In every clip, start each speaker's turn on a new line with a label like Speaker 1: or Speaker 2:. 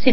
Speaker 1: Si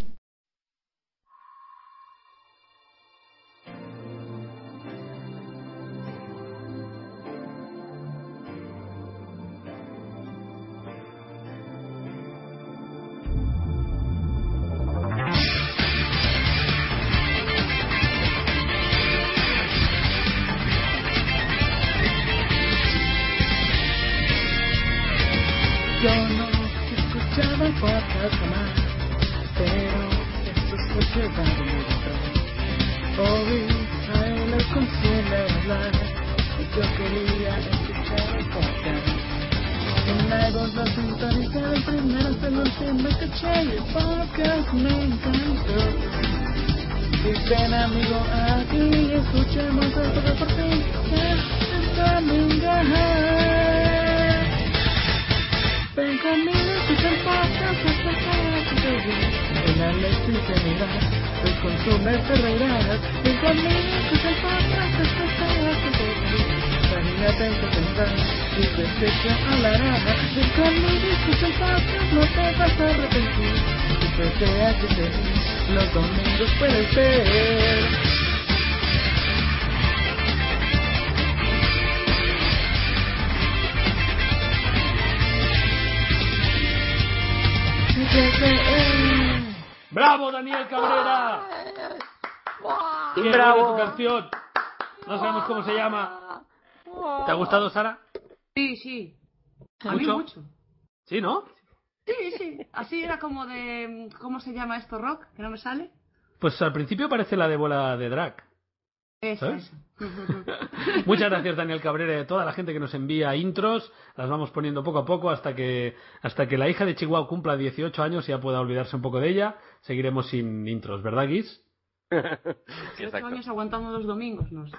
Speaker 2: Yo no escuchaba el podcast jamás, pero eso se lleva de mi dentro. Hoy a él le consume hablar, y yo quería escuchar el podcast. En la voz la sintonía, el primero hasta el último caché, y el podcast me encantó. Dicen amigo aquí, escuchemos otro por ti, que está bien Ven conmigo, escucha el podcast, escucha la En la electricidad, el consumo de ferreras. Ven conmigo, escucha el podcast, escucha la Imagínate en tu pensar, y tu escucha hablará. Ven conmigo, escucha el podcast, no te vas a arrepentir. Y pues sea que te los domingos puede ser. Y que sea.
Speaker 3: ¡Bravo, Daniel Cabrera! ¡Qué buena tu canción! No sabemos cómo se llama. ¿Te ha gustado, Sara?
Speaker 4: Sí, sí. A mí
Speaker 3: ¿Mucho?
Speaker 4: mucho.
Speaker 3: Sí, ¿no?
Speaker 4: Sí, sí. Así era como de. Em, ¿Cómo se llama esto rock? Que no me sale.
Speaker 3: Pues al principio parece la de bola de drag.
Speaker 4: Eso,
Speaker 3: ¿Sabes?
Speaker 4: eso. Ujú.
Speaker 3: Muchas gracias, Daniel Cabrera, y a toda la gente que nos envía intros. Las vamos poniendo poco a poco hasta que, hasta que la hija de Chihuahua cumpla 18 años y ya pueda olvidarse un poco de ella. Seguiremos sin intros, ¿verdad, Guis?
Speaker 4: Ocho años aguantando los domingos, no sé.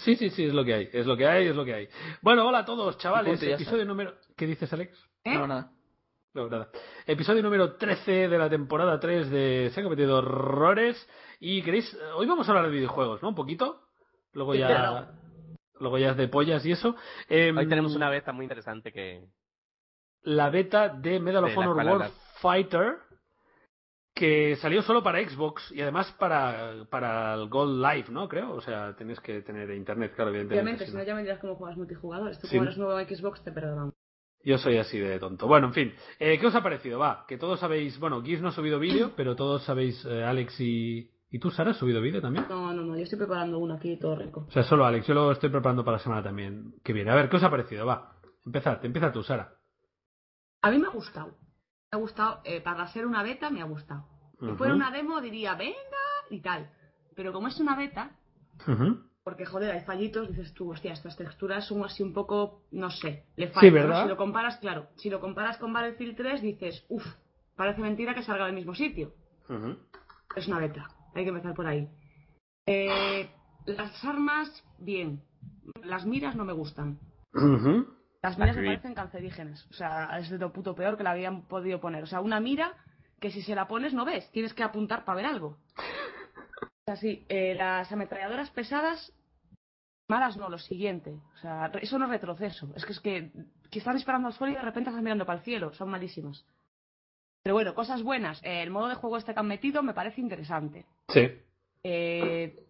Speaker 3: Sí, sí, sí, es lo que hay. Es lo que hay, es lo que hay. Bueno, hola a todos, chavales.
Speaker 5: Punto, ya está.
Speaker 3: Episodio número. ¿Qué dices, Alex?
Speaker 4: ¿Eh?
Speaker 5: No, nada.
Speaker 3: No, nada. Episodio número 13 de la temporada 3 de Se han cometido horrores. Y queréis. Hoy vamos a hablar de videojuegos, ¿no? Un poquito. Luego ya. Luego ya es de pollas y eso. Eh,
Speaker 5: Hoy tenemos una beta muy interesante que.
Speaker 3: La beta de Medal of
Speaker 5: De la
Speaker 3: Honor
Speaker 5: cual
Speaker 3: World
Speaker 5: hablar.
Speaker 3: Fighter. Que salió solo para Xbox y además para, para el Gold Live, ¿no? Creo. O sea, tenéis que tener internet, claro, evidentemente.
Speaker 4: Obviamente,
Speaker 3: si
Speaker 4: si
Speaker 3: no-
Speaker 4: no ya me dirás cómo juegas multijugador. Esto
Speaker 3: Sí.
Speaker 4: como eres nuevo en Xbox te perdonamos.
Speaker 3: Yo soy así de tonto. Bueno, en fin. Eh, ¿Qué os ha parecido? Va, que todos sabéis... Bueno, Giz no ha subido vídeo, pero todos sabéis... eh, Alex y... ¿Y tú, Sara, has subido vídeo también?
Speaker 4: No, no, no. Yo estoy preparando uno aquí todo rico.
Speaker 3: O sea, solo Alex. Yo lo estoy preparando para la semana también. Qué bien. A ver, ¿qué os ha parecido? Va. Empezad. Empieza tú, Sara.
Speaker 4: A mí me ha gustado. Me ha gustado. eh, para ser una beta, me ha gustado. Si fuera
Speaker 3: Ujú.
Speaker 4: una demo, diría venga y tal. Pero como es una beta,
Speaker 3: Ujú.
Speaker 4: Porque, joder, hay fallitos, dices tú, hostia, estas texturas son así un poco, no sé, le
Speaker 3: Sí,
Speaker 4: falta.
Speaker 3: ¿verdad?
Speaker 4: Si lo comparas, claro, si lo comparas con Battlefield 3, dices, uff, parece mentira que salga del mismo sitio.
Speaker 3: Ujú.
Speaker 4: Es una beta, hay que empezar por ahí. Eh, las armas, bien. Las miras no me gustan.
Speaker 3: Ujú.
Speaker 4: Las miras me
Speaker 5: Agreed.
Speaker 4: parecen cancerígenas. O sea, es de lo puto peor que la habían podido poner. O sea, una mira que si se la pones no ves. Tienes que apuntar para ver algo. O sea, sí, eh, las ametralladoras pesadas, malas no, lo siguiente. O sea, re- eso no es retroceso. Es que es que, que estás disparando al suelo y de repente estás mirando para el cielo. Son malísimas. Pero bueno, cosas buenas. Eh, el modo de juego este que han metido me parece interesante.
Speaker 3: Sí.
Speaker 4: Eh,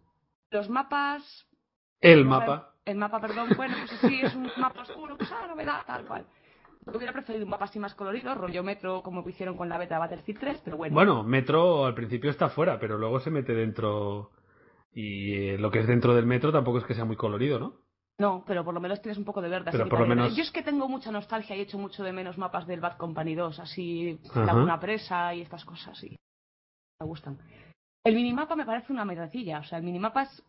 Speaker 4: los mapas
Speaker 3: El
Speaker 4: no sé,
Speaker 3: mapa.
Speaker 4: El mapa, perdón. Bueno, pues sí, es un mapa oscuro, pues ah, novedad, tal cual. Yo hubiera preferido un mapa así más colorido, rollo metro, como hicieron con la beta de Battlefield 3, pero bueno.
Speaker 3: Bueno, Metro al principio está fuera, pero luego se mete dentro... Y eh, lo que es dentro del Metro tampoco es que sea muy colorido, ¿no?
Speaker 4: No, pero por lo menos tienes un poco de verde. así
Speaker 3: Pero
Speaker 4: que
Speaker 3: por lo
Speaker 4: tal.
Speaker 3: menos-
Speaker 4: Yo es que tengo mucha nostalgia y he hecho mucho de menos mapas del Bad Company 2, así,
Speaker 3: Ajá.
Speaker 4: Laguna Presa y estas cosas, y me gustan. El minimapa me parece una merdecilla, o sea, el minimapa es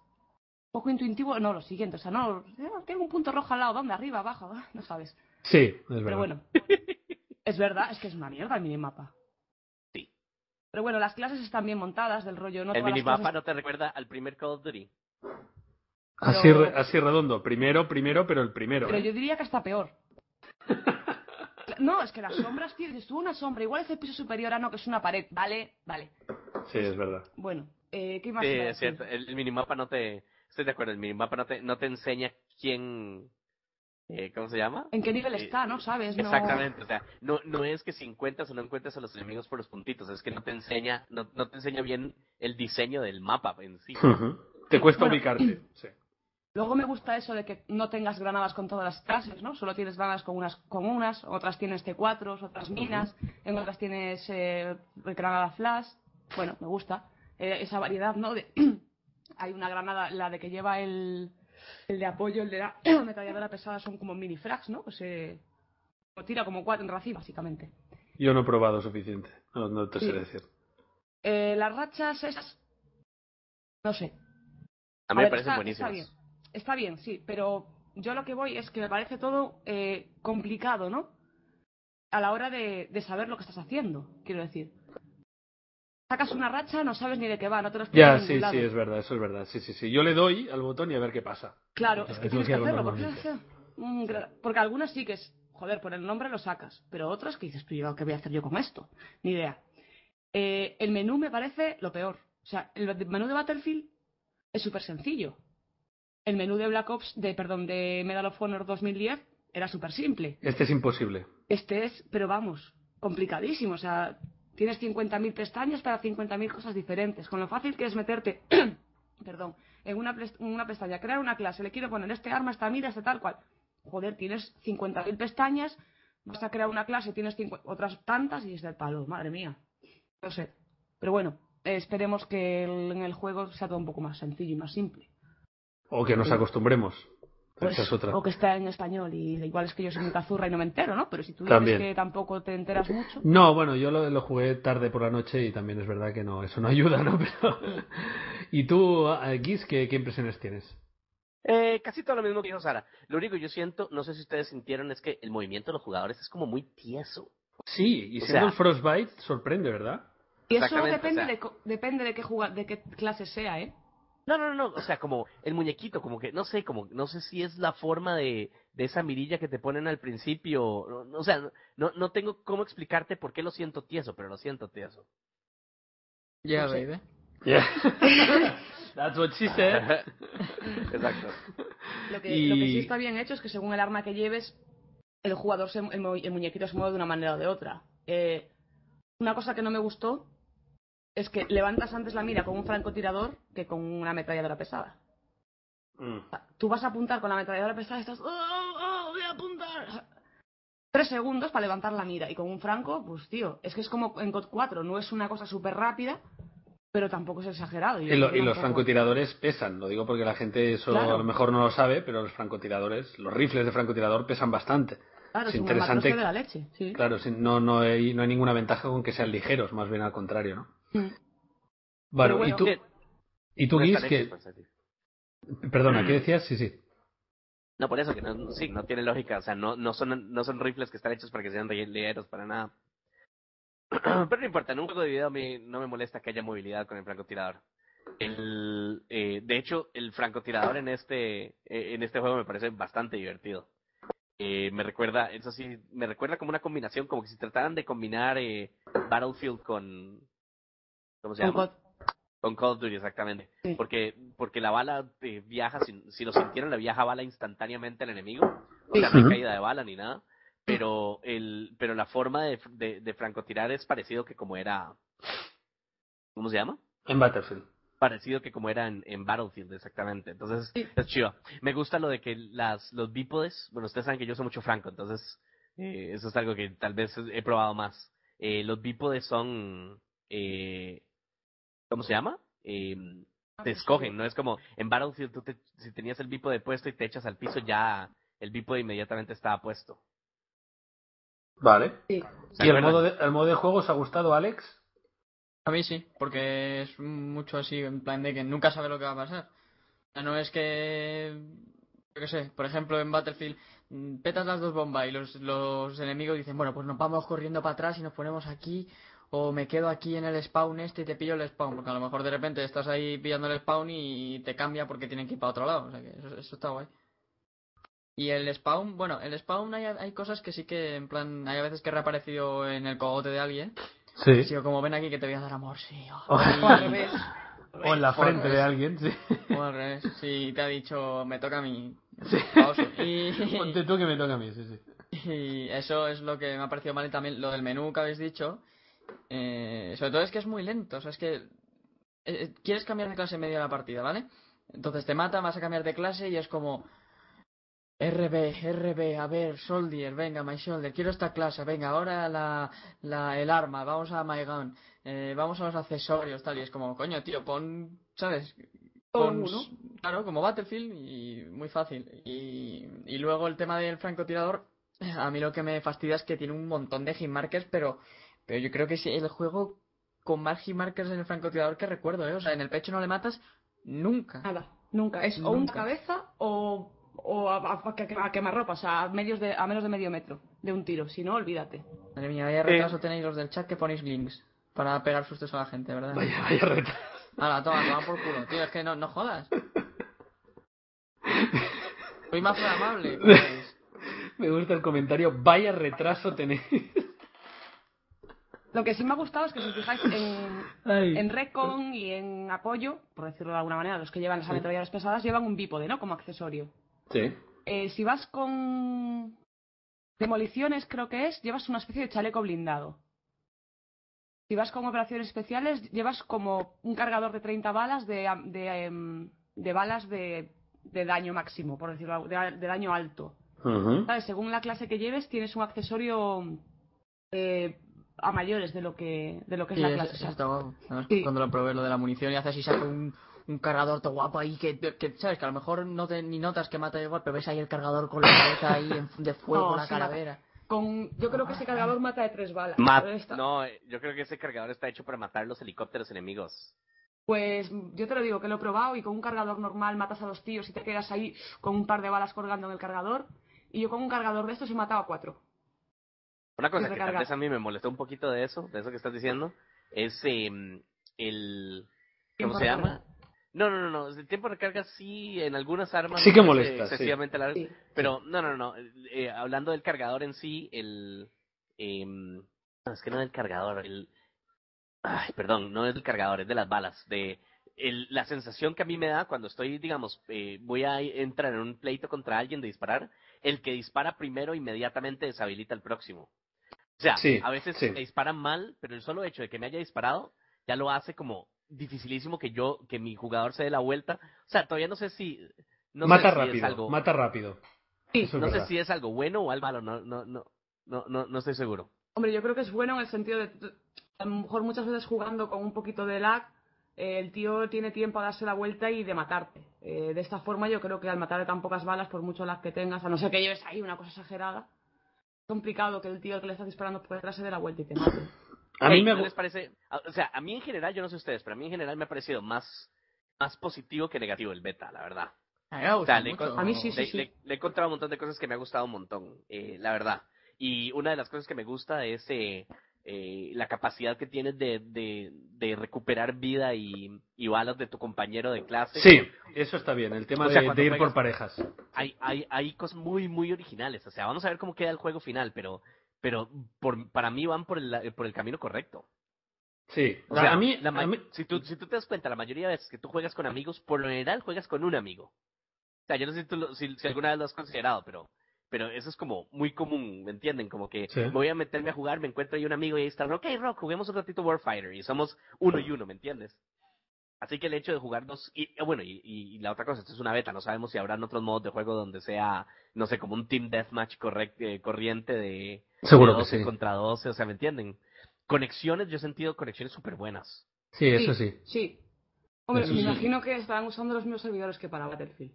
Speaker 4: poco intuitivo, no, lo siguiente, o sea, no, eh, tengo un punto rojo al lado, ¿dónde? Arriba, abajo, ah, no sabes.
Speaker 3: Sí, es verdad.
Speaker 4: Pero bueno, es verdad, es que es una mierda el minimapa.
Speaker 5: Sí.
Speaker 4: Pero bueno, las clases están bien montadas, del rollo, no
Speaker 5: el
Speaker 4: todas las
Speaker 5: minimapa
Speaker 4: clases-
Speaker 5: no te recuerda al primer Call of Duty.
Speaker 3: Así,
Speaker 4: pero-
Speaker 5: ¿eh?
Speaker 3: ¿eh? re- así redondo. Primero, primero, pero el primero.
Speaker 4: Pero
Speaker 3: ¿eh?
Speaker 4: yo diría que está peor. No, es que las sombras, tío, dices tú una sombra, igual es el piso superior, ah, no, que es una pared, vale, vale.
Speaker 3: Sí, es verdad.
Speaker 4: Bueno, eh, ¿qué más?
Speaker 5: Sí,
Speaker 4: iba a
Speaker 5: es
Speaker 4: decir?
Speaker 5: cierto. El, el minimapa no te. Estoy de acuerdo, el minimapa no te, no te enseña quién. eh, ¿Cómo se llama?
Speaker 4: ¿En qué nivel
Speaker 5: Sí.
Speaker 4: está, no? ¿Sabes? Pues No-
Speaker 5: Exactamente, o sea, no, no es que si encuentras o no encuentras a los enemigos por los puntitos, es que no te enseña, no, no te enseña bien el diseño del mapa en sí.
Speaker 3: Hmm. Te cuesta
Speaker 4: Bueno.
Speaker 3: ubicarte. Sí.
Speaker 4: Luego me gusta eso de que no tengas granadas con todas las clases, ¿no? Solo tienes granadas con unas, con unas otras tienes T4, otras minas, en otras tienes eh, granada flash. Bueno, me gusta eh, esa variedad, ¿no? De- hay una granada, la de que lleva el, el de apoyo, el de la metralladora pesada, son como mini frags, ¿no? Pues eh, tira como cuatro en racimo, básicamente.
Speaker 3: Yo no he probado suficiente. No, no te sé
Speaker 4: Sí.
Speaker 3: decir.
Speaker 4: Eh, las rachas esas, no sé,
Speaker 5: A mí me
Speaker 4: ver,
Speaker 5: parecen
Speaker 4: está-
Speaker 5: buenísimos.
Speaker 4: Está bien, está bien, sí, pero yo lo que voy es que me parece todo eh, complicado, ¿no? A la hora de, de saber lo que estás haciendo, quiero decir. Sacas una racha, no sabes ni de qué va, no te lo explicas.
Speaker 3: Ya,
Speaker 4: en
Speaker 3: sí,
Speaker 4: ningún
Speaker 3: sí,
Speaker 4: lado.
Speaker 3: es verdad, eso es verdad. Sí, sí, sí. Yo le doy al botón y a ver qué pasa.
Speaker 4: Claro,
Speaker 3: Eso
Speaker 4: es que
Speaker 3: es lo
Speaker 4: tienes
Speaker 3: que
Speaker 4: que
Speaker 3: hago
Speaker 4: hacerlo, porque,
Speaker 3: normalmente.
Speaker 4: Mm, gra- porque algunas sí que es, joder, por el nombre lo sacas, pero otras que dices, tú, ¿yo ¿qué voy a hacer yo con esto? Ni idea. Eh, el menú me parece lo peor. O sea, el bat- menú de Battlefield es súper sencillo. El menú de Black Ops, de, perdón, de Medal of Honor 2010 era súper simple.
Speaker 3: Este es imposible.
Speaker 4: Este es, pero vamos, complicadísimo. O sea, tienes 50.000 pestañas para 50.000 cosas diferentes. Con lo fácil que es meterte, perdón, en una, ples- una pestaña, crear una clase, le quiero poner este arma, esta mira, este tal cual. Joder, tienes 50.000 pestañas, vas a crear una clase, tienes cincu- otras tantas y es del palo. Madre mía. No sé. Pero bueno, eh, esperemos que el- en el juego sea todo un poco más sencillo y más simple.
Speaker 3: O que nos acostumbremos.
Speaker 4: Pues,
Speaker 3: Esa es otra.
Speaker 4: O que está en español y igual es que yo soy muy cazurra y no me entero, ¿no? Pero si tú
Speaker 3: También.
Speaker 4: dices que tampoco te enteras mucho.
Speaker 3: No, bueno, yo lo, lo jugué tarde por la noche y también es verdad que no, eso no ayuda, ¿no? Pero... ¿Y tú, eh, Guis, qué, qué impresiones tienes?
Speaker 5: Eh, casi todo lo mismo que dijo Sara. Lo único que yo siento, no sé si ustedes sintieron, es que el movimiento de los jugadores es como muy tieso.
Speaker 3: Sí, y siendo
Speaker 5: O sea-
Speaker 3: el Frostbite, sorprende, ¿verdad?
Speaker 4: Y eso
Speaker 5: Exactamente,
Speaker 4: depende,
Speaker 5: o sea.
Speaker 4: de, co- depende de, qué juga- de qué clase sea, ¿eh?
Speaker 5: No, no, no, no, o sea, como el muñequito, como que, no sé, como, no sé si es la forma de, de esa mirilla que te ponen al principio, o, o sea, no, no tengo cómo explicarte por qué lo siento tieso, pero lo siento tieso.
Speaker 6: Ya,
Speaker 4: No sé.
Speaker 6: baby.
Speaker 3: That's what she said.
Speaker 5: Exacto.
Speaker 4: Lo que, lo que
Speaker 3: Y-
Speaker 4: sí está bien hecho es que según el arma que lleves, el jugador, se, el, mu- el muñequito se mueve de una manera o de otra. Eh, una cosa que no me gustó es que levantas antes la mira con un francotirador que con una ametralladora pesada.
Speaker 3: Mm.
Speaker 4: Tú vas a apuntar con la ametralladora pesada y estás, ¡oh, oh, voy a apuntar! Tres segundos para levantar la mira. Y con un franco, pues tío, es que es como en COD 4, no es una cosa súper rápida, pero tampoco es exagerado.
Speaker 3: Y, lo- y los
Speaker 4: tampoco-
Speaker 3: francotiradores pesan, lo digo porque la gente eso
Speaker 4: Claro.
Speaker 3: a lo mejor no lo sabe, pero los francotiradores, los rifles de francotirador pesan bastante.
Speaker 4: Claro,
Speaker 3: Es
Speaker 4: es un
Speaker 3: interesante-
Speaker 4: armatoste de la leche. Sí.
Speaker 3: Claro, sí, no, no, hay, no hay ninguna ventaja con que sean ligeros, más bien al contrario, ¿no?
Speaker 4: Mm.
Speaker 3: Bueno,
Speaker 4: Pero
Speaker 3: y tú,
Speaker 5: que-
Speaker 3: y tú
Speaker 5: no
Speaker 3: Guis,
Speaker 5: están
Speaker 3: que...
Speaker 5: hechos para ser-
Speaker 4: Mm.
Speaker 3: Perdona, ¿qué decías? Sí, sí.
Speaker 5: No, por eso que no, sí, no tiene lógica, o sea, no, no son, no son rifles que están hechos para que sean ligeros para nada. Pero no importa, en un juego de video a mí no me molesta que haya movilidad con el francotirador. El, eh, de hecho, el francotirador en este, eh, en este juego me parece bastante divertido. Eh, me recuerda, eso sí, me recuerda como una combinación, como que si trataran de combinar eh, Battlefield con... ¿Cómo se
Speaker 4: Con
Speaker 5: llama?
Speaker 4: COD.
Speaker 5: Con Call of Duty, exactamente.
Speaker 4: Sí.
Speaker 5: Porque, porque la bala eh, viaja, si, si lo sintieron, le viaja bala instantáneamente al enemigo. O
Speaker 4: Sí.
Speaker 5: sea, no
Speaker 3: Ujú.
Speaker 5: hay caída de bala ni nada. Pero, el, pero la forma de, de, de francotirar es parecido que como era. ¿Cómo se llama?
Speaker 3: En Battlefield.
Speaker 5: Parecido que como era en, en Battlefield, exactamente. Entonces,
Speaker 4: Sí.
Speaker 5: es chido. Me gusta lo de que las, los bípodes. Bueno, ustedes saben que yo soy mucho franco, entonces, eh, eso es algo que tal vez he probado más. Eh, los bípodes son. Eh, ¿Cómo se llama? Em, te escogen, no es como en Battlefield tú te- si tenías el bípode puesto y te echas al piso ya el bípode inmediatamente estaba puesto.
Speaker 3: Vale.
Speaker 4: Sí.
Speaker 5: ¿Se
Speaker 3: ¿Y el
Speaker 5: acuerdan?
Speaker 3: modo, de, el modo de juego os ha gustado, Alex?
Speaker 6: A mí sí, porque es mucho así, en plan de que nunca sabe lo que va a pasar. O sea, no es que. Yo qué sé, por ejemplo, en Battlefield mm, petas las dos bombas y los, los enemigos dicen, bueno, pues nos vamos corriendo para atrás y nos ponemos aquí, o me quedo aquí en el spawn este y te pillo el spawn, porque a lo mejor de repente estás ahí pillando el spawn y te cambia porque tienen que ir para otro lado. O sea, que eso, eso está guay. Y el spawn, bueno, el spawn hay, hay cosas que sí que, en plan, hay a veces que he reaparecido en el cogote de alguien.
Speaker 3: Sí.
Speaker 6: Y sigo como ven aquí que te voy a dar amor, sí.
Speaker 3: O-
Speaker 6: Y-
Speaker 4: O al revés.
Speaker 3: O en la
Speaker 6: Joder,
Speaker 3: frente de
Speaker 6: es-
Speaker 3: alguien, sí.
Speaker 6: o al revés. Sí, te ha dicho, me toca a mí.
Speaker 3: Sí.
Speaker 6: Pausa. Y,
Speaker 3: Ponte tú que me toca a mí, sí, sí.
Speaker 6: y eso es lo que me ha parecido mal y también lo del menú que habéis dicho. Eh, sobre todo es que es muy lento, o sea, es que eh, eh, quieres cambiar de clase en medio de la partida, ¿vale? Entonces te mata, vas a cambiar de clase y es como RB, RB, a ver, soldier, venga, my shoulder, quiero esta clase, venga, ahora la, la- el arma, vamos a my gun, eh, vamos a los accesorios, tal, y es como, coño, tío, pon, ¿sabes? Pon,
Speaker 4: uno.
Speaker 6: claro, como Battlefield y muy fácil. Y, y luego el tema del francotirador, a mí lo que me fastidia es que tiene un montón de hitmarkers, pero, pero yo creo que es el juego con más hitmarkers en el francotirador que recuerdo, ¿eh? O sea, en el pecho no le matas nunca.
Speaker 4: Nada, nunca. Es o una
Speaker 6: Nunca.
Speaker 4: cabeza o, o a, a- a que- a quemarropa, o sea, a, medios de, a menos de medio metro de un tiro. Si no, olvídate.
Speaker 6: Madre mía, vaya
Speaker 5: Sí.
Speaker 6: retraso tenéis los del chat que ponéis links para pegar sustos a la gente, ¿verdad?
Speaker 3: Vaya, vaya reta.
Speaker 6: Hala, toma, toma por culo, tío, es que no, no jodas. Soy más amable. pues.
Speaker 3: Me gusta el comentario. Vaya retraso tenéis.
Speaker 4: Lo que sí me ha gustado es que si os fijáis en,
Speaker 3: Ay.
Speaker 4: en Recon y en apoyo, por decirlo de alguna manera, los que llevan las ametralladoras pesadas llevan un bípode, ¿no? Como accesorio.
Speaker 3: Sí.
Speaker 4: Eh, si vas con demoliciones, creo que es, llevas una especie de chaleco blindado. Si vas con operaciones especiales, llevas como un cargador de 30 balas de, am- de, em, de balas de, de daño máximo, por decirlo, de, de daño alto. ¿Sabes? Según la clase que lleves, tienes un accesorio eh, a mayores de lo que, de lo que es
Speaker 6: Sí,
Speaker 4: la
Speaker 6: es-
Speaker 4: clase.
Speaker 6: eso está guapo. Además,
Speaker 4: Sí.
Speaker 6: Cuando lo probé, lo de la munición y haces y saca un, un cargador todo guapo ahí que, que, ¿sabes? Que a lo mejor no te, ni notas que mata igual, pero ves ahí el cargador con la cabeza ahí en- de fuego,
Speaker 4: No,
Speaker 6: la
Speaker 4: Oh, sí mata.
Speaker 6: calavera.
Speaker 4: Con, yo creo que ese cargador mata de tres balas.
Speaker 5: Ma-
Speaker 4: Pero esta-
Speaker 5: No, eh, yo creo que ese cargador está hecho para matar los helicópteros enemigos.
Speaker 4: Pues yo te lo digo, que lo he probado y con un cargador normal matas a dos tíos y te quedas ahí con un par de balas colgando en el cargador. Y yo con un cargador de estos he matado a cuatro.
Speaker 5: Una cosa que
Speaker 4: Y
Speaker 5: tal
Speaker 4: recarga.
Speaker 5: vez a mí me molestó un poquito de eso, de eso que estás diciendo, es em, el... ¿Cómo
Speaker 4: Tiempo
Speaker 5: se
Speaker 4: de
Speaker 5: llama?
Speaker 4: carga.
Speaker 5: No, no, no, no, el tiempo de recarga sí, en algunas armas...
Speaker 3: Sí
Speaker 5: me
Speaker 3: que
Speaker 5: parece
Speaker 3: molesta, sí.
Speaker 5: Excesivamente largo,
Speaker 4: Sí.
Speaker 5: pero no, no, no, eh, hablando del cargador en sí, el... em, no, es que no del cargador, el... Ay, perdón, no es del cargador, es de las balas, de... el- la sensación que a mí me da cuando estoy, digamos, eh, voy a entrar en un pleito contra alguien de disparar, el que dispara primero inmediatamente deshabilita al próximo. O sea,
Speaker 3: Sí,
Speaker 5: a veces
Speaker 3: sí.
Speaker 5: me disparan mal, pero el solo hecho de que me haya disparado ya lo hace como dificilísimo que yo, que mi jugador se dé la vuelta. O sea, todavía no sé si... No
Speaker 3: mata
Speaker 5: sé si es
Speaker 3: rápido.
Speaker 5: algo-
Speaker 3: Mata rápido.
Speaker 4: Sí,
Speaker 3: Eso es
Speaker 5: no sé
Speaker 3: verdad.
Speaker 5: si es algo bueno o algo malo, no, no, no, no, no, no estoy seguro.
Speaker 4: Hombre, yo creo que es bueno en el sentido de. A lo mejor muchas veces jugando con un poquito de lag, eh, el tío tiene tiempo a darse la vuelta y de matarte. Eh, de esta forma, yo creo que al matar de tan pocas balas, por mucho lag que tengas, a no ser que lleves ahí una cosa exagerada, es complicado que el tío que le está disparando por detrás se dé la vuelta y te mate.
Speaker 3: A mí
Speaker 5: Ey,
Speaker 3: me
Speaker 5: ¿no
Speaker 3: gu-
Speaker 5: les parece, a- o sea, a mí en general, yo no sé ustedes, pero a mí en general me ha parecido más, más positivo que negativo el beta, la verdad.
Speaker 6: A mí me ha gustado
Speaker 5: Dale,
Speaker 6: mucho.
Speaker 5: con-
Speaker 4: A mí sí,
Speaker 5: le, le- le he encontrado un montón de cosas que me ha gustado un montón, eh, la verdad. Y una de las cosas que me gusta es eh, eh, la capacidad que tienes de, de, de recuperar vida y, y balas de tu compañero de clase.
Speaker 3: Sí, eso está bien. El tema
Speaker 5: O sea,
Speaker 3: de,
Speaker 5: cuando
Speaker 3: de ir
Speaker 5: juegas-
Speaker 3: por parejas.
Speaker 5: Hay, hay, hay cosas muy, muy originales. O sea, vamos a ver cómo queda el juego final, pero, pero por, para mí van por el, por el camino correcto.
Speaker 3: Sí.
Speaker 5: O sea,
Speaker 3: a mí,
Speaker 5: la ma-
Speaker 3: a mí-
Speaker 5: si, tú, si tú te das cuenta, la mayoría de veces que tú juegas con amigos, por lo general juegas con un amigo. O sea, yo no sé si, tú lo- si, si alguna vez lo has considerado, pero, pero eso es como muy común, ¿me entienden? Como que
Speaker 3: Sí.
Speaker 5: me voy a meterme a jugar, me encuentro ahí un amigo y ahí está, ok, Rock, juguemos un ratito Warfighter y somos uno y uno, ¿me entiendes? Así que el hecho de jugar dos, y eh, bueno, y, y- y la otra cosa, esto es una beta, no sabemos si habrán otros modos de juego donde sea, no sé, como un Team Deathmatch correct, eh, corriente de,
Speaker 3: Seguro
Speaker 5: de
Speaker 3: que
Speaker 5: 12
Speaker 3: sí.
Speaker 5: contra 12, o sea, ¿me entienden? Conexiones, yo he sentido conexiones súper buenas.
Speaker 3: Sí, eso sí.
Speaker 4: Sí. Hombre,
Speaker 3: Eso
Speaker 4: me
Speaker 3: sí.
Speaker 4: imagino que estarán usando los mismos servidores que para Battlefield.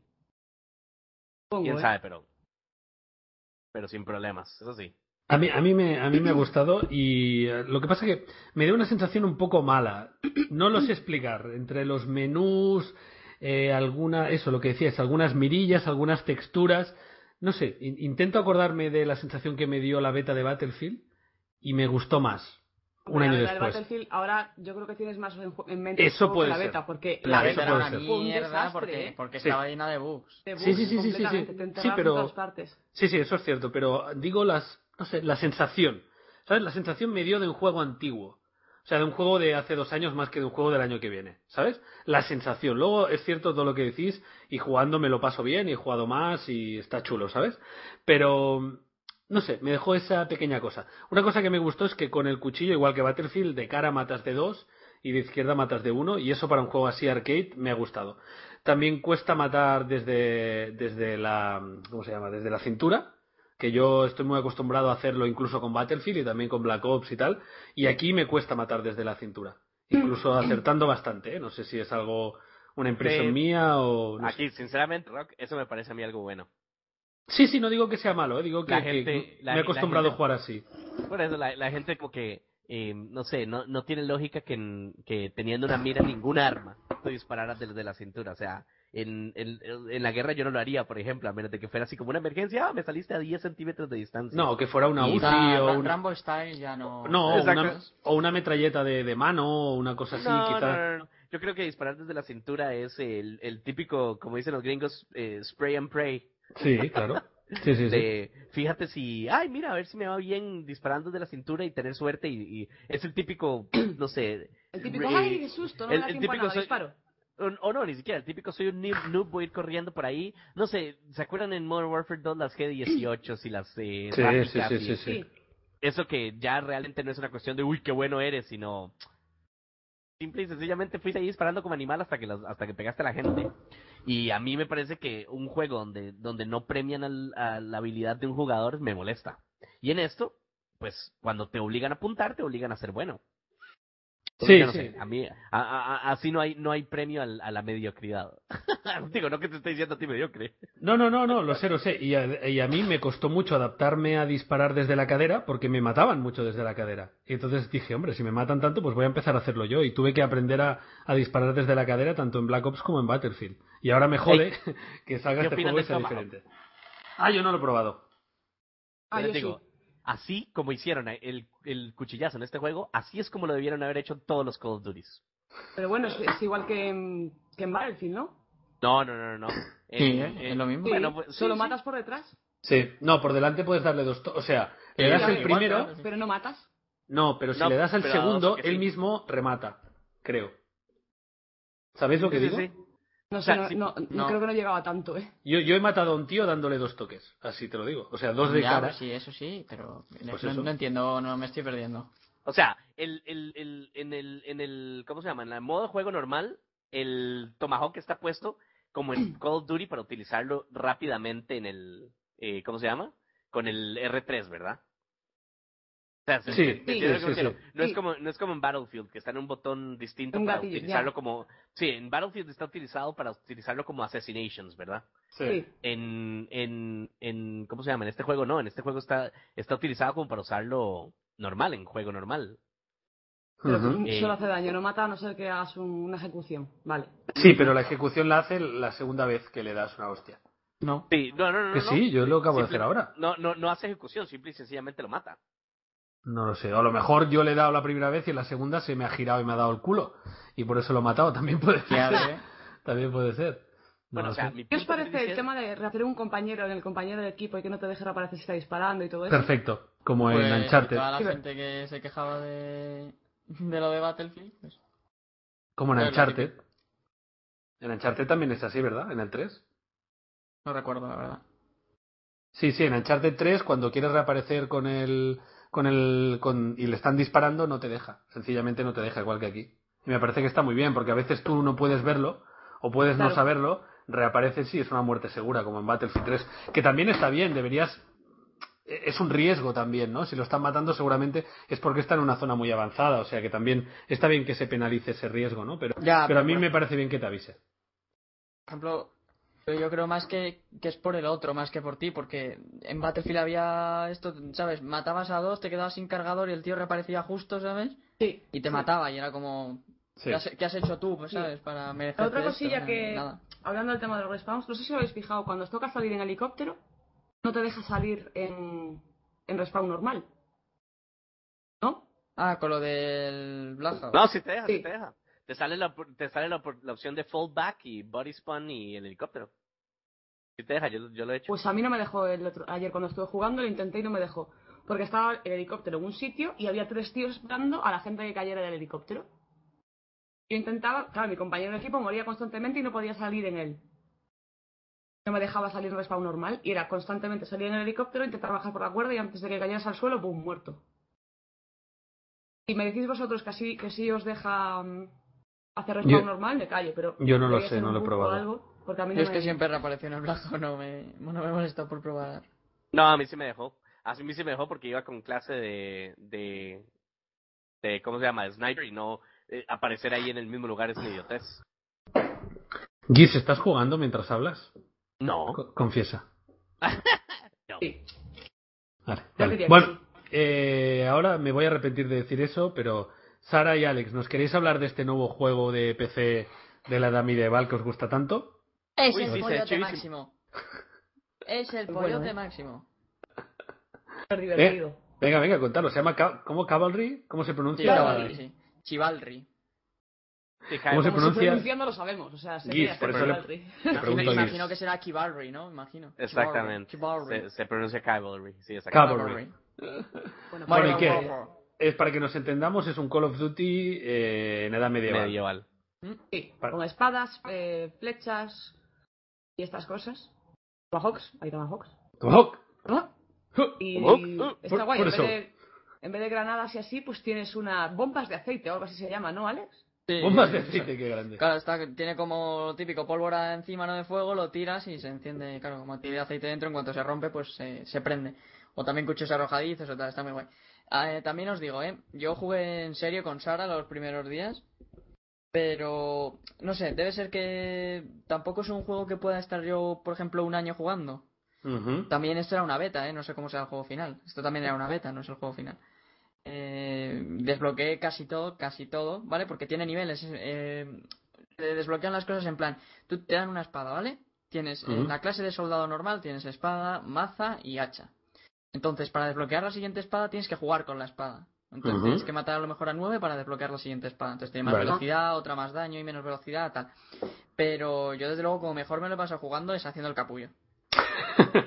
Speaker 4: Supongo,
Speaker 5: Quién
Speaker 4: ¿eh?
Speaker 5: sabe, pero. Pero sin problemas, eso sí.
Speaker 3: A mí, a mí, me, a mí me ha gustado y eh, lo que pasa que me dio una sensación un poco mala. No lo sé explicar. Entre los menús, eh, alguna, eso, lo que decías, algunas mirillas, algunas texturas. No sé, in- intento acordarme de la sensación que me dio la beta de Battlefield y me gustó más. un año
Speaker 4: la verdad, el
Speaker 3: después.
Speaker 4: Battlefield ahora yo creo que tienes más en, ju- en mente
Speaker 3: Eso
Speaker 4: el juego
Speaker 3: puede
Speaker 4: que la
Speaker 3: ser.
Speaker 4: beta, porque
Speaker 3: La
Speaker 6: La
Speaker 3: beta
Speaker 6: beta era
Speaker 3: puede
Speaker 6: una
Speaker 3: ser.
Speaker 4: Fue un
Speaker 6: mierda
Speaker 4: desastre,
Speaker 6: porque,
Speaker 4: ¿eh?
Speaker 6: porque
Speaker 3: Sí.
Speaker 6: estaba llena de bugs.
Speaker 4: de
Speaker 3: Sí, sí,
Speaker 4: bugs
Speaker 3: sí, sí, sí, sí.
Speaker 4: completamente, te
Speaker 3: Sí,
Speaker 4: enterrabas
Speaker 3: pero-
Speaker 4: en todas partes.
Speaker 3: Sí, sí, eso es cierto, pero digo las, no sé, la sensación. ¿Sabes? La sensación me dio de un juego antiguo. O sea, de un juego de hace dos años más que de un juego del año que viene. ¿Sabes? La sensación. Luego es cierto todo lo que decís y jugando me lo paso bien y he jugado más y está chulo, ¿sabes? Pero, no sé, me dejó esa pequeña cosa. Una cosa que me gustó es que con el cuchillo, igual que Battlefield, de cara matas de dos y de izquierda matas de uno y eso para un juego así arcade me ha gustado. También cuesta matar desde, desde la, ¿cómo se llama? Desde la cintura, que yo estoy muy acostumbrado a hacerlo incluso con Battlefield y también con Black Ops y tal, y aquí me cuesta matar desde la cintura, incluso acertando bastante, ¿eh? no sé si es algo, una impresión
Speaker 5: Mm. Sí.
Speaker 3: mía o... no sé.
Speaker 5: Aquí, sinceramente, Rock, eso me parece a mí algo bueno.
Speaker 3: Sí, sí, no digo que sea malo, ¿eh? digo que,
Speaker 5: La
Speaker 3: que
Speaker 5: gente- la-
Speaker 3: me he
Speaker 5: la
Speaker 3: acostumbrado
Speaker 5: gente-
Speaker 3: a jugar así.
Speaker 5: Por eso la, la gente como que, eh, no sé, no, no tiene lógica que, en- que teniendo una mira ningún arma te dispararas desde la cintura. O sea, en, en, en la guerra yo no lo haría, por ejemplo, a menos de que fuera así como una emergencia, ah, me saliste a 10 centímetros de distancia.
Speaker 3: No, que fuera una
Speaker 6: Y
Speaker 3: UCI
Speaker 6: está-
Speaker 3: o
Speaker 6: Ra-
Speaker 3: una...
Speaker 6: Rambo Style ya no.
Speaker 3: No, o
Speaker 5: Exacto.
Speaker 3: una, o una metralleta de, de mano o una cosa así,
Speaker 5: no,
Speaker 3: quizá.
Speaker 5: no, no, no. Yo creo que disparar desde la cintura es el, el típico, como dicen los gringos, eh, spray and pray.
Speaker 3: Sí, claro. Sí, sí, sí.
Speaker 5: de, fíjate si, ay, mira, a ver si me va bien disparando de la cintura y tener suerte. Y, y es el típico, no sé.
Speaker 4: El típico,
Speaker 5: eh,
Speaker 4: ay, qué susto, no
Speaker 5: el-
Speaker 4: me da
Speaker 5: el
Speaker 4: tiempo a
Speaker 5: típico
Speaker 4: nada,
Speaker 5: soy-
Speaker 4: disparo.
Speaker 5: O, o no, ni siquiera, el típico soy un noob, noob, voy a ir corriendo por ahí. No sé, ¿se acuerdan en Modern Warfare 2 las G18 y las eh,
Speaker 3: Sí,
Speaker 5: rápidas
Speaker 3: sí,
Speaker 5: y
Speaker 3: sí, sí, sí.
Speaker 4: Sí,
Speaker 5: Eso que ya realmente no es una cuestión de, uy, qué bueno eres, sino... Simple y sencillamente fuiste ahí disparando como animal hasta que, los- hasta que pegaste a la gente. Y a mí me parece que un juego donde, donde no premian al- a la habilidad de un jugador me molesta. Y en esto, pues cuando te obligan a apuntar, te obligan a ser bueno.
Speaker 3: Sí,
Speaker 5: Yo no
Speaker 3: sí.
Speaker 5: sé, a mí, a- a- a- así no hay, no hay premio al- a, la mediocridad. Digo, no que te esté diciendo a ti mediocre.
Speaker 3: No, no, no, no, lo sé, lo sé. Y a, y a mí me costó mucho adaptarme a disparar desde la cadera porque me mataban mucho desde la cadera. Y entonces dije, hombre, si me matan tanto, pues voy a empezar a hacerlo yo. Y tuve que aprender a, a disparar desde la cadera tanto en Black Ops como en Battlefield. Y ahora me jode que salga
Speaker 5: ¿qué
Speaker 3: este
Speaker 5: opinas
Speaker 3: juego y
Speaker 5: de
Speaker 3: sea
Speaker 5: Tomahawk?
Speaker 3: diferente. Ah, yo no lo he probado.
Speaker 4: ah,
Speaker 5: Yo
Speaker 4: yo
Speaker 5: les digo,
Speaker 4: sí.
Speaker 5: así como hicieron el, el cuchillazo en este juego, así es como lo debieron haber hecho en todos los Call of Duty.
Speaker 4: Pero bueno, es, es igual que en, que en Battlefield, ¿no?
Speaker 5: No, no, no, no. no.
Speaker 6: Sí, ¿eh? Es lo mismo.
Speaker 4: Sí,
Speaker 5: Bueno, pues, sí,
Speaker 4: solo
Speaker 5: sí.
Speaker 4: matas por detrás.
Speaker 3: Sí. No, por delante puedes darle dos... to- O sea, le
Speaker 6: Sí,
Speaker 3: das
Speaker 4: a
Speaker 3: el
Speaker 4: ver,
Speaker 3: primero...
Speaker 6: igual,
Speaker 4: Pero no matas.
Speaker 3: No, pero si
Speaker 5: No,
Speaker 3: le das al
Speaker 5: pero a dos,
Speaker 3: segundo,
Speaker 5: que sí.
Speaker 3: él mismo remata, creo. ¿Sabéis lo que
Speaker 5: Sí,
Speaker 3: digo?
Speaker 5: sí.
Speaker 4: No
Speaker 5: sea,
Speaker 4: sé, no,
Speaker 5: sí,
Speaker 4: no-
Speaker 6: no.
Speaker 4: creo que no llegaba tanto, ¿eh?
Speaker 3: Yo, yo he matado a un tío dándole dos toques, así te lo digo. O sea, dos de
Speaker 6: Ya,
Speaker 3: cara.
Speaker 6: pues sí, eso sí, pero
Speaker 3: Pues
Speaker 6: no,
Speaker 3: eso.
Speaker 6: no entiendo, no me estoy perdiendo.
Speaker 5: O sea, el, el, el, en el, en el, ¿cómo se llama? En el modo de juego normal, el Tomahawk está puesto como en Call of Duty para utilizarlo rápidamente en el, eh, ¿cómo se llama? Con el R3, ¿verdad? O sea, se-
Speaker 3: Sí,
Speaker 5: se- se-
Speaker 4: sí,
Speaker 5: yo creo que
Speaker 3: sí,
Speaker 5: me entiendo.
Speaker 3: sí.
Speaker 5: No,
Speaker 4: Sí.
Speaker 5: es como, no es como en Battlefield, que está en un botón distinto
Speaker 4: Un
Speaker 5: para
Speaker 4: gatillo, ya.
Speaker 5: utilizarlo como... Sí, en Battlefield está utilizado para utilizarlo como Assassinations, ¿verdad?
Speaker 4: Sí.
Speaker 5: en, en, en, ¿cómo se llama? En este juego no, en este juego está, está utilizado como para usarlo normal, en juego normal.
Speaker 4: Pero
Speaker 3: Ujú.
Speaker 5: Eh.
Speaker 4: solo hace daño, no mata a no ser que hagas un- una ejecución. Vale.
Speaker 3: Sí, pero la ejecución la hace la segunda vez que le das una hostia.
Speaker 6: No.
Speaker 5: Sí, no, no, no.
Speaker 3: que
Speaker 5: Ah, no,
Speaker 3: sí, yo lo acabo de
Speaker 5: Simple-
Speaker 3: hacer ahora.
Speaker 5: No, no, no hace ejecución, simple y sencillamente lo mata.
Speaker 3: No lo sé. O a lo mejor yo le he dado la primera vez y en la segunda se me ha girado y me ha dado el culo. Y por eso lo he matado. También puede ser. También puede ser. No
Speaker 5: Bueno,
Speaker 3: lo
Speaker 5: o sea,
Speaker 3: sé.
Speaker 5: mi
Speaker 4: ¿Qué os
Speaker 5: punto
Speaker 4: parece
Speaker 5: es
Speaker 4: el tema de rehacer un compañero en el compañero del equipo y que no te deje reaparecer si está disparando y todo eso?
Speaker 3: Perfecto. Como
Speaker 6: Pues,
Speaker 3: en Uncharted.
Speaker 6: toda la
Speaker 4: Sí, pero-
Speaker 6: gente que se quejaba de, de lo de Battlefield, pues.
Speaker 3: Como en
Speaker 6: Bueno,
Speaker 3: Uncharted. En Uncharted también es así, ¿verdad? En el 3.
Speaker 6: No recuerdo, la verdad.
Speaker 3: Sí, sí, en Uncharted 3, cuando quieres reaparecer con el. con el. con- y le están disparando, no te deja. Sencillamente no te deja, igual que aquí. Y me parece que está muy bien, porque a veces tú no puedes verlo, o puedes no
Speaker 4: Claro.
Speaker 3: saberlo, reapareces y es una muerte segura, como en Battlefield 3. Que también está bien, deberías. e, Es un riesgo también, ¿no? Si lo están matando, seguramente es porque está en una zona muy avanzada, o sea que también está bien que se penalice ese riesgo, ¿no? Pero,
Speaker 6: Ya,
Speaker 3: pero a mí
Speaker 6: bueno.
Speaker 3: me parece bien que te avise.
Speaker 6: Por ejemplo, pero yo creo más que, que es por el otro, más que por ti, porque en Battlefield había esto, ¿sabes? Matabas a dos, te quedabas sin cargador y el tío reaparecía justo, ¿sabes?
Speaker 4: Sí.
Speaker 6: Y te mataba y era como...
Speaker 3: Sí.
Speaker 6: ¿qué, has, qué has hecho tú, pues,
Speaker 4: Sí.
Speaker 6: sabes? Para merecer
Speaker 4: Otra cosilla que, hablando del tema de los respawns, no sé si lo habéis fijado, cuando os toca salir en helicóptero, no te deja salir en, en respawn normal. ¿No?
Speaker 6: Ah, con lo del Black Hawk.
Speaker 5: No, si te deja,
Speaker 4: Sí.
Speaker 5: si te deja. Te sale, la, op- te sale la, op- la opción de fallback y body spun y el helicóptero. Si te deja, yo, yo lo he hecho.
Speaker 4: Pues a mí no me dejó el otro. Ayer cuando estuve jugando lo intenté y no me dejó. Porque estaba el helicóptero en un sitio y había tres tíos esperando a la gente que cayera del helicóptero. Yo intentaba, claro, mi compañero de equipo moría constantemente y no podía salir en él. No me dejaba salir un respawn normal y era constantemente salir en el helicóptero, intentar bajar por la cuerda y antes de que cayeras al suelo, ¡boom! muerto. Y me decís vosotros que así, que sí os deja mm, hacer respawn
Speaker 3: Yo-
Speaker 4: normal, me callo, pero.
Speaker 3: yo no lo
Speaker 4: debería
Speaker 3: sé,
Speaker 4: ser
Speaker 3: no
Speaker 4: un
Speaker 3: lo he
Speaker 4: bug o
Speaker 3: probado.
Speaker 4: algo, porque a mí no
Speaker 6: Yo es
Speaker 4: me-
Speaker 6: que siempre reapareció en el Black Hawk, no me, no me molesta por probar.
Speaker 5: No, a mí sí me dejó. A mí sí me dejó porque iba con clase de. de, de ¿Cómo se llama? De sniper y no eh, aparecer ahí en el mismo lugar es una
Speaker 3: Ah.
Speaker 5: idiotez.
Speaker 3: Giz, ¿estás jugando mientras hablas?
Speaker 5: No.
Speaker 3: Co- Confiesa.
Speaker 5: No.
Speaker 4: Sí.
Speaker 3: Vale,
Speaker 4: Yo
Speaker 3: vale.
Speaker 4: diría que
Speaker 3: Bueno,
Speaker 4: sí.
Speaker 3: eh, ahora me voy a arrepentir de decir eso, pero Sara y Alex, ¿nos queréis hablar de este nuevo juego de PC de la edad medieval que os gusta tanto?
Speaker 6: Es
Speaker 5: Uy,
Speaker 6: el
Speaker 5: sí, se
Speaker 6: pollote
Speaker 5: chivísimo.
Speaker 6: máximo. Es el
Speaker 4: Bueno,
Speaker 6: pollote
Speaker 4: eh.
Speaker 6: máximo. Eh,
Speaker 4: Súper divertido.
Speaker 3: Venga, venga, contadlo. ¿Se llama Ca- ¿cómo Cavalry? ¿Cómo se pronuncia?
Speaker 6: Chivalry, sí. Chivalry.
Speaker 5: Sí,
Speaker 3: ¿Cómo se
Speaker 4: Como
Speaker 3: pronuncia?
Speaker 4: pronunciando lo sabemos, o sea, sería
Speaker 3: Gif, por
Speaker 4: hacer
Speaker 3: eso le-
Speaker 4: Valkyrie.
Speaker 3: Te
Speaker 6: Imagino,
Speaker 3: pregunto,
Speaker 6: imagino que
Speaker 3: Luis.
Speaker 6: será Chivalry, ¿no? Imagino. Chivalry,
Speaker 5: Exactamente.
Speaker 6: Chivalry.
Speaker 5: Se, se pronuncia cavalry. Sí, exactamente.
Speaker 3: Cavalry.
Speaker 6: Chivalry.
Speaker 4: Bueno,
Speaker 3: Bueno, ¿y
Speaker 4: pues,
Speaker 3: qué?
Speaker 4: vamos
Speaker 6: Warfare.
Speaker 3: Es para que nos entendamos, es un Call of Duty eh, en edad medieval.
Speaker 5: Medieval.
Speaker 4: a- sí,
Speaker 3: Vale.
Speaker 4: con espadas, eh, flechas y estas cosas. Tomahawks, hay tomahawks.
Speaker 3: ¡Tomahawk!
Speaker 4: ¿no? Y
Speaker 5: Tomahawk,
Speaker 3: Ah, eh,
Speaker 4: está
Speaker 3: por-
Speaker 4: guay,
Speaker 3: por
Speaker 4: en, vez
Speaker 3: eso.
Speaker 4: de, en vez de granadas y así, pues tienes unas bombas de aceite o algo así se llama, ¿no, Alex?
Speaker 6: Sí,
Speaker 3: Bombas de
Speaker 6: sí, sí.
Speaker 3: aceite, qué grande.
Speaker 6: Claro, está, tiene como lo típico pólvora encima, no de fuego, lo tiras y se enciende. Claro, como tiene aceite dentro, en cuanto se rompe, pues se, se prende. O también cuchillos arrojadizos o tal, está muy guay. Ah, eh, también os digo, ¿eh? Yo jugué en serio con Sara los primeros días, pero no sé, debe ser que tampoco es un juego que pueda estar yo, por ejemplo, un año jugando.
Speaker 3: Ujú.
Speaker 6: También esto era una beta, ¿eh? No sé cómo será el juego final. Esto también era una beta, no es el juego final. Eh, desbloqueé casi todo, casi todo, ¿vale? Porque tiene niveles. eh, te desbloquean las cosas en plan, tú te dan una espada, ¿vale? Tienes eh,
Speaker 3: Ujú.
Speaker 6: la clase de soldado normal, tienes espada, maza y hacha. Entonces, para desbloquear la siguiente espada tienes que jugar con la espada. Entonces
Speaker 3: Ujú.
Speaker 6: tienes que matar a lo mejor a nueve para desbloquear la siguiente espada. Entonces tiene más
Speaker 3: Vale.
Speaker 6: velocidad, otra más daño y menos velocidad, tal. Pero yo desde luego como mejor me lo paso jugando es haciendo el capullo.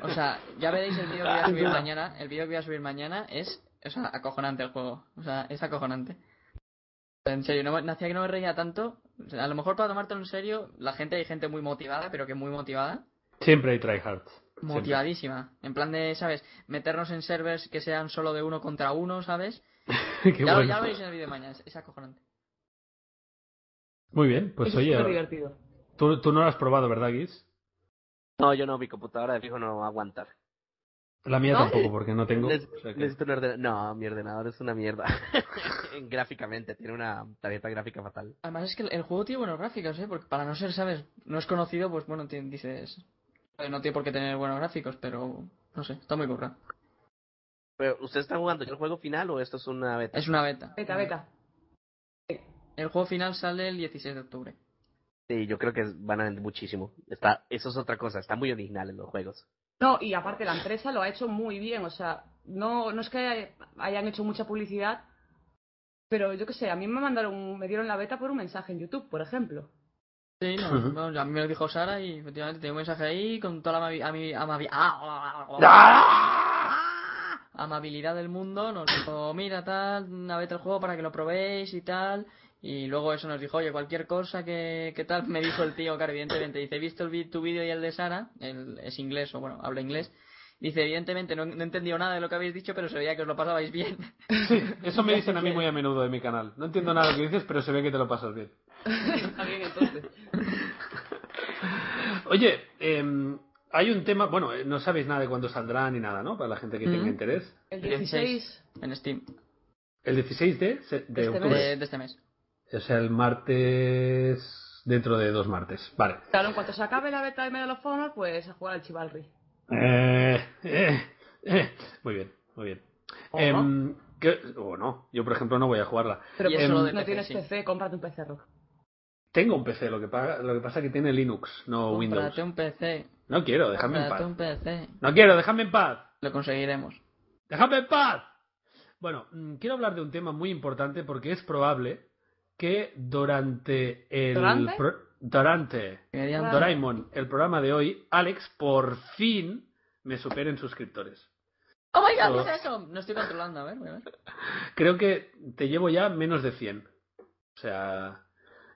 Speaker 6: O sea, ya veréis el vídeo que voy a subir mañana. El vídeo que voy a subir mañana es, o sea, acojonante el juego. O sea, es acojonante. En serio, no, me- hacía que no me reía tanto. O sea, a lo mejor para tomártelo en serio, la gente, hay gente muy motivada, pero que muy motivada.
Speaker 3: Siempre hay tryhards. Siempre.
Speaker 6: Motivadísima. En plan de, ¿sabes? Meternos en servers que sean solo de uno contra uno, ¿sabes?
Speaker 3: Qué
Speaker 6: Ya, lo-
Speaker 3: bueno.
Speaker 6: ya lo veréis en el vídeo de mañana, es, es acojonante.
Speaker 3: Muy bien, pues
Speaker 4: Eso es súper
Speaker 3: oye,
Speaker 4: divertido.
Speaker 3: tú, tú no lo has probado, ¿verdad, Giz?
Speaker 5: No, yo no, mi computadora de fijo no va a aguantar.
Speaker 3: La mía
Speaker 4: ¿No?
Speaker 3: tampoco, porque no tengo.
Speaker 5: Ne-
Speaker 3: o sea que-
Speaker 5: Necesito un ordenador. No, mi ordenador es una mierda. Gráficamente, tiene una tarjeta gráfica fatal.
Speaker 6: Además es que el, el juego tiene buenos gráficos, ¿eh? Porque para no ser, ¿sabes? No es conocido, pues bueno, ti- dices... eh, No tiene por qué tener buenos gráficos, pero... No sé, está muy currado.
Speaker 5: Pero, ¿ustedes están jugando ya el juego final o esto es una beta?
Speaker 6: Es una beta.
Speaker 4: Beta,
Speaker 3: Mm.
Speaker 4: beta.
Speaker 6: El juego final sale el 16 de octubre.
Speaker 5: Sí, yo creo que van a vender muchísimo. Está, eso es otra cosa, está muy original en los juegos.
Speaker 4: No, y aparte la empresa lo ha hecho muy bien, o sea, no, no es que hayan hecho mucha publicidad, pero yo qué sé, a mí me mandaron, me dieron la beta por un mensaje en YouTube, por ejemplo.
Speaker 6: Sí, no,
Speaker 3: Ujú.
Speaker 6: bueno, a mí me lo dijo Sara y efectivamente tenía un mensaje ahí con toda la amabi- ami- amabi- ah, ah, ah, amabilidad del mundo. Nos dijo, mira, tal, una vez el juego para que lo probéis y tal. Y luego eso nos dijo, oye, cualquier cosa que, que tal, me dijo el tío, claro, evidentemente. Dice, he visto el vi- tu vídeo y el de Sara, él es inglés, o bueno, habla inglés. Dice, evidentemente, no, no he entendido nada de lo que habéis dicho, pero se veía que os lo pasabais bien.
Speaker 3: Sí, eso me dicen a mí muy a menudo de mi canal. No entiendo nada de lo que dices, pero se ve que te lo pasas bien.
Speaker 4: Está bien, entonces.
Speaker 3: Oye, em, hay un tema. Bueno, eh, no sabéis nada de cuándo saldrá ni nada, ¿no? Para la gente que
Speaker 4: Mm.
Speaker 3: tenga
Speaker 6: Ujú.
Speaker 3: interés.
Speaker 4: El
Speaker 6: El 16.
Speaker 4: 16
Speaker 6: En Steam,
Speaker 3: El 16 de, se- de
Speaker 4: Este
Speaker 3: octubre.
Speaker 6: de, de este mes.
Speaker 3: O sea, el martes. Dentro de dos martes. Vale.
Speaker 4: Claro, en cuanto se acabe la beta de Medal of Honor, pues a jugar al Chivalry.
Speaker 3: Eh, eh, eh. Muy bien, muy bien.
Speaker 4: ¿O
Speaker 3: Em, que- o no. Yo, por ejemplo, no voy a jugarla. Em,
Speaker 4: Pero
Speaker 6: Y
Speaker 4: pues,
Speaker 3: eso lo
Speaker 4: no
Speaker 6: de PC,
Speaker 4: tienes
Speaker 6: sí.
Speaker 4: PC, cómprate un PC rock.
Speaker 3: Tengo un PC, lo que, pa- lo que pasa es que tiene Linux, no Windows.
Speaker 6: Cómprate un PC.
Speaker 3: No quiero, déjame en
Speaker 6: Cómprate
Speaker 3: paz.
Speaker 6: un PC.
Speaker 3: No quiero, déjame en paz.
Speaker 6: Lo conseguiremos.
Speaker 3: ¡Déjame en paz! Bueno, mm, quiero hablar de un tema muy importante porque es probable que durante el.
Speaker 4: ¿Durante?
Speaker 3: pro- durante
Speaker 6: Querían-
Speaker 4: Claro.
Speaker 3: Doraemon, el programa de hoy, Alex por fin me supera en suscriptores.
Speaker 6: ¡Oh, my God!
Speaker 3: Todo.
Speaker 6: ¿Qué es eso? No estoy controlando, a ver, voy a ver.
Speaker 3: Creo que te llevo ya menos de 100. O sea,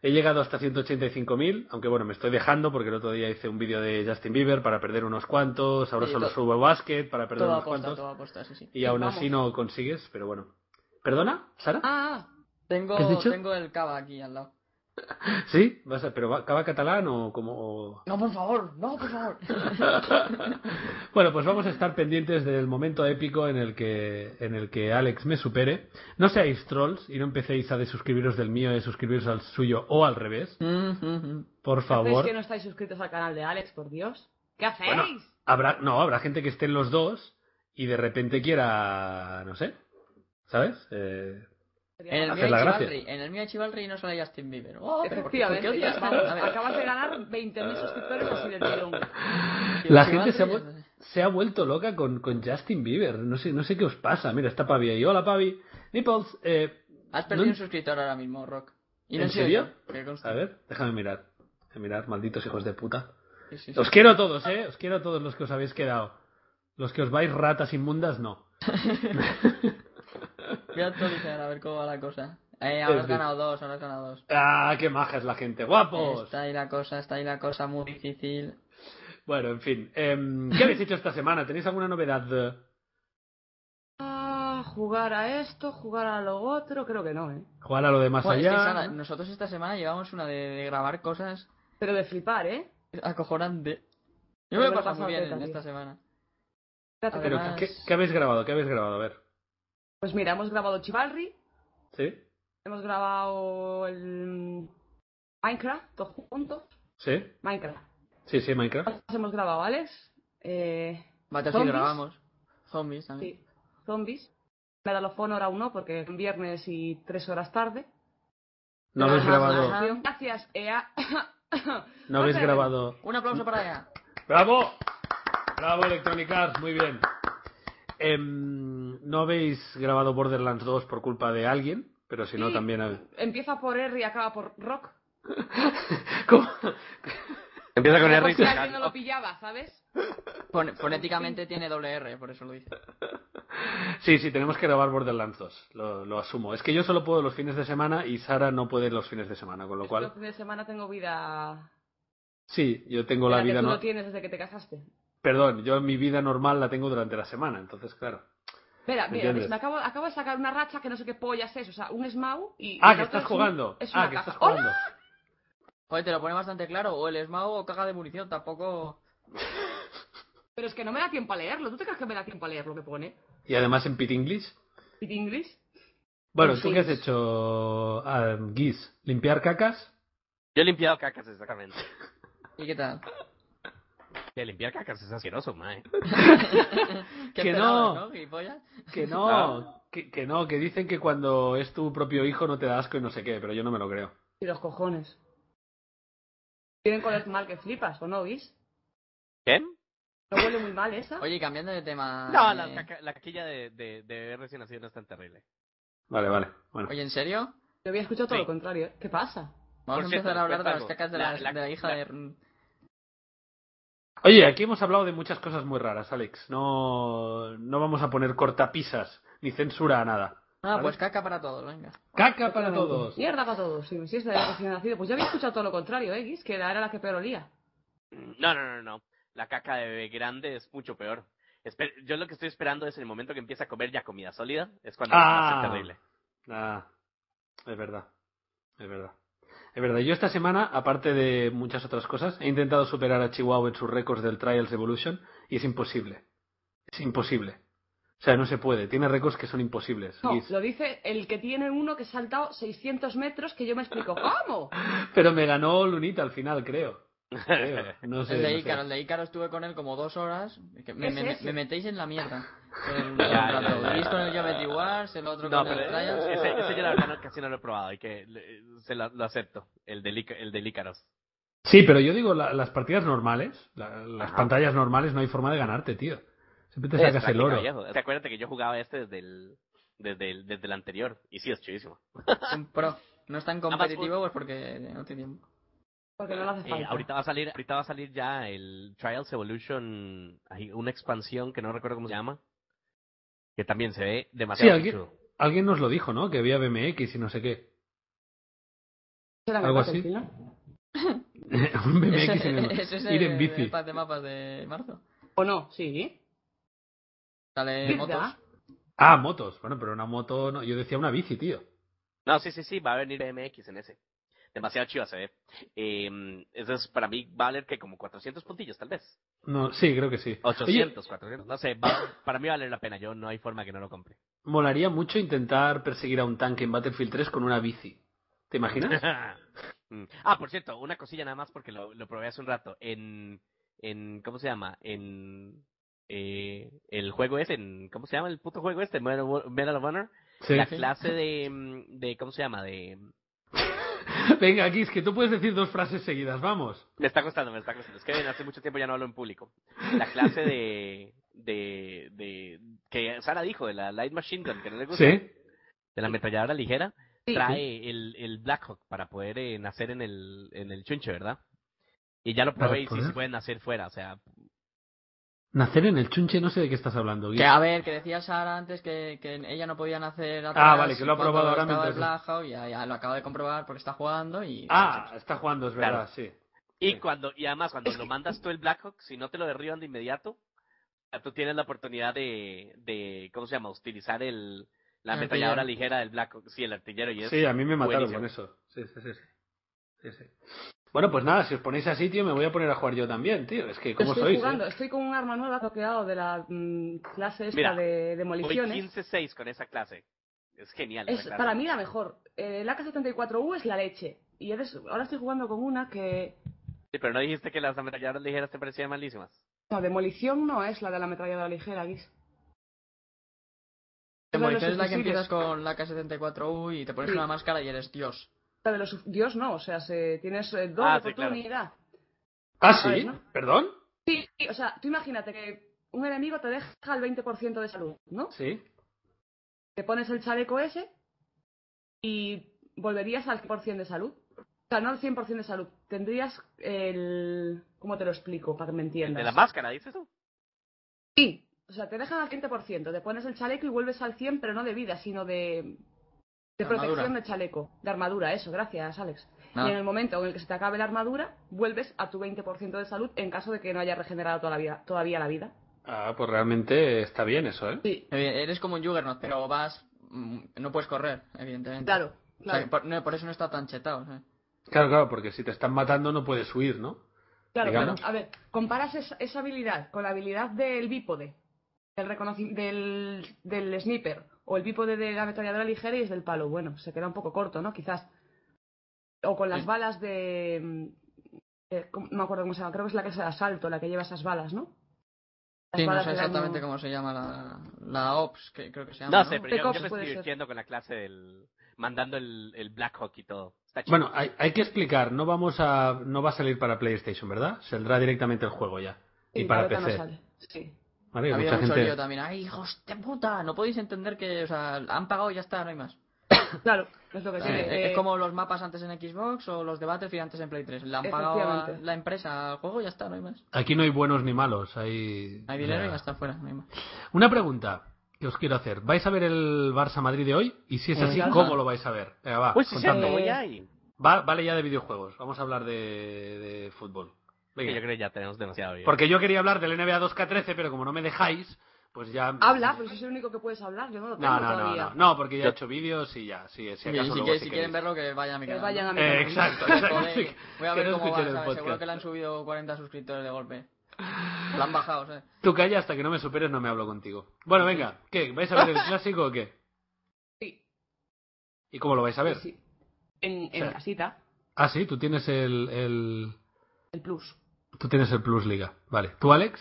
Speaker 3: he llegado hasta 185.000, aunque bueno, me estoy dejando porque el otro día hice un vídeo de Justin Bieber para perder unos cuantos, ahora
Speaker 6: Sí,
Speaker 3: solo
Speaker 6: to-
Speaker 3: subo básquet para perder
Speaker 6: Todo
Speaker 3: unos
Speaker 6: aposta,
Speaker 3: cuantos
Speaker 6: todo aposta, sí, sí.
Speaker 3: y aún
Speaker 4: Vamos.
Speaker 3: así no consigues, pero bueno. ¿Perdona, Sara?
Speaker 6: Ah, tengo,
Speaker 3: ¿Qué has dicho?
Speaker 6: tengo el cava aquí al lado.
Speaker 3: Sí, vas a, pero va- ¿acaba catalán o como... o-
Speaker 6: No, por favor, no, por favor.
Speaker 3: bueno, pues vamos a estar pendientes del momento épico en el que en el que Alex me supere. No seáis trolls y no empecéis a desuscribiros del mío, de suscribiros al suyo o al revés,
Speaker 6: Mm, mm, mm.
Speaker 3: por
Speaker 4: ¿Veis
Speaker 3: favor.
Speaker 4: que no estáis suscritos al canal de Alex, por Dios? ¿Qué hacéis?
Speaker 3: Bueno, habrá no habrá gente que esté en los dos y de repente quiera, no sé, ¿sabes? Eh,
Speaker 6: En el, mío
Speaker 3: Hacer
Speaker 6: hay
Speaker 3: la gracia.
Speaker 6: Chivalry, en el mío hay Chivalry y no sale Justin Bieber. Oh, pero ¿por qué- por qué
Speaker 4: Efectivamente,
Speaker 6: odias?
Speaker 4: ya estamos.
Speaker 6: A ver.
Speaker 4: acabas de ganar 20.000 suscriptores así del tirón.
Speaker 3: la
Speaker 6: Chivalry
Speaker 3: gente se ha,
Speaker 6: es-
Speaker 3: vuel- se ha vuelto loca con, con Justin Bieber. No sé no sé qué os pasa. Mira está Pavi ahí. Hola Pavi. Nipples. Eh,
Speaker 6: Has perdido
Speaker 3: No-
Speaker 6: un suscriptor ahora mismo, Rock. Y no
Speaker 3: ¿En
Speaker 6: he sido
Speaker 3: serio?
Speaker 6: yo, que conste.
Speaker 3: a ver, déjame mirar. Déjame mirar, malditos hijos de puta.
Speaker 6: Sí, sí, sí.
Speaker 3: Os quiero a todos, ¿eh? Os quiero a todos los que os habéis quedado. Los que os vais ratas inmundas, no.
Speaker 6: Voy a actualizar a ver cómo va la cosa. Eh, habrás
Speaker 3: Es de-
Speaker 6: ganado dos, habrás ganado dos.
Speaker 3: ¡Ah, qué maja es la gente! ¡Guapos!
Speaker 6: Está ahí la cosa, está ahí la cosa muy difícil.
Speaker 3: Bueno, en fin. Em, ¿Qué habéis hecho esta semana? ¿Tenéis alguna novedad?
Speaker 4: Ah, jugar a esto, jugar a lo otro, creo que no, ¿eh?
Speaker 3: Jugar a lo de más
Speaker 6: Joder, ¿eh? es que, Sara,
Speaker 3: allá.
Speaker 6: nosotros esta semana llevamos una de, de grabar cosas
Speaker 4: Pero de flipar, ¿eh?
Speaker 6: acojonante. Yo
Speaker 4: Pero me
Speaker 6: me lo he
Speaker 4: lo
Speaker 6: pasado
Speaker 4: pasaba
Speaker 6: muy bien
Speaker 4: teta,
Speaker 6: en
Speaker 4: tío.
Speaker 6: esta semana.
Speaker 4: Espérate,
Speaker 3: Pero,
Speaker 6: además-
Speaker 3: ¿qué, qué habéis grabado? ¿Qué habéis grabado? A ver.
Speaker 4: Pues mira, hemos grabado Chivalry,
Speaker 3: ¿Sí?
Speaker 4: hemos grabado el Minecraft, todos juntos.
Speaker 3: ¿Sí?
Speaker 4: Minecraft.
Speaker 3: Sí, sí, Minecraft.
Speaker 4: Además, hemos grabado Alex, eh,
Speaker 6: Battlefield
Speaker 4: ¿Zombies?
Speaker 6: grabamos. Zombies también.
Speaker 4: sí, Zombies. Medal of Honor aún no, porque es un viernes y tres horas tarde.
Speaker 3: No habéis
Speaker 6: Ajá,
Speaker 3: grabado.
Speaker 6: ajá.
Speaker 4: Gracias, EA.
Speaker 3: No habéis
Speaker 4: Otra vez.
Speaker 3: grabado.
Speaker 6: Un aplauso para ella.
Speaker 3: ¡Bravo! ¡Bravo, Electronic Arts! Muy bien. Em, no habéis grabado Borderlands 2 por culpa de alguien, pero si no,
Speaker 4: Sí.
Speaker 3: también. habe-
Speaker 4: Empieza por R y acaba por Rock.
Speaker 3: ¿Cómo?
Speaker 5: Empieza con
Speaker 4: Por
Speaker 5: R y
Speaker 4: si
Speaker 5: se
Speaker 4: alguien no lo
Speaker 5: acaba.
Speaker 4: pillaba, ¿sabes?
Speaker 6: Fon- fonéticamente tiene doble R, por eso lo dice.
Speaker 3: Sí, sí, tenemos que grabar Borderlands 2. Lo, lo asumo. Es que yo solo puedo los fines de semana y Sara no puede los fines de semana, con lo
Speaker 4: Los
Speaker 3: cual.
Speaker 4: fines Este de semana tengo vida.
Speaker 3: Sí, yo tengo la
Speaker 4: que
Speaker 3: vida.
Speaker 4: tú
Speaker 3: no-
Speaker 4: no tienes desde que te casaste.
Speaker 3: Perdón, yo mi vida normal la tengo durante la semana, entonces, claro.
Speaker 4: Espera,
Speaker 3: ¿Me
Speaker 4: mira,
Speaker 3: entiendes?
Speaker 4: ves, me acabo, acabo de sacar una racha que no sé qué pollas es, o sea, un Smau y...
Speaker 3: Ah,
Speaker 4: y
Speaker 3: que
Speaker 4: la otra
Speaker 3: estás
Speaker 4: es un-
Speaker 3: jugando.
Speaker 4: es una
Speaker 3: Ah, que
Speaker 4: caja.
Speaker 3: estás jugando.
Speaker 6: Joder, te lo pone bastante claro. O el Smaug o caga de munición, tampoco.
Speaker 4: ¡Hola! Pero es que no me da tiempo a leerlo, ¿tú te crees que me da tiempo a leer lo que pone?
Speaker 3: Y además en Pit English.
Speaker 4: ¿Pit English?
Speaker 3: Bueno,
Speaker 6: Pues
Speaker 3: ¿tú
Speaker 6: sí.
Speaker 3: qué has hecho, ah, Guis? ¿Limpiar cacas?
Speaker 5: Yo he limpiado cacas, exactamente.
Speaker 6: ¿Y qué tal?
Speaker 5: Que limpiar cacas es asqueroso, mae.
Speaker 6: ¿Qué
Speaker 3: Que
Speaker 6: esperabas,
Speaker 3: no.
Speaker 6: ¿no? gilipollas?
Speaker 3: Que no,
Speaker 5: Ah.
Speaker 3: que, que no, que dicen que cuando es tu propio hijo no te da asco y no sé qué, pero yo no me lo creo.
Speaker 4: Y los cojones. Tienen color mal que flipas, ¿o no, Guis?
Speaker 5: ¿Quién?
Speaker 4: ¿No huele muy mal esa?
Speaker 6: Oye, cambiando de tema.
Speaker 5: No,
Speaker 6: eh,
Speaker 5: la, caca- la caquilla de, de, de bebé recién nacido no es tan terrible.
Speaker 3: Vale, vale. Bueno,
Speaker 6: Oye, ¿en serio?
Speaker 4: Yo había escuchado todo
Speaker 5: Sí.
Speaker 4: lo contrario. ¿eh? ¿Qué pasa?
Speaker 5: Por
Speaker 6: Vamos a
Speaker 5: cierto,
Speaker 6: empezar a hablar de
Speaker 5: cuenta
Speaker 6: las
Speaker 5: algo.
Speaker 6: cacas de
Speaker 5: La-
Speaker 6: la,
Speaker 5: la-
Speaker 6: de la hija
Speaker 5: la-
Speaker 6: de.
Speaker 3: Oye, aquí hemos hablado de muchas cosas muy raras, Alex. No, no vamos a poner cortapisas ni censura a nada.
Speaker 6: Ah,
Speaker 3: ¿Vale?
Speaker 6: pues caca para todos, venga.
Speaker 3: Caca para todos.
Speaker 4: Mierda para todos, si me si es de recién nacido. Pues yo había escuchado todo lo contrario, ¿eh, Guis? Que la- era la que peor olía.
Speaker 5: No, no, no, no. La caca de bebé grande es mucho peor. Espe- Yo lo que estoy esperando es el momento que empieza a comer ya comida sólida. Es cuando
Speaker 3: Ah.
Speaker 5: va a ser terrible.
Speaker 3: Ah, es verdad. Es verdad. Es verdad. Yo esta semana, aparte de muchas otras cosas, he intentado superar a Chihuahua en sus récords del Trials Evolution y es imposible. Es imposible. O sea, no se puede. Tiene récords que son imposibles.
Speaker 4: No,
Speaker 3: Guis.
Speaker 4: lo dice el que tiene uno que ha saltado 600 metros, que yo me explico, ¿cómo?
Speaker 3: Pero me ganó Lunita al final, creo. Creo. No sé.
Speaker 6: el de
Speaker 3: no sé.
Speaker 6: Ícaro, el de Ícaro estuve con él como dos horas. que
Speaker 4: ¿Qué
Speaker 6: me, me-
Speaker 4: es
Speaker 6: me-
Speaker 4: eso?
Speaker 6: me metéis en la mierda. Con el-
Speaker 5: Ya,
Speaker 6: con el
Speaker 5: ya,
Speaker 6: rato.
Speaker 5: ya,
Speaker 6: Luis
Speaker 5: ya.
Speaker 6: con el Geometry Wars, el otro
Speaker 3: No,
Speaker 6: con
Speaker 3: pero-
Speaker 6: el Trials.
Speaker 5: Ese, ese yo la verdad no- casi no lo he probado y que le- se lo, lo acepto. El del, Ica- el del Ícaros.
Speaker 3: Sí, pero yo digo, la- las partidas normales, la- las
Speaker 5: Ajá.
Speaker 3: pantallas normales, no hay forma de ganarte, tío. Siempre te
Speaker 5: Es
Speaker 3: sacas el
Speaker 5: práctica,
Speaker 3: oro.
Speaker 5: viejo. O sea, acuérdate que yo jugaba este desde el, desde el, desde el anterior. Y sí, es chidísimo.
Speaker 6: Un pro. No es tan
Speaker 5: Además,
Speaker 6: competitivo pues porque no tiene tiempo.
Speaker 4: Porque no lo hace
Speaker 5: Eh,
Speaker 4: falta.
Speaker 5: ahorita va a salir, ahorita va a salir ya el Trials Evolution, hay una expansión que no recuerdo cómo se llama, que también se ve demasiado
Speaker 3: Sí,
Speaker 5: chulo.
Speaker 3: Alguien nos lo dijo, ¿no? Que había BMX y no sé qué.
Speaker 4: Será
Speaker 3: algo
Speaker 4: mejor
Speaker 3: así.
Speaker 4: que el final.
Speaker 3: Un BMX en el...
Speaker 6: Es ese
Speaker 3: ir en bici.
Speaker 6: el pack de mapas de marzo.
Speaker 4: ¿O no? Sí.
Speaker 6: Sale motos.
Speaker 4: ¿Verdad?
Speaker 3: Ah, motos. Bueno, pero una moto... No. Yo decía una bici, tío.
Speaker 5: No, sí, sí, sí, va a venir BMX en ese. Demasiado chido se ve. Eh, eso es para mí va a valer que como 400 puntillos tal vez.
Speaker 3: No, sí, creo que sí. Oye,
Speaker 5: 800, 400, no sé, va- para mí vale la pena, yo no hay forma que no lo compre.
Speaker 3: molaría mucho intentar perseguir a un tanque en Battlefield 3 con una bici. ¿Te imaginas?
Speaker 5: Mm. ah, por cierto, una cosilla nada más porque lo, lo probé hace un rato. En, en ¿cómo se llama? En eh, el juego este, en, ¿cómo se llama el puto juego este? Medal of Hon- Medal of Honor.
Speaker 3: Sí.
Speaker 5: la clase de, mm, de, ¿cómo se llama? De,
Speaker 3: Venga, aquí es que tú puedes decir dos frases seguidas, vamos.
Speaker 5: me está costando, me está costando. Es que ven, hace mucho tiempo ya no hablo en público. La clase de, de, de, que Sara dijo, de la Light Machine Gun, que no le gusta,
Speaker 3: Sí.
Speaker 5: de la ametralladora ligera,
Speaker 4: Sí.
Speaker 5: trae el, el Blackhawk para poder eh, nacer en el, en el chunche, ¿verdad? Y ya lo probé y sí
Speaker 3: poder.
Speaker 5: se puede nacer fuera, o sea,
Speaker 3: Nacer en el chunche, no sé de qué estás hablando. Gui.
Speaker 6: Que a ver, que decía Sara antes que, que ella no podía nacer atrás.
Speaker 3: Ah, vale, que lo ha
Speaker 6: cuando
Speaker 3: probado ahora
Speaker 6: estaba el
Speaker 3: mientras-
Speaker 6: Blackout, ya, ya lo acaba de comprobar porque está jugando y...
Speaker 3: Ah, está jugando, es verdad, sí.
Speaker 5: Y
Speaker 3: Sí.
Speaker 5: cuando y además cuando lo mandas tú el Blackhawk, si no te lo derriban de inmediato, ya tú tienes la oportunidad de, de ¿cómo se llama? Utilizar el la
Speaker 6: El
Speaker 5: ametralladora
Speaker 6: artillero.
Speaker 5: ligera del Blackhawk, sí, el artillero y es
Speaker 3: Sí, a mí me mataron
Speaker 5: buenísimo.
Speaker 3: con eso. Sí, sí, sí, sí. Sí, sí. Bueno, pues nada, si os ponéis así, tío, me voy a poner a jugar yo también, tío. Es que, ¿cómo
Speaker 4: estoy
Speaker 3: sois?
Speaker 4: jugando,
Speaker 3: eh?
Speaker 4: estoy con un arma nueva que he quedado de la mm, clase esta
Speaker 5: Mira,
Speaker 4: de
Speaker 5: Voy
Speaker 4: demoliciones.
Speaker 5: 15-6 con esa clase. Es genial. esa
Speaker 4: Es
Speaker 5: clase.
Speaker 4: para mí la mejor. Eh, la AK-74U es la leche. Y eres- ahora estoy jugando con una que...
Speaker 5: Sí, pero no dijiste que las ametralladoras ligeras te parecían malísimas.
Speaker 4: No, demolición no es la de la ametralladora ligera, Guis.
Speaker 6: Demolición
Speaker 4: Los
Speaker 6: es la que
Speaker 4: fusiles.
Speaker 6: empiezas con la K-74U y te pones
Speaker 4: Sí.
Speaker 6: una máscara y eres Dios.
Speaker 4: La de los... suf- Dios no, o sea, se... tienes eh, doble
Speaker 5: Ah, sí, claro.
Speaker 4: oportunidad.
Speaker 3: Ah, sí,
Speaker 4: ¿Sabes, no?
Speaker 3: perdón.
Speaker 4: Sí, sí, o sea, tú imagínate que un enemigo te deja el 20% de salud, ¿no?
Speaker 3: Sí.
Speaker 4: Te pones el chaleco ese y volverías al 100% de salud. O sea, no al 100% de salud. Tendrías el... ¿Cómo te lo explico para que me
Speaker 5: El
Speaker 4: entiendas?
Speaker 5: de la máscara, dices tú.
Speaker 4: Sí, o sea, te dejan al 100%, te pones el chaleco y vuelves al 100, pero no de vida, sino de, de
Speaker 6: De
Speaker 4: protección
Speaker 6: armadura.
Speaker 4: de chaleco, de armadura, eso, gracias, Alex.
Speaker 6: Nada.
Speaker 4: Y en el momento en el que se te acabe la armadura, vuelves a tu 20% de salud en caso de que no haya regenerado toda la vida, todavía la vida.
Speaker 3: Ah, pues realmente está bien eso, ¿eh?
Speaker 4: Sí,
Speaker 6: Eh, Eres como un Juggernaut, pero vas... mm, No puedes correr, evidentemente.
Speaker 4: claro,
Speaker 6: O sea,
Speaker 4: claro,
Speaker 6: que por, no, por eso no está tan ¿eh? chetado. ¿sabes?
Speaker 3: Claro, claro, porque si te están matando no puedes huir, ¿no?
Speaker 4: claro,
Speaker 3: digamos.
Speaker 4: claro. A ver, comparas esa, esa habilidad con la habilidad del bípode, del, reconoci- del, del sniper, o el bípode de la ametralladora ligera y es del palo. Bueno, se queda un poco corto, ¿no? Quizás. O con las
Speaker 6: Sí.
Speaker 4: balas de... mm, eh, ¿cómo- no me acuerdo cómo se llama, creo que es la que es de asalto, la que lleva esas balas, ¿no? Las
Speaker 6: Sí, no
Speaker 4: balas
Speaker 6: sé
Speaker 4: de daño-
Speaker 6: exactamente cómo se llama la, la OPS, que creo que se llama.
Speaker 5: No sé, pero
Speaker 4: De
Speaker 5: yo- yo,
Speaker 4: cosas
Speaker 5: me
Speaker 4: puede
Speaker 5: estoy
Speaker 4: ser.
Speaker 5: divirtiendo con la clase del mandando el, el Blackhawk y todo. Está chido.
Speaker 3: Bueno, hay, hay que explicar, no vamos a no va a salir para PlayStation, ¿verdad? Saldrá directamente el juego ya.
Speaker 4: Sí,
Speaker 3: y para
Speaker 4: la beta no
Speaker 3: PC.
Speaker 4: sale, Sí.
Speaker 3: Vale, que
Speaker 6: Había
Speaker 3: mucha
Speaker 6: mucho
Speaker 3: gente-
Speaker 6: lío también. ¡Ay, hijos de puta! No podéis entender que, o sea, han pagado y ya está, no hay más.
Speaker 4: Claro, es lo que
Speaker 6: Eh,
Speaker 4: tiene.
Speaker 6: es
Speaker 4: eh,
Speaker 6: como los mapas antes en Xbox o los de Battlefield antes en Play 3. La han pagado a-
Speaker 4: Efectivamente.
Speaker 6: la empresa al juego y ya está, no hay más.
Speaker 3: Aquí no hay buenos ni malos, hay
Speaker 6: Hay dinero
Speaker 3: Ya.
Speaker 6: y ya está fuera, no hay más.
Speaker 3: Una pregunta que os quiero hacer. ¿Vais a ver el Barça Madrid de hoy? Y si es
Speaker 6: Me
Speaker 3: así,
Speaker 6: encanta.
Speaker 3: ¿cómo lo vais a ver? Venga, va,
Speaker 5: Uy, sí,
Speaker 3: contadme.
Speaker 5: cierto,
Speaker 4: Eh,
Speaker 5: voy ahí.
Speaker 3: Va- vale ya de videojuegos. Vamos a hablar de, de fútbol.
Speaker 5: Que
Speaker 3: Venga.
Speaker 5: Yo creo que ya tenemos demasiado bien.
Speaker 3: Porque yo quería hablar del NBA 2K13, pero como no me dejáis, pues ya.
Speaker 4: Habla, pues es el único que puedes hablar, yo no lo tengo
Speaker 3: No, no, no,
Speaker 4: todavía.
Speaker 3: no, no, porque ya he
Speaker 5: Yo-
Speaker 3: hecho vídeos y ya. Sí, si acaso
Speaker 6: Y si,
Speaker 3: luego sí
Speaker 6: quieren- si
Speaker 3: que-
Speaker 6: quieren verlo, que vayan a mi
Speaker 4: Que
Speaker 6: canal.
Speaker 4: vayan a
Speaker 6: ¿no?
Speaker 4: mi
Speaker 3: Eh,
Speaker 4: canal.
Speaker 3: exacto,
Speaker 6: Joder,
Speaker 3: exacto.
Speaker 6: voy a ver
Speaker 3: Quiero
Speaker 6: cómo va,
Speaker 3: escuchar el
Speaker 6: ¿sabes? Seguro
Speaker 3: podcast.
Speaker 6: que le han subido 40 suscriptores de golpe. La han bajado, ¿sabes?
Speaker 3: Tú calla hasta que no me superes, no me hablo contigo. Bueno, venga, ¿qué? ¿Vais a ver el clásico o qué?
Speaker 4: Sí.
Speaker 3: ¿Y cómo lo vais a ver?
Speaker 4: Sí. En, en
Speaker 3: Sí.
Speaker 4: casita,
Speaker 3: Ah, sí, tú tienes el, el.
Speaker 4: el plus.
Speaker 3: Tú tienes el Plus Liga. Vale. ¿Tú, Alex?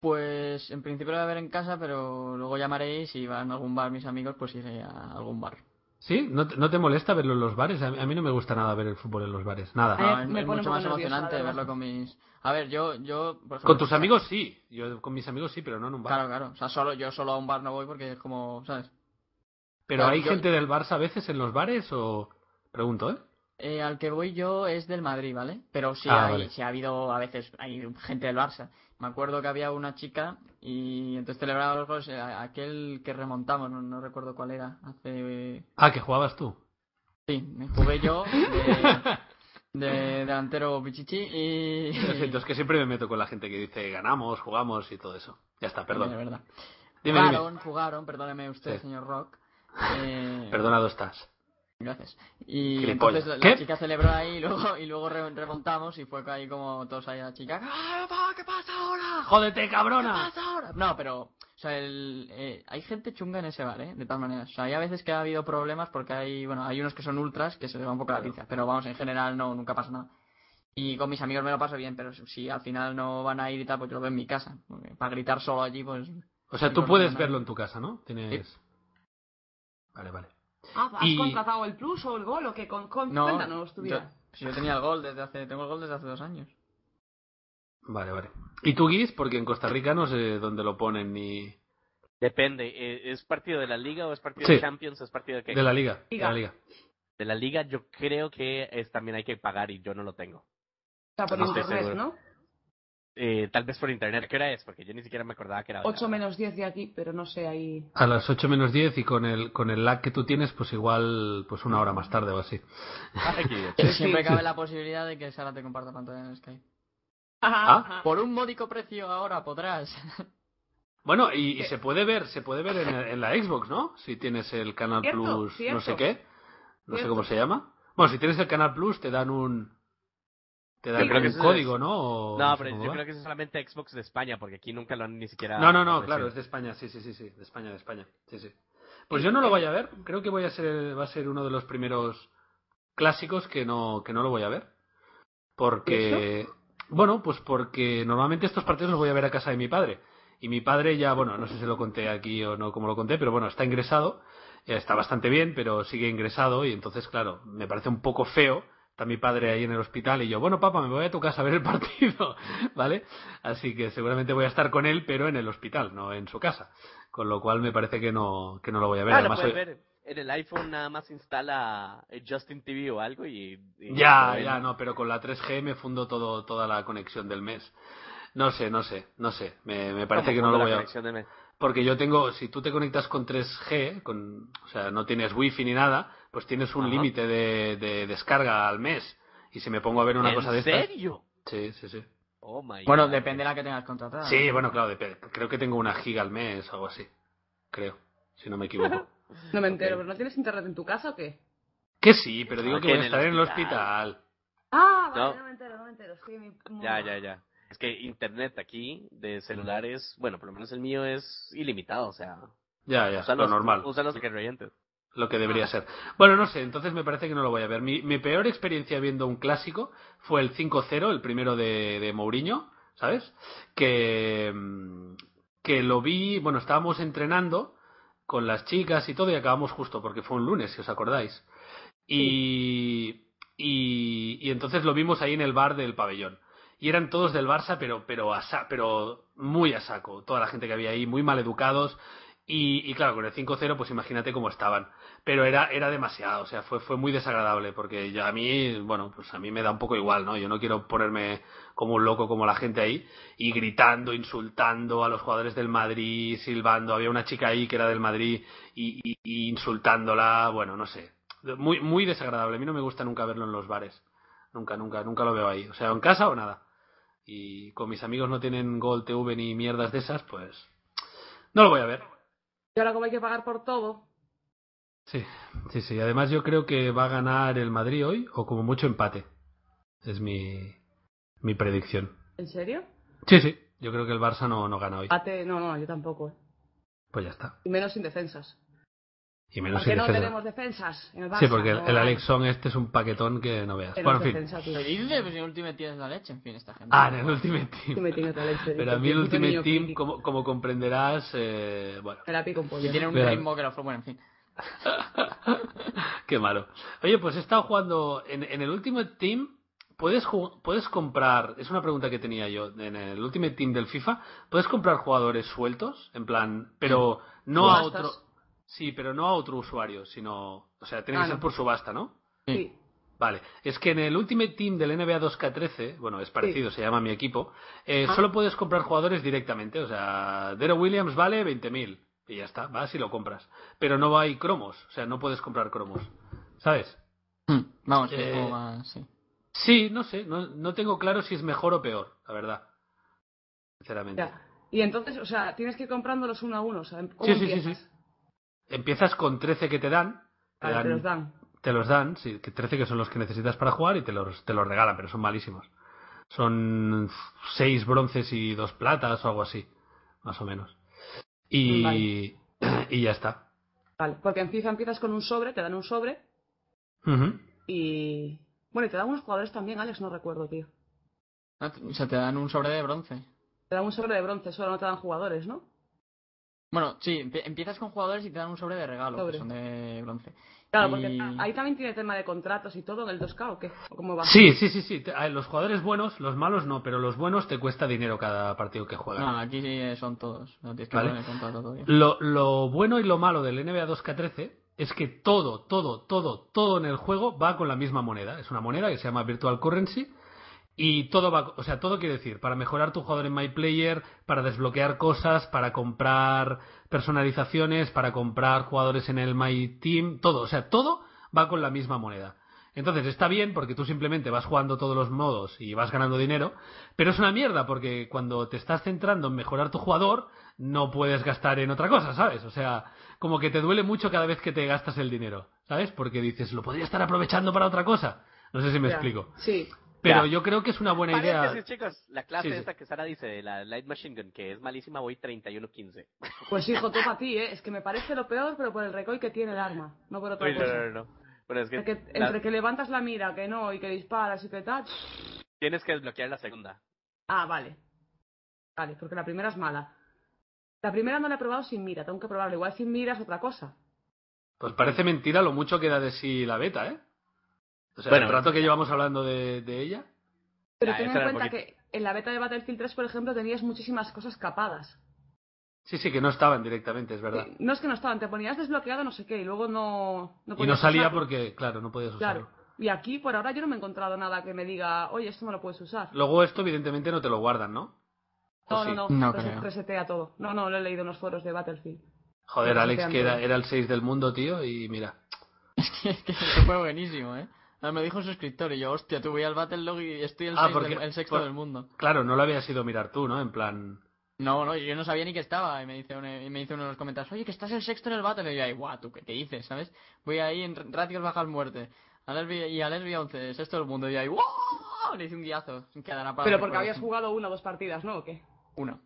Speaker 6: Pues en principio lo voy a ver en casa, pero luego llamaré y si van a algún bar mis amigos, pues iré a algún bar.
Speaker 3: ¿Sí? ¿No, te- no te molesta verlo en los bares? A mí, a mí no me gusta nada ver el fútbol en los bares. Nada.
Speaker 4: Ah,
Speaker 6: No, es,
Speaker 4: me
Speaker 6: es
Speaker 4: pone
Speaker 6: mucho
Speaker 4: un poco nerviosa,
Speaker 6: más
Speaker 4: la
Speaker 6: emocionante
Speaker 4: verdad.
Speaker 6: verlo con mis... A ver, yo... yo por ejemplo,
Speaker 3: Con tus amigos sí. Yo con mis amigos sí, pero no en un bar.
Speaker 6: Claro, claro. O sea, solo, yo solo a un bar no voy porque es como, ¿sabes?
Speaker 3: ¿Pero
Speaker 6: Claro,
Speaker 3: hay
Speaker 6: yo-
Speaker 3: gente del Barça a veces en los bares o...? Pregunto, ¿eh?
Speaker 6: Eh, al que voy yo es del Madrid, ¿vale? Pero sí,
Speaker 3: Ah,
Speaker 6: hay-
Speaker 3: vale.
Speaker 6: sí ha habido a veces, hay gente del Barça. Me acuerdo que había una chica y entonces celebraba los goles, eh, aquel que remontamos, no, no recuerdo cuál era, hace...
Speaker 3: Ah, que jugabas tú.
Speaker 6: Sí, me jugué yo de, de delantero Pichichi y...
Speaker 3: Lo siento, es que siempre me meto con la gente que dice ganamos, jugamos y todo eso. Ya está,
Speaker 6: De
Speaker 3: perdón.
Speaker 6: verdad.
Speaker 3: Dime, dime.
Speaker 6: jugaron, jugaron, perdóneme usted,
Speaker 3: Sí.
Speaker 6: señor Rock. Eh,
Speaker 3: Perdonado estás.
Speaker 6: Gracias. Y
Speaker 3: Gilipollas.
Speaker 6: entonces la, la
Speaker 3: ¿Qué?
Speaker 6: chica celebró ahí y luego, y luego re- remontamos y fue ahí como todos ahí la chica. "¡Ah, pa, ¿Qué pasa ahora?
Speaker 3: ¡Jódete,
Speaker 6: ¿Qué
Speaker 3: cabrona!
Speaker 6: pasa ahora? No, pero o sea, el, eh, hay gente chunga en ese bar, ¿eh? De todas maneras. O sea, hay a veces que ha habido problemas porque hay, bueno, hay unos que son ultras que se les va un poco la
Speaker 3: Claro.
Speaker 6: pinza, pero vamos, en general no, nunca pasa nada. Y con mis amigos me lo paso bien, pero si al final no van a ir y tal, pues yo lo veo en mi casa. porque Para gritar solo allí, pues...
Speaker 3: O sea,
Speaker 6: Sí,
Speaker 3: tú
Speaker 6: no,
Speaker 3: puedes
Speaker 6: no, no.
Speaker 3: verlo en tu casa, ¿no? Tienes... Vale, vale.
Speaker 4: Ah, ¿Has
Speaker 3: Y-
Speaker 4: contratado el plus o el gol o qué? Con, con...
Speaker 6: No,
Speaker 4: Cuéntanos tu
Speaker 6: yo,
Speaker 4: vida.
Speaker 6: pues yo tenía el gol desde hace... Tengo el gol desde hace dos años.
Speaker 3: Vale, vale. ¿Y tú, Guis? Porque en Costa Rica no sé dónde lo ponen ni...
Speaker 5: Depende, eh, ¿es partido de la Liga o es partido
Speaker 3: Sí.
Speaker 5: de Champions o es partido de qué?
Speaker 3: De la liga. De
Speaker 4: Liga.
Speaker 3: la liga.
Speaker 5: De la Liga yo creo que es, también hay que pagar y yo no lo tengo.
Speaker 4: O sea, por
Speaker 5: no estoy
Speaker 4: internet,
Speaker 5: seguro.
Speaker 4: ¿no?
Speaker 5: Eh, tal vez por internet, ¿qué hora es? Porque yo ni siquiera me acordaba que era...
Speaker 4: 8 menos 10 de aquí, pero no sé ahí.
Speaker 3: A las 8 menos 10 y con el, con el lag que tú tienes, pues igual, pues una hora más tarde o así.
Speaker 5: Ay, qué idiota.
Speaker 4: Sí,
Speaker 6: Siempre
Speaker 4: sí.
Speaker 6: cabe la posibilidad de que Sara te comparta pantalla en Skype.
Speaker 4: Ah,
Speaker 3: Ah,
Speaker 6: Por un módico precio ahora podrás.
Speaker 3: Bueno, y, y se puede ver, se puede ver en, en la Xbox, ¿no? Si tienes el Canal
Speaker 4: Cierto,
Speaker 3: Plus, no sé
Speaker 4: cierto.
Speaker 3: qué, no sé
Speaker 4: Cierto.
Speaker 3: cómo se llama. Bueno, si tienes el Canal Plus te dan un, te dan
Speaker 5: Sí, creo que
Speaker 3: un
Speaker 5: eso es-
Speaker 3: código, ¿no? O
Speaker 5: No,
Speaker 3: sé
Speaker 5: pero
Speaker 3: cómo
Speaker 5: yo
Speaker 3: va.
Speaker 5: creo que es solamente Xbox de España, porque aquí nunca lo han ni siquiera...
Speaker 3: No, no, no,
Speaker 5: ofrecido. Ah,
Speaker 3: claro, es de España, sí, sí, sí, sí, de España, de España, sí, sí. Pues yo no lo voy a ver, creo que voy a ser, va a ser uno de los primeros clásicos que no, que no lo voy a ver. Porque, bueno, pues porque normalmente estos partidos los voy a ver a casa de mi padre. Y mi padre ya, bueno, no sé si lo conté aquí o no como lo conté, pero bueno, está ingresado, eh, está bastante bien, pero sigue ingresado y entonces, claro, me parece un poco feo. Está mi padre ahí en el hospital y yo, bueno, papá, me voy a tu casa a ver el partido, ¿vale? Así que seguramente voy a estar con él, pero en el hospital, no en su casa. Con lo cual me parece que no, que no lo voy a ver.
Speaker 5: Ah, lo
Speaker 3: Además,
Speaker 5: puedes
Speaker 3: hoy-
Speaker 5: ver. En el iPhone nada más instala eh, Justin TV o algo y... y-
Speaker 3: Ya,
Speaker 5: y-
Speaker 3: ya, no, pero con la 3G me fundo todo, toda la conexión del mes. No sé, no sé, no sé. Me, me parece
Speaker 5: ¿Cómo?
Speaker 3: que no lo
Speaker 5: Como la
Speaker 3: voy a...
Speaker 5: conexión de mes.
Speaker 3: Porque yo tengo, si tú te conectas con 3G, con, o sea, no tienes wifi ni nada, pues tienes un
Speaker 5: Ajá.
Speaker 3: límite de, de descarga al mes. Y si me pongo a ver una
Speaker 5: ¿En
Speaker 3: cosa de estas...
Speaker 5: serio?
Speaker 3: Sí, sí, sí.
Speaker 5: Oh my
Speaker 6: Bueno,
Speaker 5: God.
Speaker 6: depende de la que tengas contratada.
Speaker 5: Ah.
Speaker 3: Sí, bueno, claro, depende. creo que tengo una giga al mes o algo así. Creo, si no me equivoco.
Speaker 4: No me entero, pero ¿no tienes internet en tu casa o qué?
Speaker 3: que sí, pero digo
Speaker 5: Ah,
Speaker 3: que
Speaker 5: que
Speaker 3: voy a
Speaker 5: en el
Speaker 3: estar en el
Speaker 5: hospital.
Speaker 3: hospital.
Speaker 4: Ah,
Speaker 5: No.
Speaker 4: vale, no, me entero, no me entero. Estoy en mi...
Speaker 5: Ya, ya, ya. Es que internet aquí de celulares, bueno, por lo menos el mío es ilimitado, o sea,
Speaker 3: Ya, ya, lo
Speaker 5: úsalos-
Speaker 3: normal.
Speaker 5: úsalos que creyentes.
Speaker 3: lo que debería ser. Bueno, no sé, entonces me parece que no lo voy a ver. Mi, mi peor experiencia viendo un clásico fue el 5-0, el primero de, de Mourinho, ¿sabes? Que, mm, que lo vi, bueno, estábamos entrenando con las chicas y todo y acabamos justo, porque fue un lunes, si os acordáis. Y, y, y entonces lo vimos ahí en el bar del pabellón. Y eran todos del Barça, pero, pero, a sa- pero muy a saco. Toda la gente que había ahí, muy mal educados. Y, y claro, con el 5-0, pues imagínate cómo estaban. Pero era, era demasiado, o sea, fue, fue muy desagradable, porque yo a mí, bueno, pues a mí me da un poco igual, ¿no? Yo no quiero ponerme como un loco como la gente ahí, y gritando, insultando a los jugadores del Madrid, silbando. Había una chica ahí que era del Madrid y, y- y insultándola, bueno, no sé. Muy, muy desagradable, a mí no me gusta nunca verlo en los bares. Nunca, nunca, nunca lo veo ahí. O sea, en casa o nada. Y con mis amigos no tienen Gol TV ni mierdas de esas, pues no lo voy a ver.
Speaker 4: Y ahora como hay que pagar por todo.
Speaker 3: Sí, sí, sí. Además yo creo que va a ganar el Madrid hoy o como mucho empate. Es mi, mi predicción.
Speaker 4: ¿En serio?
Speaker 3: Sí, sí. Yo creo que el Barça no, no gana hoy.
Speaker 4: Ate... Ah, No, no, yo tampoco. eh.
Speaker 3: Pues ya está.
Speaker 4: Y menos sin defensas.
Speaker 3: Y menos si
Speaker 4: Porque no
Speaker 3: defensa.
Speaker 4: tenemos defensas en el Barça.
Speaker 3: Sí, porque el,
Speaker 4: no
Speaker 3: el
Speaker 4: hay-
Speaker 3: Alex Song este es un paquetón que no veas.
Speaker 4: Tenemos
Speaker 3: Bueno, en fin.
Speaker 4: defensa, tío.
Speaker 6: ¿Qué dices? Pues el Ultimate tienes la leche, en fin, esta gente.
Speaker 3: Ah, en el Ultimate
Speaker 4: Sí
Speaker 3: Team.
Speaker 4: me tiene otra leche,
Speaker 3: Pero
Speaker 4: dice,
Speaker 3: a mí el
Speaker 4: puto
Speaker 3: Ultimate
Speaker 4: niño
Speaker 3: Team,
Speaker 4: friki.
Speaker 3: como, como comprenderás, eh, bueno,
Speaker 4: Me la pico un
Speaker 6: Y
Speaker 4: pollo.
Speaker 6: tiene un
Speaker 3: Cuidado.
Speaker 6: ritmo que lo fue bueno, en fin.
Speaker 3: Qué malo. Oye, pues he estado jugando en, en el Ultimate Team. ¿Puedes, ju- puedes comprar, es una pregunta que tenía yo, en el Ultimate Team del FIFA, ¿puedes comprar jugadores sueltos? En plan, pero no a
Speaker 4: Subastas.
Speaker 3: otro... Sí, pero no a otro usuario, sino. O sea, tiene
Speaker 4: Ah,
Speaker 3: que ser
Speaker 4: no.
Speaker 3: por subasta, ¿no?
Speaker 4: Sí.
Speaker 3: Vale, es que en el Ultimate Team del NBA 2K13, bueno, es parecido, se llama mi equipo, eh,
Speaker 4: Ah.
Speaker 3: solo puedes comprar jugadores directamente. O sea, Dero Williams vale 20.000 y ya está, vas y lo compras. Pero no hay cromos, o sea, no puedes comprar cromos. ¿Sabes?
Speaker 6: Hmm, Vamos, que
Speaker 3: Eh,
Speaker 6: es como más, sí.
Speaker 3: Sí, no sé, no, no tengo claro si es mejor o peor, la verdad. Sinceramente.
Speaker 4: Ya. Y entonces, o sea, tienes que ir comprándolos uno a uno. O sea, ¿cómo
Speaker 3: Sí, sí, sí,
Speaker 4: empiezas?
Speaker 3: sí. Empiezas con 13 que te dan.
Speaker 2: Ah,
Speaker 3: Te,
Speaker 4: Vale,
Speaker 3: dan,
Speaker 4: te los dan.
Speaker 3: te los dan, sí, que 13 que son los que necesitas para jugar y te los, te los regalan, pero son malísimos. Son 6 bronces y 2 platas o algo así, más o menos. Y, y ya está.
Speaker 4: Vale, porque en FIFA empiezas con un sobre, te dan un sobre
Speaker 3: Ujú.
Speaker 4: y... Bueno, y te dan unos jugadores también, Alex, no recuerdo, tío.
Speaker 6: Ah, O sea, te dan un sobre de bronce.
Speaker 4: Te dan un sobre de bronce, solo no te dan jugadores, ¿no?
Speaker 6: Bueno, sí, empie- empiezas con jugadores y te dan un sobre de regalo,
Speaker 4: Sobre.
Speaker 6: que son de bronce.
Speaker 4: Claro, porque
Speaker 6: Y-
Speaker 4: ahí también tiene tema de contratos y todo en el 2K o qué, ¿O cómo va.
Speaker 3: Sí, sí, sí, sí. Te- a ver, Los jugadores buenos, los malos no, pero los buenos te cuesta dinero cada partido que juegas.
Speaker 6: No, aquí sí eh, son todos. No tienes que
Speaker 3: Vale.
Speaker 6: poner el contrato todavía.
Speaker 3: Lo, lo bueno y lo malo del NBA 2K13 es que todo, todo, todo, todo en el juego va con la misma moneda. Es una moneda que se llama Virtual Currency y todo va, o sea, todo quiere decir, para mejorar tu jugador en My Player, para desbloquear cosas, para comprar personalizaciones, para comprar jugadores en el My Team, todo, o sea, todo va con la misma moneda. Entonces está bien porque tú simplemente vas jugando todos los modos y vas ganando dinero, pero es una mierda porque cuando te estás centrando en mejorar tu jugador, no puedes gastar en otra cosa, ¿sabes? O sea, como que te duele mucho cada vez que te gastas el dinero, ¿sabes? Porque dices, lo podría estar aprovechando para otra cosa. No sé si me
Speaker 4: Ya.
Speaker 3: explico.
Speaker 4: Sí,
Speaker 3: Pero
Speaker 5: Ya.
Speaker 3: yo creo que es una buena idea.
Speaker 5: Paréntesis, chicos, la clase
Speaker 3: Sí, sí.
Speaker 5: esta que Sara dice de la Light Machine Gun, que es malísima, voy 31-15.
Speaker 4: pues hijo, topa a ti, ¿eh? Es que me parece lo peor, pero por el recoil que tiene el arma, no por otra
Speaker 5: Uy, no,
Speaker 4: cosa.
Speaker 5: no, no, no. Bueno, es que,
Speaker 4: Porque
Speaker 5: la-
Speaker 4: entre que levantas la mira, que no, y que disparas y que tal...
Speaker 5: tienes que desbloquear la segunda.
Speaker 4: Ah, vale. Vale, porque la primera es mala. La primera no la he probado sin mira, tengo que probarla. Igual sin mira es otra cosa.
Speaker 3: Pues parece mentira lo mucho que da de sí la beta, ¿eh? O sea,
Speaker 5: Bueno.
Speaker 3: el rato que llevamos hablando de, de ella.
Speaker 4: Pero
Speaker 5: Ah,
Speaker 4: ten
Speaker 5: eso
Speaker 4: en
Speaker 5: era
Speaker 4: cuenta
Speaker 5: poquito.
Speaker 4: que en la beta de Battlefield 3, por ejemplo, tenías muchísimas cosas capadas.
Speaker 3: Sí, sí, que no estaban directamente, es verdad.
Speaker 4: eh, No es que no estaban, te ponías desbloqueado no sé qué y luego no... no
Speaker 3: y no
Speaker 4: podías
Speaker 3: salía
Speaker 4: usarlo.
Speaker 3: porque, claro, no podías usarlo.
Speaker 4: Claro. Y aquí, por ahora, yo no me he encontrado nada que me diga, oye, esto no lo puedes usar.
Speaker 3: Luego esto, evidentemente, no te lo guardan, ¿no? ¿O
Speaker 4: No,
Speaker 3: sí?
Speaker 4: no, no,
Speaker 6: No
Speaker 4: rese-
Speaker 6: creo.
Speaker 4: resetea todo. No, no, lo he leído en los foros de Battlefield.
Speaker 3: Joder,
Speaker 4: Lo
Speaker 3: Alex,
Speaker 4: resetean
Speaker 3: que era,
Speaker 4: todo.
Speaker 3: era el 6 del mundo, tío, y mira.
Speaker 6: Es que, es que eso fue buenísimo, ¿eh? Ah, Me dijo un suscriptor y yo, hostia, tú voy al Battlelog y estoy el,
Speaker 3: Ah,
Speaker 6: seis
Speaker 3: porque-
Speaker 6: del- el sexto
Speaker 3: por-
Speaker 6: del mundo.
Speaker 3: Claro, no lo habías ido a mirar tú, ¿no? En plan.
Speaker 6: No, no, yo no sabía ni que estaba. Y me dice, uno, y me dice uno de los comentarios, oye, que estás el sexto en el Battle. Y yo, ahí, guau, tú, ¿qué, qué dices, sabes? Voy ahí en r- ratios bajas muerte. A Lesbi, y a Lesbi 11, sexto del mundo. Y yo, ahí, guau, le hice un guiazo. sin que dará para
Speaker 3: pues
Speaker 4: Pero porque
Speaker 6: recuerdo.
Speaker 4: habías jugado una o dos partidas, ¿no? ¿O qué?
Speaker 6: Una.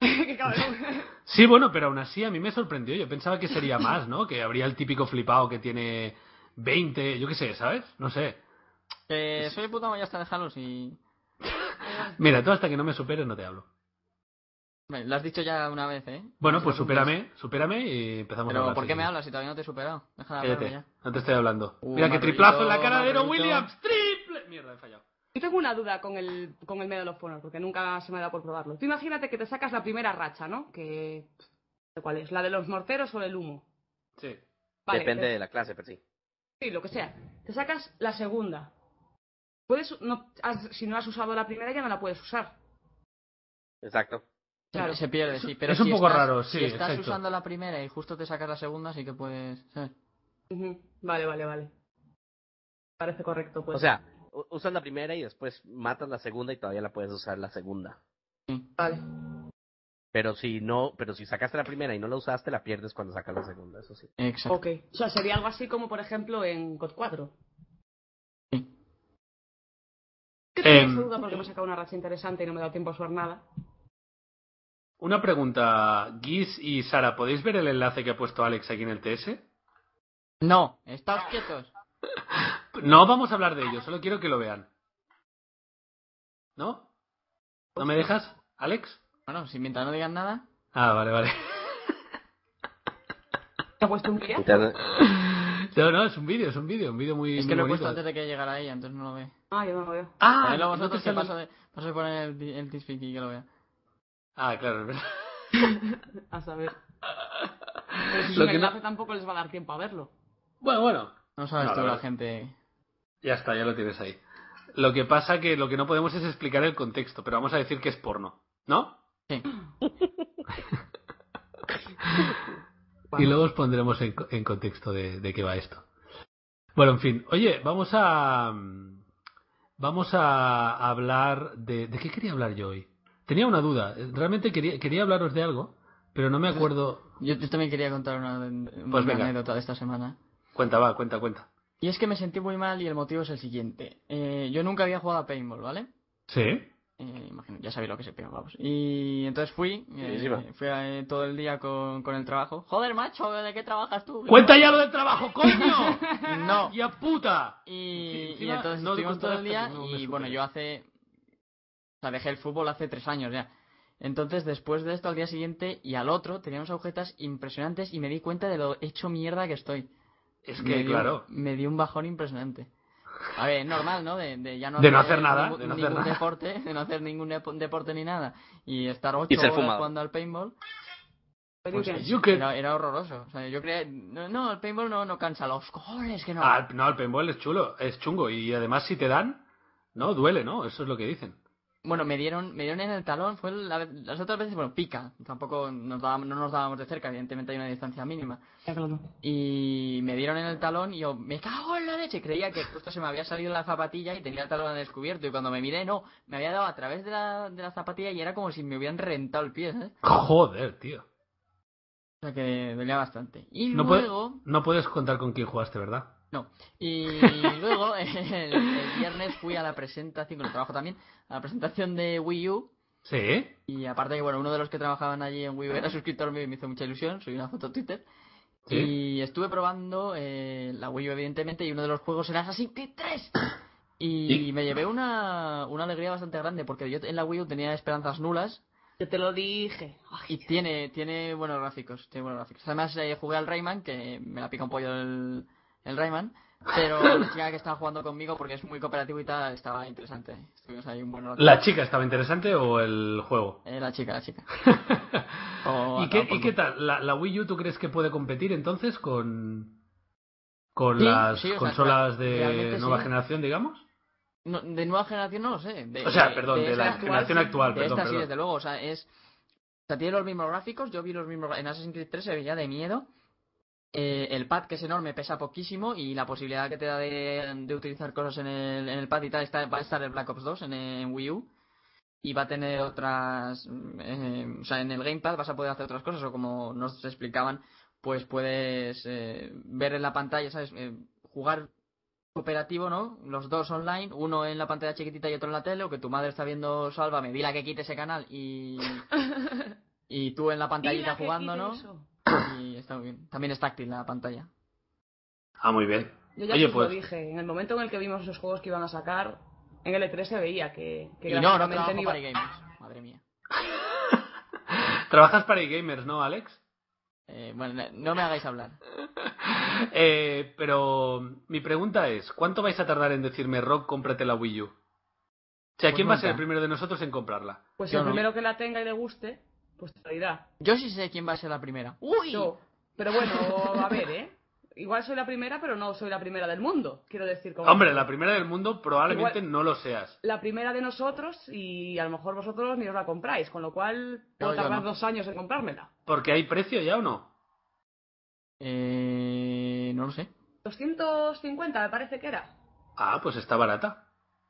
Speaker 4: ¡Qué cabrón!
Speaker 3: Sí, bueno, pero aún así a mí me sorprendió. Yo pensaba que sería más, ¿no? Que habría el típico flipado que tiene 20, yo qué sé, ¿sabes? No sé.
Speaker 6: Eh, soy puta ya hasta dejarlos y...
Speaker 3: Mira, tú hasta que no me superes no te hablo.
Speaker 6: Bueno, Lo has dicho ya una vez, ¿eh?
Speaker 3: Bueno,
Speaker 6: No
Speaker 3: pues
Speaker 6: te preocupes.
Speaker 3: supérame, supérame y empezamos a
Speaker 6: Pero
Speaker 3: hablar.
Speaker 6: ¿por
Speaker 3: si
Speaker 6: qué me
Speaker 3: quieres.
Speaker 6: hablas si todavía no te he superado? Deja de hablarme
Speaker 3: Cállate,
Speaker 6: ya.
Speaker 3: no te estoy hablando.
Speaker 6: Uh,
Speaker 3: Mira qué
Speaker 6: Madridito,
Speaker 3: triplazo en la cara de Ero
Speaker 6: Madridito.
Speaker 3: Williams. ¡Triple! Mierda, he fallado.
Speaker 4: Yo tengo una duda con el, con el Medal of Honor, porque nunca se me ha dado por probarlo. Tú imagínate que te sacas la primera racha, ¿no? Que... pff, no sé ¿Cuál es? ¿La de los morteros o del humo?
Speaker 3: Sí.
Speaker 4: Vale,
Speaker 5: Depende
Speaker 4: te-
Speaker 5: de la clase, pero sí.
Speaker 4: Sí, lo que sea. Te sacas la segunda. Puedes... No, has- si no has usado la primera ya no la puedes usar.
Speaker 5: Exacto.
Speaker 6: Se-
Speaker 4: Claro.
Speaker 6: Se, pierde, sí. Pero
Speaker 3: es un
Speaker 6: si
Speaker 3: poco
Speaker 6: estás-
Speaker 3: raro, sí,
Speaker 6: Si estás
Speaker 3: exacto.
Speaker 6: usando la primera y justo te sacas la segunda, sí que puedes...
Speaker 3: Oh.
Speaker 6: ¿sabes?
Speaker 4: Ujú, Vale, vale, vale. Parece correcto, pues.
Speaker 5: O sea, u- usas la primera y después matas la segunda y todavía la puedes usar la segunda.
Speaker 4: Vale.
Speaker 5: Pero si no, pero si sacaste la primera y no la usaste, la pierdes cuando sacas la segunda, eso sí.
Speaker 6: Exacto.
Speaker 4: Ok. O sea, sería algo así como, por ejemplo, en COD 4.
Speaker 6: Sí.
Speaker 4: Yo tenía
Speaker 3: Em,
Speaker 4: esa duda porque me he sacado una racha interesante y no me he dado tiempo a usar nada.
Speaker 3: Una pregunta, Guis y Sara, ¿podéis ver el enlace que ha puesto Alex aquí en el TS?
Speaker 6: No, estáos quietos.
Speaker 3: No vamos a hablar de ello, solo quiero que lo vean. ¿No? ¿No me dejas, Alex?
Speaker 6: Bueno, si mientras no digan nada.
Speaker 3: Ah, vale, vale.
Speaker 4: ¿Te has puesto un guía?
Speaker 3: No, no, es un vídeo, es un vídeo, un vídeo muy,
Speaker 6: es
Speaker 3: muy
Speaker 6: que lo he
Speaker 3: bonito.
Speaker 6: puesto antes de que llegara ella, entonces no lo ve.
Speaker 4: Ah, yo no lo veo.
Speaker 3: Ah, no
Speaker 6: Ponedlo
Speaker 3: te
Speaker 6: vosotros que
Speaker 3: sale-
Speaker 6: paso de, paso de poner el, di- el Teamspeak y que lo vea.
Speaker 3: Ah, claro, es verdad.
Speaker 4: A saber. Pero si es
Speaker 3: Lo
Speaker 4: un
Speaker 3: que no-
Speaker 4: enlace tampoco les va a dar tiempo a verlo.
Speaker 3: Bueno, bueno,
Speaker 6: No sabes
Speaker 3: No,
Speaker 6: tú
Speaker 3: la
Speaker 6: la,
Speaker 3: verdad.
Speaker 6: gente.
Speaker 3: ya está, ya lo tienes ahí. Lo que pasa que lo que no podemos es explicar el contexto, pero vamos a decir que es porno, ¿no?
Speaker 6: Sí.
Speaker 3: Y luego os pondremos en, co- en contexto de, de qué va esto. Bueno, en fin. Oye, vamos a. mm, Vamos a hablar de. ¿De qué quería hablar yo hoy? Tenía una duda. Eh, Realmente quería, quería hablaros de algo, pero no me acuerdo.
Speaker 6: Yo, yo también quería contar una, una
Speaker 3: Pues venga.
Speaker 6: anécdota de esta semana.
Speaker 3: Cuenta, va, cuenta, cuenta.
Speaker 6: Y es que me sentí muy mal y el motivo es el siguiente. Eh, yo nunca había jugado a paintball, ¿vale?
Speaker 3: Sí.
Speaker 6: Eh, imagino, ya sabéis lo que se pega, vamos. Y entonces fui, eh,
Speaker 5: Sí, va.
Speaker 6: fui eh, todo el día con, con el trabajo. Joder, macho, ¿de qué trabajas tú?
Speaker 3: ¡Cuenta ya lo del trabajo, coño!
Speaker 6: No.
Speaker 3: ¡Ya puta!
Speaker 6: Y,
Speaker 3: Sí,
Speaker 6: y
Speaker 3: encima
Speaker 6: entonces
Speaker 3: no lo
Speaker 6: estuvimos todo el día
Speaker 3: contaste, no me
Speaker 6: y
Speaker 3: supe.
Speaker 6: bueno, yo hace... O sea, dejé el fútbol hace tres años ya. Entonces, después de esto, al día siguiente y al otro, teníamos agujetas impresionantes y me di cuenta de lo hecho mierda que estoy.
Speaker 3: Es
Speaker 6: me
Speaker 3: que,
Speaker 6: dio-
Speaker 3: claro.
Speaker 6: Me dio un bajón impresionante. A ver, es normal, ¿no? De, de ya no
Speaker 3: De no hacer nada,
Speaker 6: ningún,
Speaker 3: de no hacer
Speaker 6: ningún
Speaker 3: nada.
Speaker 6: deporte, de no hacer ningún depo- deporte ni nada. Y estar ocho
Speaker 5: ser
Speaker 6: horas
Speaker 5: fumado.
Speaker 6: jugando al paintball.
Speaker 4: Pero
Speaker 6: pues,
Speaker 4: que-
Speaker 3: yo que-
Speaker 6: era, era horroroso. O sea, yo creía... No, no, el paintball no, no cansa. Los cojones que no.
Speaker 3: Ah, el- no, el paintball es chulo, es chungo. Y además, si te dan, no, duele, ¿no? Eso es lo que dicen.
Speaker 6: Bueno, me dieron, me dieron en el talón, fue la ve- las otras veces, bueno, pica, tampoco nos dábamos- no nos dábamos de cerca, evidentemente hay una distancia mínima.
Speaker 4: Ya que lo no.
Speaker 6: Y me dieron en el talón y yo, me cago en la leche, creía que justo se me había salido la zapatilla y tenía el talón al descubierto y cuando me miré, no, me había dado a través de la, de la zapatilla y era como si me hubieran reventado el pie, ¿sabes?
Speaker 3: Joder, tío.
Speaker 6: O sea que dolía bastante. Y
Speaker 3: No, puede-
Speaker 6: luego...
Speaker 3: no puedes contar con quién jugaste, ¿verdad?
Speaker 6: No. Y luego, el, el viernes fui a la presentación, con el trabajo también, a la presentación de Wii U
Speaker 3: Sí.
Speaker 6: Y aparte que, bueno, uno de los que trabajaban allí en Wii era suscriptor mío y me hizo mucha ilusión, subí una foto a Twitter.
Speaker 3: Sí.
Speaker 6: Y estuve probando eh, la Wii U, evidentemente, y uno de los juegos era Assassin's Creed 3. Y
Speaker 3: ¿Y?
Speaker 6: me llevé una, una alegría bastante grande, porque yo en la Wii U tenía esperanzas nulas
Speaker 4: Yo te lo dije.
Speaker 6: y tiene, tiene buenos gráficos, tiene buenos gráficos. Además, eh, jugué al Rayman, que me la pica un pollo el, el Rayman, pero la chica que estaba jugando conmigo, porque es muy cooperativo y tal, estaba interesante. Estuvimos ahí un buen rato.
Speaker 3: ¿La chica estaba interesante o el juego?
Speaker 6: Eh, la chica, la chica. O
Speaker 3: ¿Y, qué,
Speaker 6: atado por
Speaker 3: y qué
Speaker 6: mí.
Speaker 3: tal? ¿La, la Wii U tú crees que puede competir entonces con, con
Speaker 6: Sí,
Speaker 3: las
Speaker 6: sí, o sea,
Speaker 3: consolas
Speaker 6: claro,
Speaker 3: de
Speaker 6: realmente
Speaker 3: nueva
Speaker 6: sí.
Speaker 3: generación, digamos?
Speaker 6: No, de nueva generación no lo sé. De,
Speaker 3: O sea, perdón, de
Speaker 6: esta
Speaker 3: la generación
Speaker 6: sí,
Speaker 3: actual,
Speaker 6: de
Speaker 3: perdón,
Speaker 6: esta sí,
Speaker 3: perdón.
Speaker 6: desde luego. O sea, es. O sea, tiene los mismos gráficos. Yo vi los mismos. En Assassin's Creed 3 se veía de miedo. Eh, el pad, que es enorme, pesa poquísimo. Y la posibilidad que te da de, de utilizar cosas en el, en el pad y tal está, va a estar el Black Ops 2 en, en Wii U. Y va a tener otras. mm, eh, o sea, en el Gamepad vas a poder hacer otras cosas. O como nos explicaban, pues puedes eh, ver en la pantalla, ¿sabes? Eh, jugar cooperativo, ¿no? Los dos online, uno en la pantalla chiquitita y otro en la tele, o que tu madre está viendo Sálvame, dila que quite ese canal y, y tú en la pantallita jugando, ¿no? Y está muy bien. También es táctil la pantalla.
Speaker 3: Ah, muy bien.
Speaker 4: Yo ya
Speaker 3: Oye,
Speaker 4: os
Speaker 3: pues,
Speaker 4: lo dije. En el momento en el que vimos los juegos que iban a sacar, en el E3 se veía que, que
Speaker 6: Y no, no
Speaker 4: gráficamente
Speaker 6: trabajo
Speaker 4: iba-
Speaker 6: para gamers. Madre mía.
Speaker 3: trabajas para gamers ¿no, Alex?
Speaker 6: Eh, bueno, no me hagáis hablar.
Speaker 3: Eh, pero mi pregunta es, ¿cuánto vais a tardar en decirme, Rock, cómprate la Wii U? O sea,
Speaker 6: Pues
Speaker 3: ¿quién va a ser
Speaker 6: nunca.
Speaker 3: el primero de nosotros en comprarla?
Speaker 4: Pues
Speaker 6: Yo
Speaker 4: el
Speaker 6: no.
Speaker 4: primero que la tenga y le guste, pues te lo dirá.
Speaker 6: Yo sí sé quién va a ser la primera. Uh, ¡Uy!
Speaker 4: Yo. Pero bueno, a ver, ¿eh? Igual soy la primera, pero no soy la primera del mundo. Quiero decir, como.
Speaker 3: Hombre, la primera del mundo probablemente no lo seas.
Speaker 4: la primera de nosotros y a lo mejor vosotros ni os la compráis, con lo cual
Speaker 6: No,
Speaker 4: puedo
Speaker 6: yo
Speaker 4: tardar
Speaker 6: no.
Speaker 4: dos años en comprármela.
Speaker 3: ¿Porque hay precio ya o no?
Speaker 6: Eh, no lo sé.
Speaker 4: 250 me parece que era.
Speaker 3: Ah, pues está barata.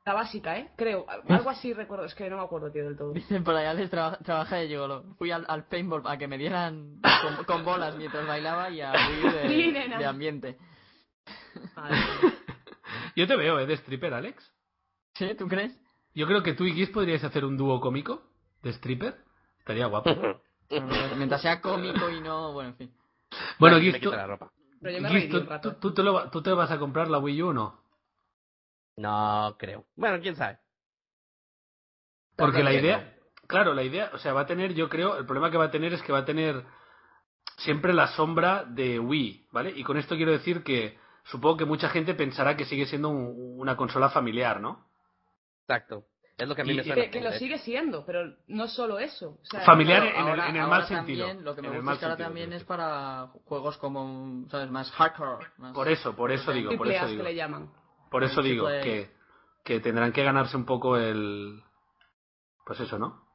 Speaker 4: La básica, ¿eh? Creo. Algo así recuerdo. Es que no me acuerdo, tío, del todo.
Speaker 6: Dicen por allá, Alex traba- trabaja de gigolo. Fui al, al paintball a que me dieran con, con bolas mientras bailaba y a huir de-
Speaker 4: Sí, nena.
Speaker 6: de ambiente.
Speaker 4: Madre mía.
Speaker 3: Yo te veo, ¿eh? De stripper, Alex.
Speaker 6: ¿Sí? ¿Tú crees?
Speaker 3: Yo creo que tú y Giz podríais hacer un dúo cómico de stripper. Estaría guapo.
Speaker 6: Bueno, Mientras sea cómico y no, bueno, en fin.
Speaker 3: Bueno,
Speaker 5: Le
Speaker 3: Giz,
Speaker 5: quita
Speaker 3: tú,
Speaker 5: la ropa.
Speaker 4: Pero yo me
Speaker 3: Giz,
Speaker 4: reí
Speaker 3: tú-
Speaker 4: un rato.
Speaker 3: tú- tú te lo va- tú te vas a comprar la Wii U o no?
Speaker 5: No creo. Bueno, quién sabe.
Speaker 3: Porque la
Speaker 5: Claro que
Speaker 3: idea, claro, la idea, o sea, va a tener, yo creo, el problema que va a tener es que va a tener siempre la sombra de Wii, ¿vale? Y con esto quiero decir que supongo que mucha gente pensará que sigue siendo un- una consola familiar, ¿no?
Speaker 5: Exacto. Es lo que a mí
Speaker 3: Y-
Speaker 5: me
Speaker 3: y-
Speaker 5: suena.
Speaker 4: Que, que lo sigue siendo, pero no solo eso. O sea,
Speaker 3: Familiar
Speaker 6: Claro,
Speaker 3: en el- en el mal
Speaker 6: también,
Speaker 3: sentido.
Speaker 6: Lo que me
Speaker 3: En el
Speaker 6: gusta
Speaker 3: mal
Speaker 6: es que ahora
Speaker 3: sentido,
Speaker 6: también
Speaker 3: quiero
Speaker 6: es
Speaker 3: decir.
Speaker 6: para juegos como, ¿sabes? Más hardcore. más-
Speaker 3: Por eso, por eso digo, por
Speaker 4: triple
Speaker 3: eso
Speaker 4: A's que
Speaker 3: digo.
Speaker 4: le llaman.
Speaker 3: Por eso digo
Speaker 6: Triple A.
Speaker 3: que, que tendrán que ganarse un poco el. Pues eso, ¿no?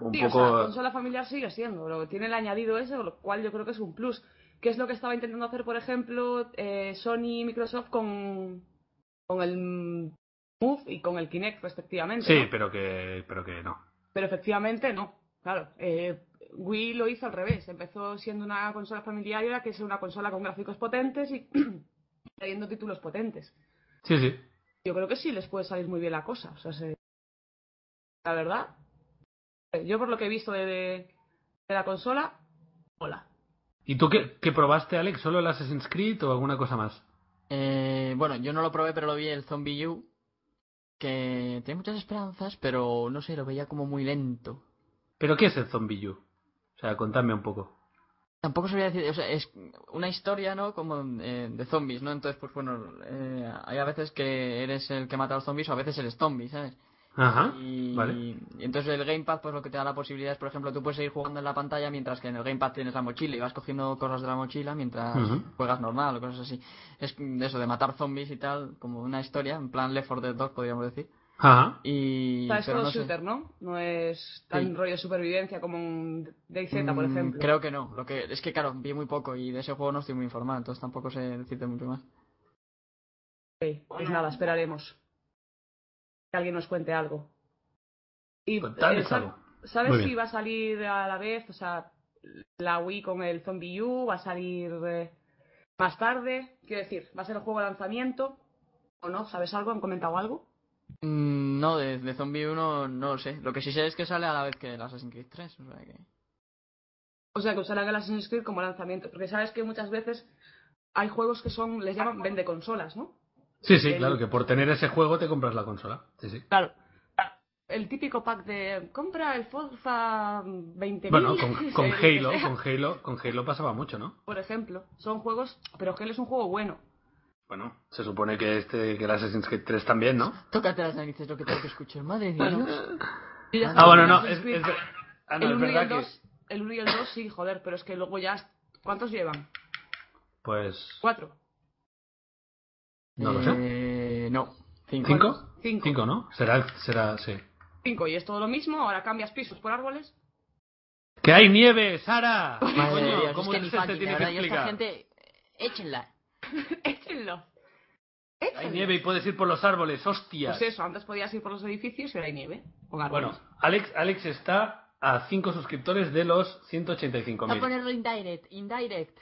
Speaker 3: Un
Speaker 4: Sí, o sea,
Speaker 3: poco.
Speaker 4: consola familiar sigue siendo, lo que tiene el añadido ese, lo cual yo creo que es un plus. Que es lo que estaba intentando hacer, por ejemplo, eh, Sony y Microsoft con, con el Move y con el Kinect, respectivamente.
Speaker 3: sí,
Speaker 4: ¿no?
Speaker 3: pero que, pero que no.
Speaker 4: Pero efectivamente no, claro. eh, Wii lo hizo al revés. Empezó siendo una consola familiar y ahora que es una consola con gráficos potentes y trayendo títulos potentes.
Speaker 3: Sí, sí.
Speaker 4: Yo creo que sí les puede salir muy bien la cosa. O sea, se- la verdad, eh, yo por lo que he visto de, de- de la consola, hola.
Speaker 3: ¿Y tú qué, qué probaste, Alex? ¿Solo el Assassin's Creed o alguna cosa más?
Speaker 6: Eh, bueno, yo no lo probé, pero lo vi el Zombie U. Que tenía muchas esperanzas, pero no sé, lo veía como muy lento.
Speaker 3: ¿Pero qué es el Zombie U? O sea, contadme un poco.
Speaker 6: Tampoco sabría decir, o sea, es una historia, ¿no? Como eh, de zombies, ¿no? Entonces, pues bueno, eh, hay a veces que eres el que mata a los zombies o a veces eres zombie, ¿sabes?
Speaker 3: Ajá.
Speaker 6: Y,
Speaker 3: Ah, Vale.
Speaker 6: y entonces el Gamepad, pues lo que te da la posibilidad es, por ejemplo, tú puedes seguir jugando en la pantalla mientras que en el Gamepad tienes la mochila y vas cogiendo cosas de la mochila mientras
Speaker 3: Ujú.
Speaker 6: juegas normal o cosas así. Es mm, eso de matar zombies y tal, como una historia, en plan Left 4 Dead 2, podríamos decir.
Speaker 3: Ajá.
Speaker 6: Y.
Speaker 4: O sea, es
Speaker 6: pero
Speaker 4: todo
Speaker 6: no sé.
Speaker 4: shooter, ¿no? No es tan
Speaker 6: Sí.
Speaker 4: rollo supervivencia como un DayZ, por
Speaker 6: Mm,
Speaker 4: ejemplo.
Speaker 6: Creo que no. Lo que es que claro, vi muy poco y de ese juego no estoy muy informado, entonces tampoco sé decirte mucho más.
Speaker 4: Ok, pues nada, esperaremos. Que alguien nos cuente algo. Y,
Speaker 3: Contadme
Speaker 4: eh, sab-
Speaker 3: algo. Muy
Speaker 4: ¿Sabes
Speaker 3: bien.
Speaker 4: si va a salir a la vez? O sea, la Wii con el Zombie U va a salir eh, más tarde. Quiero decir, ¿va a ser el juego de lanzamiento? ¿O no? ¿Sabes algo? ¿Han comentado algo?
Speaker 6: Mm, No, de, de Zombie 1 no lo sé. Lo que sí sé es que sale a la vez que el Assassin's Creed 3, o sea que...
Speaker 4: O sea, que usarán el Assassin's Creed como lanzamiento. Porque sabes que muchas veces hay juegos que son, les llaman vende consolas, ¿no?
Speaker 3: Sí, sí,
Speaker 4: El-
Speaker 3: claro, que por tener ese juego te compras la consola. Sí, sí.
Speaker 4: Claro. El típico pack de compra el Forza 20.000.
Speaker 3: Bueno, con, con
Speaker 4: el que
Speaker 3: Halo,
Speaker 4: sea.
Speaker 3: con Halo, con Halo pasaba mucho, ¿no?
Speaker 4: por ejemplo, son juegos, pero Halo es un juego bueno.
Speaker 3: Bueno, se supone que este, que el Assassin's Creed 3 también, ¿no?
Speaker 6: Tócate las narices lo que tengo que escuchar, madre de Dios.
Speaker 4: Yo ya
Speaker 3: Ah, bueno,
Speaker 4: el
Speaker 3: no, es,
Speaker 4: Assassin's Creed-
Speaker 3: es ver- ah, no,
Speaker 4: el
Speaker 3: es
Speaker 4: 1 y
Speaker 3: verdad
Speaker 4: el
Speaker 3: que...
Speaker 4: 2, el 1 y el 2 sí, joder, pero es que luego ya ¿cuántos llevan?
Speaker 3: Pues...
Speaker 4: ¿Cuatro?
Speaker 3: No lo sé.
Speaker 6: Eh, no. Cinco.
Speaker 3: ¿Cinco?
Speaker 4: Cinco.
Speaker 3: Cinco, ¿no? Será, será, sí.
Speaker 4: Cinco y es todo lo mismo, ahora cambias pisos por árboles.
Speaker 3: ¡Que hay nieve, Sara!
Speaker 6: Madre de
Speaker 3: Coño,
Speaker 6: Dios, es
Speaker 3: ¿cómo
Speaker 6: que ni
Speaker 3: se te
Speaker 6: fácil,
Speaker 3: tiene
Speaker 6: la
Speaker 3: que
Speaker 6: verdad. Y
Speaker 3: explicar?
Speaker 6: esta gente, échenla.
Speaker 4: Échenlo.
Speaker 3: Hay
Speaker 4: Échenlo.
Speaker 3: nieve y puedes ir por los árboles, hostias.
Speaker 4: Pues eso, antes podías ir por los edificios y ahora hay nieve. Con árboles.
Speaker 3: Bueno, Alex, Alex está a 5 suscriptores de los
Speaker 6: Voy a
Speaker 3: 185.000.
Speaker 6: ponerlo indirect, indirect.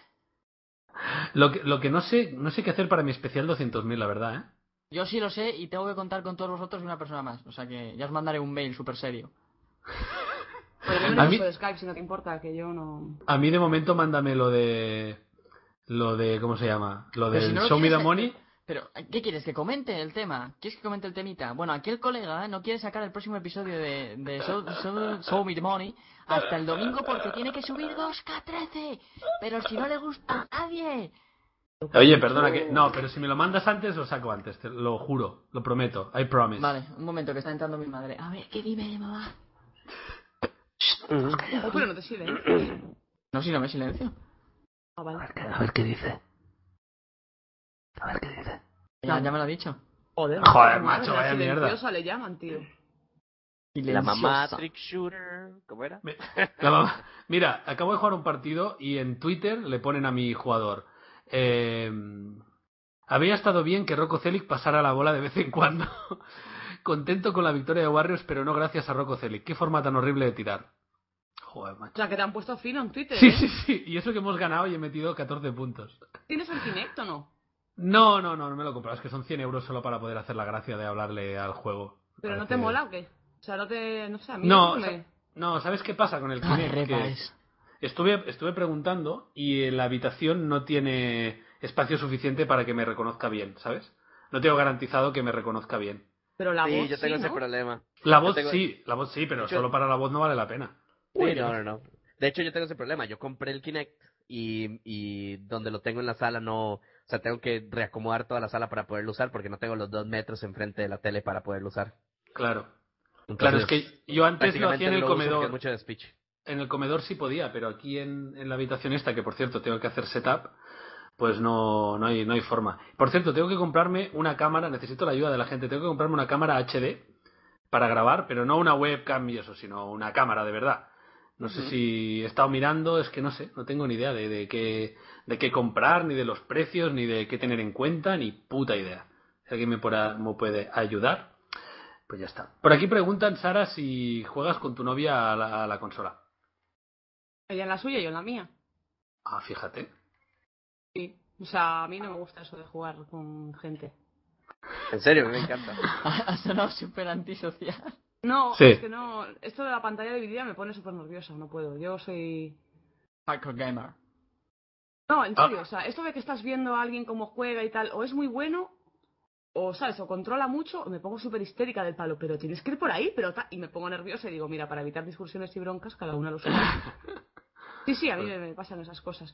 Speaker 3: Lo que, lo que no sé no sé qué hacer para mi especial 200.000, la verdad, ¿eh?
Speaker 6: Yo sí lo sé y tengo que contar con todos vosotros y una persona más. O sea que ya os mandaré un mail súper serio.
Speaker 4: Pero
Speaker 3: a
Speaker 4: no
Speaker 3: mí-
Speaker 4: uso de Skype si no te importa, que yo no...
Speaker 3: A mí de momento mándame lo de... Lo de... ¿Cómo se llama? Lo
Speaker 6: Pero
Speaker 3: del
Speaker 6: si no lo
Speaker 3: Show Me the
Speaker 6: quieres-
Speaker 3: Money.
Speaker 6: Pero, ¿qué quieres? ¿Que comente el tema? ¿Quieres que comente el temita? Bueno, aquí el colega no quiere sacar el próximo episodio de, de Show, Show- Show Me the Money hasta el domingo porque tiene que subir 2K13. Pero si no le gusta a nadie.
Speaker 3: Oye, perdona que... No, pero si me lo mandas antes, lo saco antes. Te lo juro. Lo prometo. I promise.
Speaker 6: Vale, un momento que está entrando mi madre. A ver, ¿qué dime, mamá?
Speaker 4: Oh, pero no te sirve.
Speaker 6: No, si no me silencio.
Speaker 4: Ah, vale.
Speaker 3: A ver qué dice. A ver qué dice.
Speaker 6: Ya, ya me lo ha dicho.
Speaker 4: Joder,
Speaker 3: Joder,
Speaker 4: madre,
Speaker 3: macho,
Speaker 4: la
Speaker 3: vaya mierda.
Speaker 4: silenciosa le llaman, tío.
Speaker 5: La mamá
Speaker 6: Silenciosa.
Speaker 5: Trick Shooter. ¿Cómo era?
Speaker 3: Me- la mamá- Mira, acabo de jugar un partido y en Twitter le ponen a mi jugador. eh, Había estado bien que Rocco Celic pasara la bola de vez en cuando. Contento con la victoria de Warriors, pero no gracias a Rocco Celic. Qué forma tan horrible de tirar. Joder,
Speaker 4: O
Speaker 3: macho.
Speaker 4: sea, que te han puesto fino en Twitter,
Speaker 3: Sí,
Speaker 4: ¿eh?
Speaker 3: sí, sí. Y eso que hemos ganado y he metido 14 puntos.
Speaker 4: ¿Tienes el Kinect o no?
Speaker 3: No, no, no, no me lo he comprado. Es que son 100 euros solo para poder hacer la gracia de hablarle al juego.
Speaker 4: ¿Pero no
Speaker 3: Parece-
Speaker 4: te mola o qué? O sea, no te... No sé, a mí
Speaker 3: No,
Speaker 4: me-
Speaker 3: sa- no, ¿sabes qué pasa con el
Speaker 6: Ah,
Speaker 3: Kinect?
Speaker 6: repa
Speaker 3: Que-
Speaker 6: es.
Speaker 3: Estuve, estuve preguntando y eh, la habitación no tiene espacio suficiente para que me reconozca bien, ¿sabes? No tengo garantizado que me reconozca bien.
Speaker 4: Pero la
Speaker 5: Sí,
Speaker 4: voz
Speaker 5: yo tengo
Speaker 4: sí,
Speaker 5: ese
Speaker 4: ¿no?
Speaker 5: problema.
Speaker 3: La
Speaker 5: Yo
Speaker 3: voz
Speaker 5: tengo-
Speaker 3: sí, la voz sí, pero
Speaker 5: Yo-
Speaker 3: solo para la voz no vale la pena.
Speaker 5: Sí,
Speaker 6: Uy,
Speaker 5: no,
Speaker 6: no.
Speaker 5: no, no. De hecho, yo tengo ese problema. Yo compré el Kinect y, y donde lo tengo en la sala no... O sea, tengo que reacomodar toda la sala para poderlo usar porque no tengo los dos metros enfrente de la tele para poderlo usar.
Speaker 3: Claro. Claro, es que yo antes lo hacía en el
Speaker 5: Es
Speaker 3: comedor.
Speaker 5: mucho de speech.
Speaker 3: En el comedor sí podía, pero aquí en, en la habitación esta, que por cierto tengo que hacer setup, pues no, no, hay, no hay forma. Por cierto, tengo que comprarme una cámara, necesito la ayuda de la gente, tengo que comprarme una cámara HD para grabar, pero no una webcam y eso, sino una cámara de verdad. No sé si he estado mirando, es que no sé, no tengo ni idea de, de qué, de qué comprar, ni de los precios, ni de qué tener en cuenta, ni puta idea. Si alguien me, pora- me puede ayudar, pues ya está. Por aquí preguntan, Sara, si juegas con tu novia a la- a la consola.
Speaker 4: Ella en la suya y yo en la mía.
Speaker 3: Ah, fíjate.
Speaker 4: Sí. O sea, a mí no me gusta eso de jugar con gente.
Speaker 5: En serio, me encanta.
Speaker 6: Ha sonado súper antisocial.
Speaker 4: No,
Speaker 3: Sí.
Speaker 4: es que no. Esto de la pantalla dividida me pone súper nerviosa, no puedo. Yo soy.
Speaker 6: Hardcore gamer.
Speaker 4: No, en
Speaker 3: Ah.
Speaker 4: serio, o sea, esto de que estás viendo a alguien cómo juega y tal, o es muy bueno, o sabes, o controla mucho, o me pongo súper histérica del palo, pero tienes que ir por ahí, pero ta- y me pongo nerviosa y digo, mira, para evitar discusiones y broncas, cada una lo suyo. sí, sí, a mí me, me pasan esas cosas.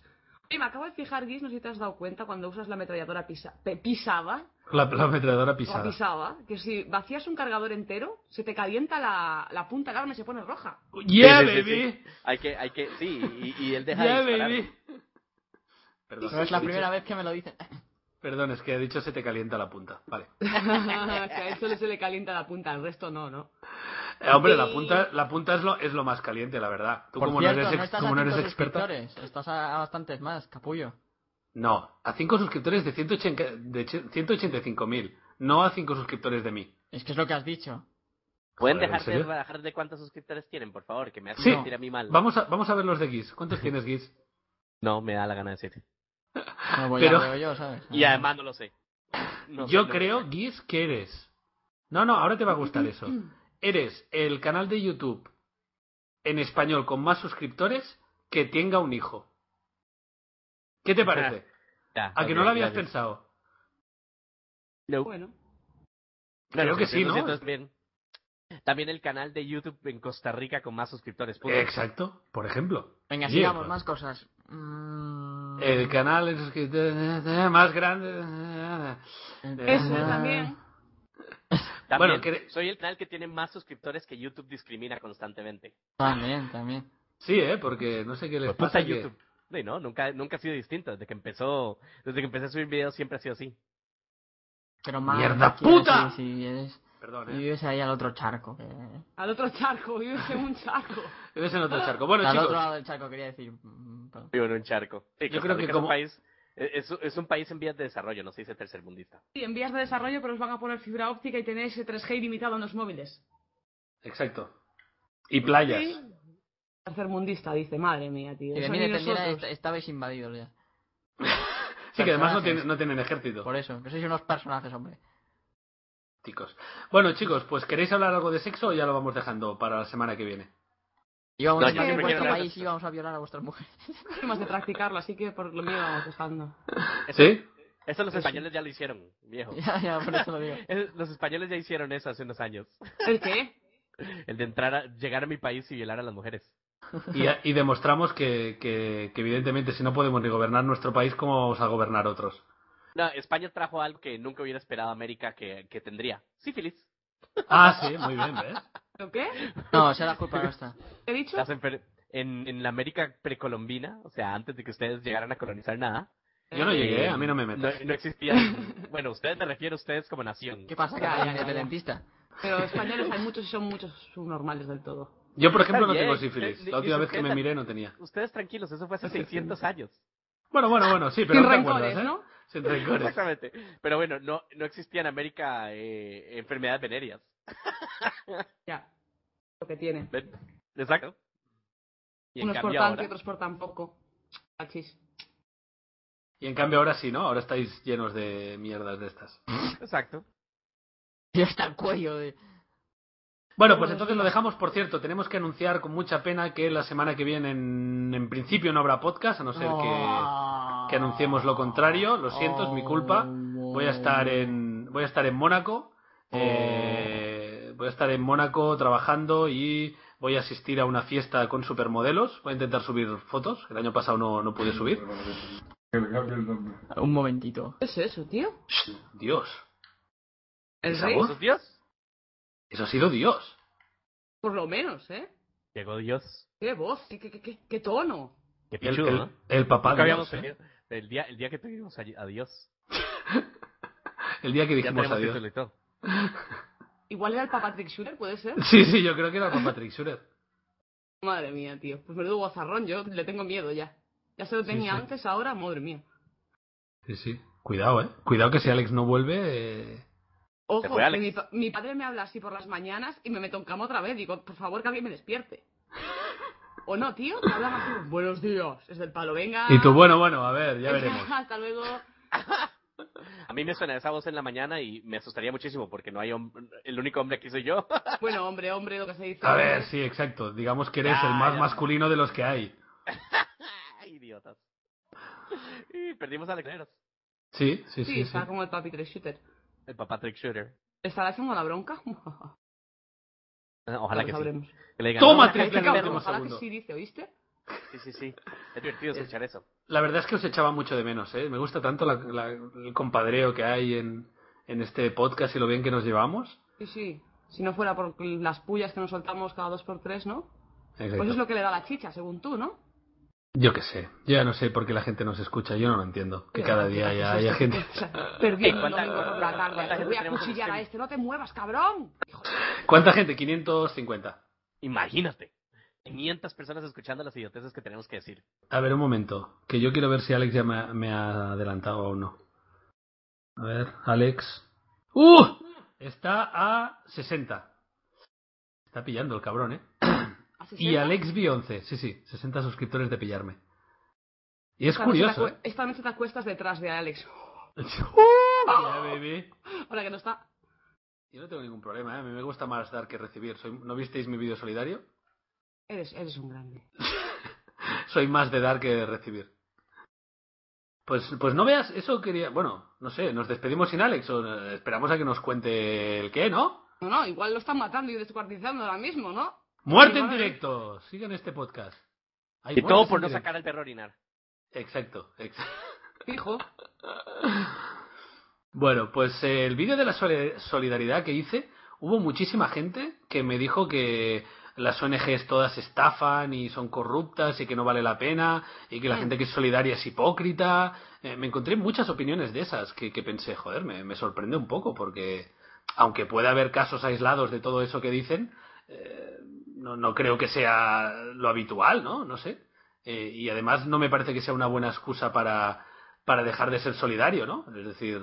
Speaker 4: Oye, me acabo de fijar, Guis, no sé si te has dado cuenta, cuando usas la ametralladora pisa, pe- pisaba,
Speaker 3: La, la ametralladora
Speaker 4: o
Speaker 3: pisada.
Speaker 4: pisaba, que si vacías un cargador entero, se te calienta la, la punta del arma y se pone roja.
Speaker 3: Yeah,
Speaker 5: Sí, sí, sí,
Speaker 3: baby.
Speaker 5: sí. Hay que, hay que, sí, y, y él deja de
Speaker 3: Yeah,
Speaker 5: disparar.
Speaker 3: baby. Perdón,
Speaker 6: Pero es la
Speaker 3: he dicho-
Speaker 6: primera vez que me lo dicen.
Speaker 3: Perdón, es que he dicho se te calienta la punta. Vale.
Speaker 4: que a él solo se le calienta la punta, al resto no, ¿no?
Speaker 3: Eh, hombre, la
Speaker 4: Sí.
Speaker 3: punta, la punta es lo, es lo más caliente, la verdad. Tú
Speaker 6: Por
Speaker 3: como
Speaker 6: cierto,
Speaker 3: no eres,
Speaker 6: no
Speaker 3: ex-
Speaker 6: estás
Speaker 3: como
Speaker 6: a
Speaker 3: no
Speaker 6: cinco
Speaker 3: eres experta.
Speaker 6: suscriptores, Estás a, a bastantes más, capullo.
Speaker 3: No, a 5 suscriptores de 180 de 185.000, no a 5 suscriptores de mí.
Speaker 6: Es que es lo que has dicho.
Speaker 5: ¿Pueden
Speaker 3: Joder, ¿en
Speaker 5: dejar de
Speaker 3: serio?
Speaker 5: barajar de cuántos suscriptores tienen, por favor? Que me hace
Speaker 3: Sí.
Speaker 5: sentir a mí mal.
Speaker 3: Vamos a, vamos a ver los de Giz. ¿Cuántos tienes, Giz?
Speaker 5: No, me da la gana de decir.
Speaker 3: Ah.
Speaker 6: No voy
Speaker 3: Pero-
Speaker 6: a pues veo yo, ¿sabes?
Speaker 5: Y además no lo sé. No sé,
Speaker 3: Yo
Speaker 5: no lo
Speaker 3: creo,
Speaker 5: sé.
Speaker 3: Giz, que eres. No, no, ahora te va a gustar eso. Eres el canal de YouTube en español con más suscriptores que tenga un hijo. ¿Qué te parece?
Speaker 5: Ya,
Speaker 3: ¿A que
Speaker 5: ok,
Speaker 3: no lo habías
Speaker 5: gracias.
Speaker 3: pensado?
Speaker 5: No.
Speaker 4: Bueno.
Speaker 3: Creo que sí,
Speaker 5: lo
Speaker 3: ¿no?
Speaker 5: siento, es bien. También el canal de YouTube en Costa Rica con más suscriptores. punto.
Speaker 3: Exacto, por ejemplo.
Speaker 6: Venga,
Speaker 3: Yeah.
Speaker 6: sigamos, más cosas. Mm,
Speaker 3: El canal de suscriptores eh, eh, más grande. eh, eh,
Speaker 4: Eso también.
Speaker 5: También
Speaker 3: Bueno, que-
Speaker 5: soy el canal que tiene más suscriptores que YouTube discrimina constantemente.
Speaker 6: También, también.
Speaker 3: Sí, ¿eh? Porque no sé qué les
Speaker 5: Pues
Speaker 3: pasa.
Speaker 5: puta
Speaker 3: que-
Speaker 5: YouTube. Sí, no, nunca, nunca ha sido distinto. Desde que empezó, desde que empecé a subir videos siempre ha sido así.
Speaker 6: Pero más.
Speaker 3: ¡Mierda
Speaker 6: quiero
Speaker 3: puta!
Speaker 6: decir, Si vives,
Speaker 3: Perdón,
Speaker 6: si
Speaker 3: ¿eh?
Speaker 6: vives ahí al otro charco. Que...
Speaker 4: Al otro charco, vives en un charco.
Speaker 3: Vives en otro charco. Bueno,
Speaker 6: al
Speaker 3: chicos.
Speaker 6: otro lado del charco, quería decir. Mm, perdón.
Speaker 5: Vivo en un charco. Sí,
Speaker 3: Yo
Speaker 5: Costa
Speaker 3: creo que
Speaker 5: Rica
Speaker 3: como-
Speaker 5: es un país, eh, es, es un país en vías de desarrollo, no se dice tercermundista.
Speaker 4: Sí, en vías de desarrollo, pero os van a poner fibra óptica y tenéis eh, 3G ilimitado en los móviles.
Speaker 3: Exacto. Y playas.
Speaker 4: Tercermundista, dice, madre mía, tío.
Speaker 6: Y de
Speaker 4: eso
Speaker 6: mí
Speaker 4: ni
Speaker 6: dependiera,
Speaker 4: nosotros.
Speaker 6: est- estabais invadidos ya.
Speaker 3: Sí, que además no
Speaker 6: Personajes.
Speaker 3: tienen, no tienen ejército.
Speaker 6: Por eso, que sois unos personajes, hombre.
Speaker 3: Chicos. Bueno, chicos, pues ¿queréis hablar algo de sexo o ya lo vamos dejando para la semana que viene?
Speaker 6: Íbamos
Speaker 5: No,
Speaker 6: a
Speaker 5: yo
Speaker 6: entrar en
Speaker 5: siempre
Speaker 6: vuestro
Speaker 5: quiero hablar de
Speaker 6: país y
Speaker 5: esto.
Speaker 6: íbamos a violar a vuestras mujeres.
Speaker 4: Más de practicarlo, así que por lo mío vamos dejando.
Speaker 3: ¿Sí?
Speaker 5: Eso los españoles ya lo hicieron, viejo.
Speaker 6: ya, ya, por eso lo digo.
Speaker 5: Eh, Los españoles ya hicieron eso hace unos años.
Speaker 4: ¿El qué?
Speaker 5: El de entrar a, llegar a mi país y violar a las mujeres.
Speaker 3: Y, y demostramos que, que- que evidentemente si no podemos ni gobernar nuestro país, ¿cómo vamos a gobernar otros?
Speaker 5: No, España trajo algo que nunca hubiera esperado América que, que tendría. Sífilis.
Speaker 3: Ah, sí, muy bien, ¿ves?
Speaker 4: ¿Lo qué?
Speaker 6: No, será culpa nuestra.
Speaker 4: ¿Qué he dicho?
Speaker 5: Las enfer- en, en la América precolombina, o sea, antes de que ustedes llegaran a colonizar nada.
Speaker 3: Yo no llegué, ¿eh? a mí no me
Speaker 5: No,
Speaker 3: metas.
Speaker 5: no existía. ningún- bueno, ustedes me refiero a ustedes como nación.
Speaker 6: ¿Qué pasa? ¿Que
Speaker 4: Ya,
Speaker 6: eres
Speaker 4: ya, ya, ya.
Speaker 6: independentista?
Speaker 4: Pero españoles hay muchos y son muchos subnormales del todo.
Speaker 3: Yo, por ejemplo, no
Speaker 5: Está
Speaker 3: tengo
Speaker 5: bien,
Speaker 3: sífilis.
Speaker 5: eh,
Speaker 3: La última
Speaker 5: y
Speaker 3: vez que me
Speaker 5: sujeta.
Speaker 3: miré no tenía.
Speaker 5: Ustedes tranquilos, eso fue hace 600 años.
Speaker 3: Bueno, bueno, bueno, sí, pero
Speaker 4: Sin
Speaker 3: no te
Speaker 4: rencores,
Speaker 3: acuerdas, ¿eh?
Speaker 4: ¿no?
Speaker 3: Sin rencores.
Speaker 5: Exactamente. Pero bueno, no, no existía en América eh, enfermedades venéreas.
Speaker 4: Ya. Lo que tienen.
Speaker 5: Ven, Exacto. Y en
Speaker 4: Unos por
Speaker 5: cambio
Speaker 4: tanto y
Speaker 5: ahora,
Speaker 4: otros por tan poco. Achis.
Speaker 3: Y en cambio ahora sí, ¿no? Ahora estáis llenos de mierdas de estas.
Speaker 5: exacto.
Speaker 6: Yo hasta el cuello de...
Speaker 3: Bueno, pues entonces lo dejamos. Por cierto, tenemos que anunciar con mucha pena que la semana que viene, en, en principio, no habrá podcast, a no ser que,
Speaker 4: Ah.
Speaker 3: que anunciemos lo contrario. Lo siento, es mi culpa. Voy a
Speaker 5: Mm.
Speaker 3: estar en, voy a estar en Mónaco.
Speaker 5: Oh.
Speaker 3: eh, voy a estar en Mónaco trabajando y voy a asistir a una fiesta con supermodelos. Voy a intentar subir fotos. El año pasado no, no pude subir.
Speaker 6: Un momentito.
Speaker 4: ¿Qué es eso, tío?
Speaker 3: Dios,
Speaker 4: ¿El
Speaker 3: ¿Esa
Speaker 4: rey?
Speaker 3: voz?
Speaker 5: ¿Oh? ¿Sus dios?
Speaker 3: eso ha sido Dios.
Speaker 4: Por lo menos, ¿eh?
Speaker 5: Llegó Dios.
Speaker 4: ¡Qué voz! ¡Qué, qué, qué, qué, qué tono!
Speaker 5: Qué
Speaker 3: El,
Speaker 5: pichudo,
Speaker 3: el-
Speaker 5: ¿no?
Speaker 3: el papá
Speaker 5: Nunca
Speaker 3: de
Speaker 5: habíamos
Speaker 3: Dios, ¿eh?
Speaker 5: tenido- el, día, el día que tuvimos a, a Dios.
Speaker 3: ¿eh? El día que
Speaker 5: Ya
Speaker 3: dijimos
Speaker 5: tenemos
Speaker 3: adiós.
Speaker 5: título y todo.
Speaker 4: Igual era el Papa Patrick Schuler, ¿puede ser?
Speaker 3: Sí, sí, yo creo que era con Patrick Schurer.
Speaker 4: Madre mía, tío. Pues menudo guazarrón, yo le tengo miedo ya. Ya se lo
Speaker 3: Sí,
Speaker 4: tenía
Speaker 3: sí.
Speaker 4: antes, ahora, madre mía.
Speaker 3: Sí, sí. Cuidado, ¿eh? Cuidado que si Alex no vuelve... eh,
Speaker 5: Se
Speaker 4: Ojo,
Speaker 5: fue
Speaker 4: que
Speaker 5: Alex.
Speaker 4: mi, pa- mi padre me habla así por las mañanas y me meto en cama otra vez. Digo, por favor, que alguien me despierte. O no, tío, te habla más como, buenos días, es del palo,
Speaker 5: Ah.
Speaker 4: venga.
Speaker 3: Y tú, bueno, bueno, a ver, ya
Speaker 4: venga,
Speaker 3: veremos.
Speaker 4: Hasta luego.
Speaker 5: A mí me suena esa voz en la mañana y me asustaría muchísimo porque no hay hom- el único hombre aquí soy yo.
Speaker 4: Bueno, hombre, hombre, lo que se dice.
Speaker 3: A ver, sí, exacto. Digamos que eres
Speaker 5: Ya,
Speaker 3: el más
Speaker 5: ya.
Speaker 3: masculino de los que hay.
Speaker 5: Ay, Idiotas. Y perdimos a Lecneros.
Speaker 3: Sí, sí,
Speaker 4: Sí,
Speaker 3: sí. sí.
Speaker 4: está como el papi tres shooter.
Speaker 5: El papá Trick Shooter.
Speaker 4: ¿Estará echando la bronca?
Speaker 5: Ah, Ojalá
Speaker 4: Lo
Speaker 5: que sí.
Speaker 4: sabremos.
Speaker 5: Que le digan,
Speaker 3: Toma,
Speaker 5: "No,
Speaker 3: triple en
Speaker 5: este
Speaker 3: el
Speaker 5: cabrón".
Speaker 3: último
Speaker 4: ojalá que
Speaker 3: segundo.
Speaker 4: sí dice, ¿oíste?
Speaker 5: Sí, sí, sí. Es divertido
Speaker 4: Eh.
Speaker 5: escuchar eso.
Speaker 3: La verdad es que os echaba mucho de menos, ¿eh? Me gusta tanto la- la- el compadreo que hay en, en este podcast y lo bien que nos llevamos.
Speaker 4: Sí, sí. Si no fuera por las pullas que nos soltamos cada dos por tres, ¿no?
Speaker 3: Exacto.
Speaker 4: Pues es lo que le da la chicha, según tú, ¿no?
Speaker 3: Yo qué sé. Yo ya no sé por qué la gente nos escucha. Yo no lo entiendo. Que cada día ya haya gente...
Speaker 4: Perdiendo
Speaker 5: ¿Cuánta-
Speaker 4: el domingo por la
Speaker 5: cuánta
Speaker 4: tarde. Te voy a
Speaker 5: gente tenemos en
Speaker 4: cuchillar a
Speaker 5: streaming?
Speaker 4: este, no te muevas, cabrón.
Speaker 3: ¿Cuánta gente? 550.
Speaker 5: Imagínate. 500 personas escuchando las idioteces que tenemos que decir.
Speaker 3: A ver, un momento. Que yo quiero ver si Alex ya me, me ha adelantado o no. A ver, Alex. ¡Uh! Está a 60. Está pillando el cabrón, ¿eh?
Speaker 4: Así
Speaker 3: Y
Speaker 4: sea.
Speaker 3: Alex vi 11. Sí, sí, 60 suscriptores de pillarme. Y es
Speaker 4: Esta noche te
Speaker 3: curioso,
Speaker 4: acue- Esta noche te acuestas detrás de Alex.
Speaker 3: ¿eh? Mira, baby.
Speaker 4: Ahora que no está.
Speaker 3: Yo no tengo ningún problema, ¿eh? A mí me gusta más dar que recibir. Soy- ¿No visteis mi vídeo solidario?
Speaker 4: Eres, eres un grande.
Speaker 3: soy más de dar que de recibir. Pues, pues no veas, eso quería. Bueno, no sé, nos despedimos sin Alex o eh, esperamos a que nos cuente el qué, ¿no?
Speaker 4: No, no, igual lo están matando y descuartizando ahora mismo, ¿no?
Speaker 3: ¡Muerte en
Speaker 4: Igual-
Speaker 3: directo! Sigan este podcast. Hay
Speaker 5: Y todo
Speaker 3: muertes
Speaker 5: por
Speaker 3: en
Speaker 5: no
Speaker 3: directo.
Speaker 5: sacar al perro a orinar.
Speaker 3: Exacto, exacto.
Speaker 4: Fijo.
Speaker 3: Bueno, pues eh, el vídeo de la soli- solidaridad que hice, hubo muchísima gente que me dijo que las ONGs todas estafan y son corruptas y que no vale la pena y que la
Speaker 4: Mm.
Speaker 3: gente que es solidaria es hipócrita. Eh, me encontré muchas opiniones de esas que, que pensé, joder, me, me sorprende un poco porque aunque pueda haber casos aislados de todo eso que dicen, eh, no, no creo que sea lo habitual, ¿no? No sé. Eh, y además no me parece que sea una buena excusa para, para dejar de ser solidario, ¿no? Es decir,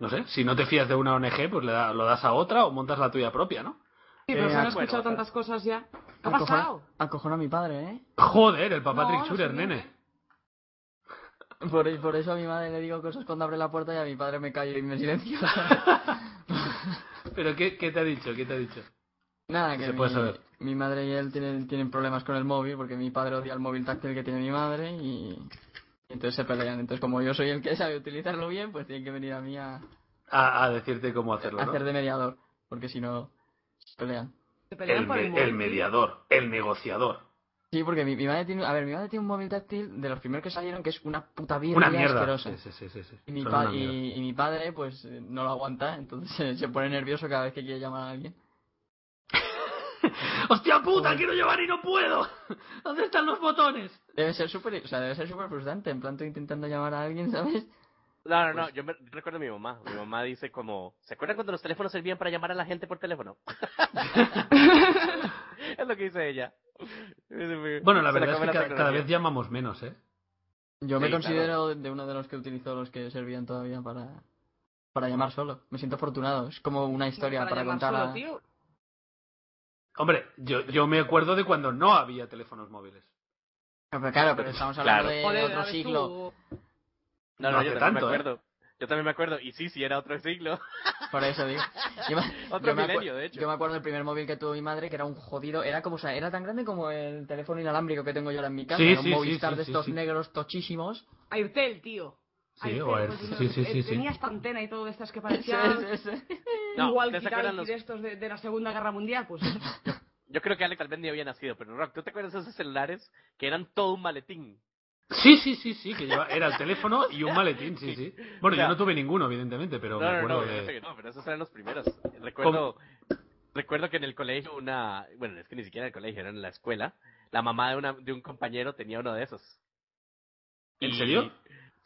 Speaker 3: no sé, si no te fías de una ONG, pues le da- lo das a otra o montas la tuya propia, ¿no?
Speaker 4: Sí, pero
Speaker 6: Eh,
Speaker 4: se han
Speaker 5: acuerdo,
Speaker 4: escuchado
Speaker 5: o sea.
Speaker 4: tantas cosas ya. ¿Qué ha
Speaker 6: Acojona-
Speaker 4: pasado?
Speaker 6: acojona a mi padre, ¿eh?
Speaker 3: Joder, el papá
Speaker 4: No,
Speaker 3: Trick
Speaker 4: no
Speaker 3: Shooter,
Speaker 4: sé bien,
Speaker 3: nene.
Speaker 4: ¿eh?
Speaker 6: Por, por eso a mi madre le digo cosas cuando abre la puerta y a mi padre me callo y me silencio.
Speaker 3: ¿Pero qué, qué te ha dicho? ¿Qué te ha dicho?
Speaker 6: Nada,
Speaker 3: Sí
Speaker 6: que
Speaker 3: se
Speaker 6: mi,
Speaker 3: puede saber.
Speaker 6: mi madre y él tienen, tienen problemas con el móvil porque mi padre odia el móvil táctil que tiene mi madre y, y entonces se pelean. Entonces como yo soy el que sabe utilizarlo bien, pues tienen que venir a mí a,
Speaker 3: A, a decirte cómo hacerlo,
Speaker 6: a
Speaker 3: ¿no?
Speaker 6: hacer de mediador, porque si no se pelean.
Speaker 4: Se pelean por
Speaker 3: me-
Speaker 4: el móvil.
Speaker 3: mediador, el negociador.
Speaker 6: Sí, porque mi, mi madre tiene, a ver, mi madre tiene un móvil táctil de los primeros que salieron que es una puta birria
Speaker 3: Una mierda.
Speaker 6: asquerosa.
Speaker 3: Sí, sí, sí, sí, sí.
Speaker 6: Y mi,
Speaker 3: Son
Speaker 6: pa-
Speaker 3: una mierda.
Speaker 6: y, y mi padre, pues, eh, no lo aguanta, entonces se, se pone nervioso cada vez que quiere llamar a alguien.
Speaker 3: ¡Hostia puta! ¡Quiero llevar y no puedo! ¿Dónde están los botones?
Speaker 6: Debe ser súper, o sea, debe ser súper frustrante, en plan, tú intentando llamar a alguien, ¿sabes?
Speaker 5: No, no, no.
Speaker 3: Pues
Speaker 5: Yo me recuerdo a mi mamá. Mi mamá dice como... ¿Se acuerdan cuando los teléfonos servían para llamar a la gente por teléfono? es lo que dice ella.
Speaker 3: Bueno, la
Speaker 5: Se
Speaker 3: verdad es
Speaker 5: come
Speaker 3: que ca- cada,
Speaker 5: tecnología.
Speaker 3: vez llamamos menos, ¿eh?
Speaker 6: Yo me
Speaker 5: Sí,
Speaker 6: considero de uno de los que utilizó los que servían todavía para, para llamar solo. Me siento afortunado, es como una historia para,
Speaker 4: llamar
Speaker 6: contar.
Speaker 4: solo,
Speaker 6: a-
Speaker 4: tío.
Speaker 3: Hombre, yo, yo me acuerdo de cuando no había teléfonos móviles.
Speaker 6: Ah, pero claro, pero estamos hablando
Speaker 5: Claro.
Speaker 6: de,
Speaker 4: Joder,
Speaker 6: otro
Speaker 4: a ver
Speaker 6: siglo.
Speaker 4: tú.
Speaker 5: No,
Speaker 3: No
Speaker 5: no,
Speaker 3: hace
Speaker 5: yo también
Speaker 3: tanto,
Speaker 5: me
Speaker 3: ¿eh?
Speaker 5: acuerdo. Yo también me acuerdo. Y sí, sí, era otro siglo.
Speaker 6: Por eso digo. Yo me,
Speaker 5: Otro
Speaker 6: yo me acu-
Speaker 5: milenio, de hecho.
Speaker 6: Yo me acuerdo del primer móvil que tuvo mi madre, que era un jodido. Era como, o sea, era tan grande como el teléfono inalámbrico que tengo yo ahora en mi casa.
Speaker 3: Sí,
Speaker 6: era un
Speaker 3: sí, sí,
Speaker 6: Movistar
Speaker 3: sí,
Speaker 6: de
Speaker 3: sí,
Speaker 6: estos
Speaker 3: sí.
Speaker 6: negros tochísimos.
Speaker 4: Airtel, tío.
Speaker 3: Sí,
Speaker 4: Airtel,
Speaker 3: o Air-
Speaker 4: pues,
Speaker 3: sí, sí, sí,
Speaker 4: eh,
Speaker 3: sí.
Speaker 4: Tenía esta antena y todo de estas que
Speaker 6: Ese,
Speaker 4: parecían
Speaker 6: ese, ese.
Speaker 5: No,
Speaker 4: igual
Speaker 5: ¿ustedes se acuerdan los-
Speaker 4: de estos de, de la Segunda Guerra Mundial, pues
Speaker 5: Yo creo que Alex tal vez ni había nacido, pero Rock, ¿tú te acuerdas de esos celulares que eran todo un maletín?
Speaker 3: Sí, sí, sí, sí, que lleva, era el teléfono y un maletín, sí, sí. Bueno,
Speaker 5: O sea-
Speaker 3: yo no tuve ninguno, evidentemente, pero me
Speaker 5: No, no, no,
Speaker 3: acuerdo
Speaker 5: obviamente
Speaker 3: de...
Speaker 5: que no, pero esos eran los primeros. Recuerdo recuerdo que en el colegio una, bueno, es que ni siquiera en el colegio, era en la escuela, la mamá de una de un compañero tenía uno de esos.
Speaker 3: ¿En
Speaker 5: Y-
Speaker 3: serio?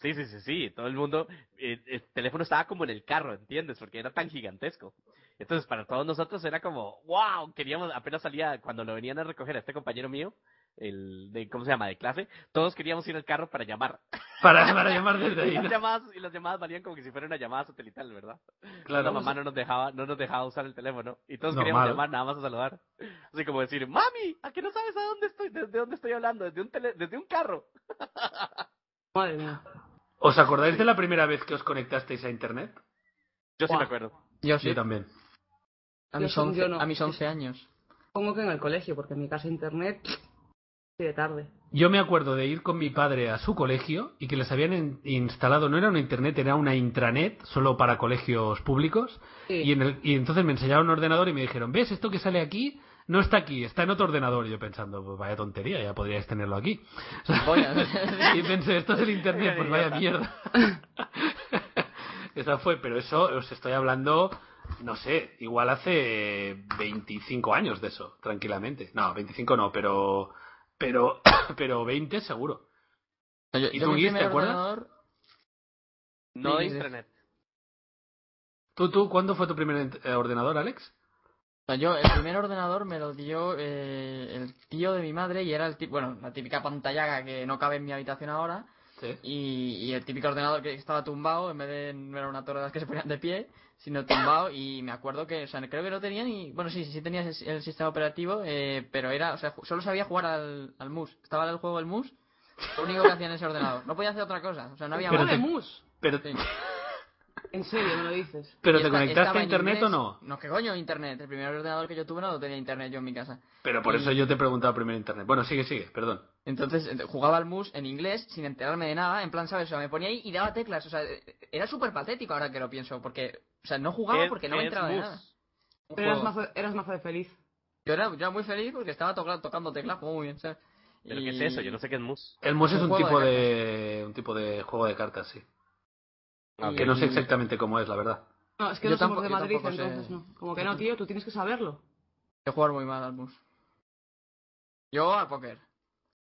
Speaker 5: Sí, sí, sí, sí, todo el mundo, eh, el teléfono estaba como en el carro, ¿entiendes? Porque era tan gigantesco. Entonces, para todos nosotros era como, wow, queríamos, apenas salía, cuando lo venían a recoger a este compañero mío, el de, ¿cómo se llama?, de clase, todos queríamos ir al carro para llamar.
Speaker 3: Para, para llamar desde
Speaker 5: Y
Speaker 3: ahí.
Speaker 5: las
Speaker 3: ¿no?
Speaker 5: llamadas, y las llamadas valían como que si fuera una llamada satelital, ¿verdad?
Speaker 3: Claro,
Speaker 5: la mamá no nos dejaba, no nos dejaba usar el teléfono. Y todos queríamos
Speaker 3: Normal.
Speaker 5: llamar nada más a saludar. Así como decir, mami, ¿a qué no sabes a dónde estoy, desde dónde estoy hablando? Desde un tele- desde un carro.
Speaker 4: Madre mía.
Speaker 3: ¿Os acordáis de la primera vez que os conectasteis a internet?
Speaker 5: Yo sí
Speaker 4: Guau.
Speaker 5: me acuerdo.
Speaker 6: Yo sí,
Speaker 3: Yo también.
Speaker 6: a,
Speaker 4: Yo
Speaker 6: mis
Speaker 4: sí, yo
Speaker 6: 11,
Speaker 4: no.
Speaker 6: a mis 11 años.
Speaker 4: Supongo que en el colegio, porque en mi casa internet sí de tarde.
Speaker 3: Yo me acuerdo de ir con mi padre a su colegio y que les habían in- instalado, no era una internet, era una intranet, solo para colegios públicos.
Speaker 4: Sí.
Speaker 3: Y, en el- y entonces me enseñaron un ordenador y me dijeron, ¿ves esto que sale aquí? No está aquí, está en otro ordenador. Y yo pensando, pues vaya tontería, ya podríais tenerlo aquí.
Speaker 6: Polla.
Speaker 3: y pensé, esto es el internet, pues vaya mierda. Esa fue, pero eso os estoy hablando, no sé, igual hace 25 años de eso, tranquilamente. No, 25 no, pero pero pero 20 seguro.
Speaker 6: Yo-
Speaker 3: ¿Y
Speaker 6: yo
Speaker 3: tú,
Speaker 6: mi
Speaker 3: Guis, te
Speaker 6: primer
Speaker 3: acuerdas?
Speaker 6: ordenador-
Speaker 5: No de
Speaker 6: Sí, sí.
Speaker 5: internet.
Speaker 3: ¿Tú, tú, cuándo fue tu primer ent- eh, ordenador, Alex?
Speaker 6: O sea, yo el primer ordenador me lo dio eh, el tío de mi madre y era el ti- bueno, la típica pantallaga que no cabe en mi habitación ahora
Speaker 3: Sí.
Speaker 6: y, y el típico ordenador que estaba tumbado en vez de no era una torre de las que se ponían de pie, sino tumbado y me acuerdo que, o sea, creo que no tenía ni, bueno, sí, sí tenía el, el sistema operativo, eh, pero era, o sea, ju- solo sabía jugar al, al mus, estaba el juego del mus, lo único que hacía en ese ordenador, no podía hacer otra cosa, o sea, no había
Speaker 3: Pero
Speaker 6: más.
Speaker 3: te-
Speaker 4: mus!
Speaker 3: Pero,
Speaker 6: Sí.
Speaker 4: En serio, me lo dices.
Speaker 3: pero
Speaker 6: Y
Speaker 3: te
Speaker 6: esta-
Speaker 3: conectaste
Speaker 6: estaba
Speaker 3: a
Speaker 6: en
Speaker 3: internet o
Speaker 6: inglés.
Speaker 3: no?
Speaker 6: No, que coño, internet, el primer ordenador que yo tuve no tenía internet yo en mi casa.
Speaker 3: Pero por
Speaker 6: Y-
Speaker 3: eso yo te he preguntado primero internet. Bueno, sigue, sigue, perdón.
Speaker 6: Entonces eh, jugaba al mus en inglés sin enterarme de nada, en plan, ¿sabes? O sea, me ponía ahí y daba teclas. O sea, eh, era súper patético ahora que lo pienso, porque, o sea, no jugaba
Speaker 5: Es-
Speaker 6: porque no me
Speaker 5: es
Speaker 6: enteraba de
Speaker 5: mus.
Speaker 6: nada. Un
Speaker 4: Pero eras
Speaker 6: juego.
Speaker 4: mazo, eras mazo de feliz.
Speaker 6: Yo, era, yo era muy feliz porque estaba toca- tocando teclas, como muy bien, ¿sabes?
Speaker 5: ¿Pero
Speaker 6: Y-
Speaker 5: qué es eso? Yo no sé qué es mus.
Speaker 3: El mus
Speaker 6: Un
Speaker 3: es un
Speaker 6: juego
Speaker 3: tipo
Speaker 6: de
Speaker 3: de un tipo de juego de cartas, sí.
Speaker 6: Ah,
Speaker 3: Que no sé
Speaker 6: Y-
Speaker 3: exactamente cómo es, la verdad.
Speaker 4: No, es que
Speaker 6: Yo
Speaker 4: no somos
Speaker 6: tampoco-
Speaker 4: de
Speaker 6: yo
Speaker 4: Madrid,
Speaker 6: tampoco sé.
Speaker 4: entonces no. Como que no, tío, tú tienes que saberlo.
Speaker 6: Yo jugar muy mal al mus. Yo al póker.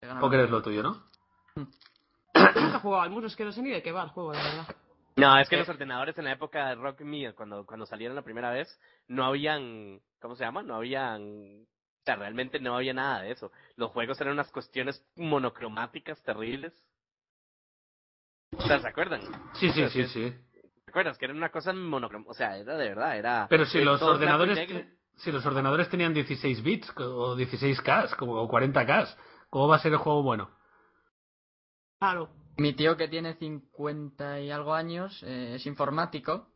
Speaker 6: Que ganaba.
Speaker 3: Póker es lo tuyo, ¿no?
Speaker 4: Yo Nunca he jugado al mus, es que no sé ni de qué va el juego, de verdad.
Speaker 5: No, es que los ordenadores en la época de Rock Me, cuando, cuando salieron la primera vez, no habían, ¿cómo se llama? No habían, o sea, realmente no había nada de eso. Los juegos eran unas cuestiones monocromáticas terribles. O sea, ¿se acuerdan?
Speaker 3: Sí, sí,
Speaker 5: Pero
Speaker 3: sí,
Speaker 5: sí.
Speaker 3: sí.
Speaker 5: ¿Te acuerdas? Que era una cosa monocromática, o sea, era de verdad, era...
Speaker 3: Pero si
Speaker 5: eh,
Speaker 3: los
Speaker 5: todo blanco y
Speaker 3: ordenadores
Speaker 5: negro.
Speaker 3: te- si los ordenadores tenían 16 bits o 16K como- o 40K, ¿cómo va a ser el juego bueno?
Speaker 4: Claro.
Speaker 6: Mi tío que tiene 50 y algo años eh, es informático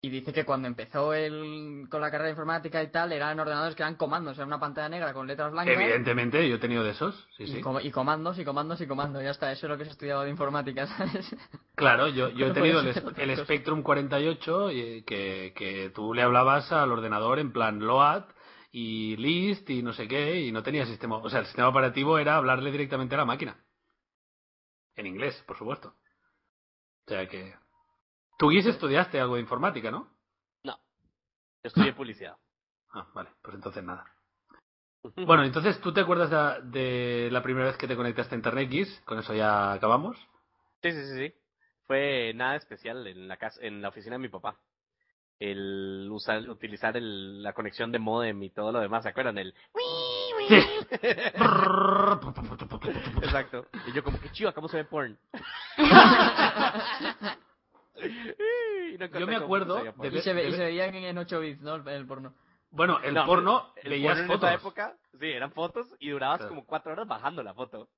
Speaker 6: y dice que cuando empezó él con la carrera de informática y tal eran ordenadores que eran comandos, era una pantalla negra con letras blancas
Speaker 3: Evidentemente, yo he tenido de esos. Sí,
Speaker 6: y,
Speaker 3: sí.
Speaker 6: com- y comandos y comandos y comandos, ya está, eso es lo que se estudiaba de informática, ¿sabes?
Speaker 3: Claro, yo, yo he
Speaker 6: No
Speaker 3: tenido el,
Speaker 6: podía
Speaker 3: es-
Speaker 6: ser otra
Speaker 3: el
Speaker 6: cosa.
Speaker 3: Spectrum 48 y- que, que tú le hablabas al ordenador en plan load y list y no sé qué y no tenía sistema. O sea, el sistema operativo era hablarle directamente a la máquina. En inglés, por supuesto. O sea que... Tú, Guis, estudiaste algo de informática, ¿no?
Speaker 5: Yo estudié publicidad.
Speaker 3: Ah, vale, pues entonces nada. Bueno, entonces, ¿tú te acuerdas de la, de la primera vez que te conectaste a Internet, Guis? Con eso ya acabamos.
Speaker 5: Sí, sí, sí, sí. Fue nada especial en la casa, en la oficina de mi papá. El usar, utilizar el- la conexión de modem y todo lo demás, ¿se acuerdan? El
Speaker 3: Sí.
Speaker 5: Exacto. Y yo como que chiva, ¿cómo se ve porn? Y no encontré
Speaker 3: Yo me
Speaker 5: cómo
Speaker 3: acuerdo
Speaker 5: se veía porn.
Speaker 3: de-
Speaker 6: y, se ve- y
Speaker 3: debe-
Speaker 6: se veían en 8 bits, ¿no? El, el porno.
Speaker 3: Bueno, el
Speaker 5: No,
Speaker 3: porno,
Speaker 5: el
Speaker 3: veías
Speaker 5: porno en
Speaker 3: fotos.
Speaker 5: esa época, sí, eran fotos y durabas
Speaker 3: Claro.
Speaker 5: como cuatro horas bajando la foto.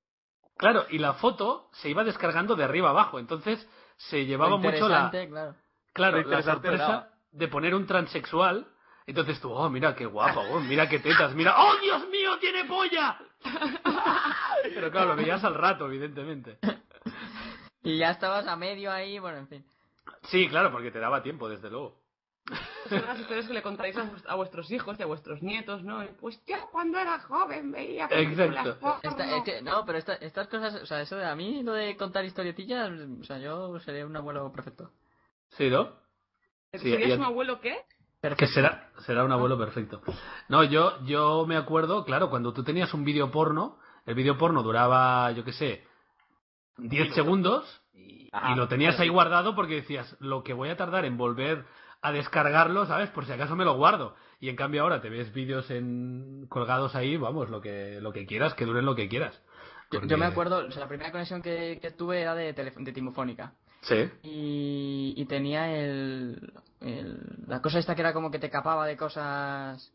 Speaker 3: Claro, y la foto se iba descargando de arriba abajo, entonces se
Speaker 6: Lo
Speaker 3: llevaba mucho la,
Speaker 6: interesante, claro.
Speaker 3: claro,
Speaker 5: lo
Speaker 3: la
Speaker 5: interesante
Speaker 3: sorpresa
Speaker 5: era-
Speaker 3: de poner un transexual. Entonces tú, oh, mira qué guapo, oh, mira qué tetas, mira, ¡oh, Dios mío, tiene polla! Pero claro, lo veías al rato, evidentemente.
Speaker 6: Y ya estabas a medio ahí, bueno, en fin.
Speaker 3: Sí, claro, porque te daba tiempo, desde luego.
Speaker 4: Son las historias que le contáis a, vuest- a vuestros hijos y a vuestros nietos, ¿no? Y, Pues ya cuando era joven veía películas
Speaker 3: Exacto.
Speaker 4: porno.
Speaker 6: Esta- es que- no, pero esta- estas cosas, o sea, eso de a mí, lo de contar historietillas, o sea, yo sería un abuelo perfecto.
Speaker 3: ¿Sí, no? sí,
Speaker 4: ¿Serías
Speaker 3: ya-
Speaker 4: un abuelo qué?
Speaker 3: Que será, será un abuelo perfecto. No, yo, yo me acuerdo, claro, cuando tú tenías un vídeo porno, el vídeo porno duraba, yo qué sé, 10 segundos y,
Speaker 5: Ajá.
Speaker 4: ah,
Speaker 3: y lo tenías ahí guardado porque decías, lo que voy a tardar en volver a descargarlo, ¿sabes? Por si acaso me lo guardo. Y en cambio ahora te ves vídeos en, colgados ahí, vamos, lo que, lo que quieras, que duren lo que quieras.
Speaker 6: Yo, yo
Speaker 3: Porque-
Speaker 6: me acuerdo, o sea, la primera conexión que, que tuve era de, telefo- de timofónica.
Speaker 3: Sí.
Speaker 6: Y, y tenía el, el- La cosa esta que era como que te capaba de cosas.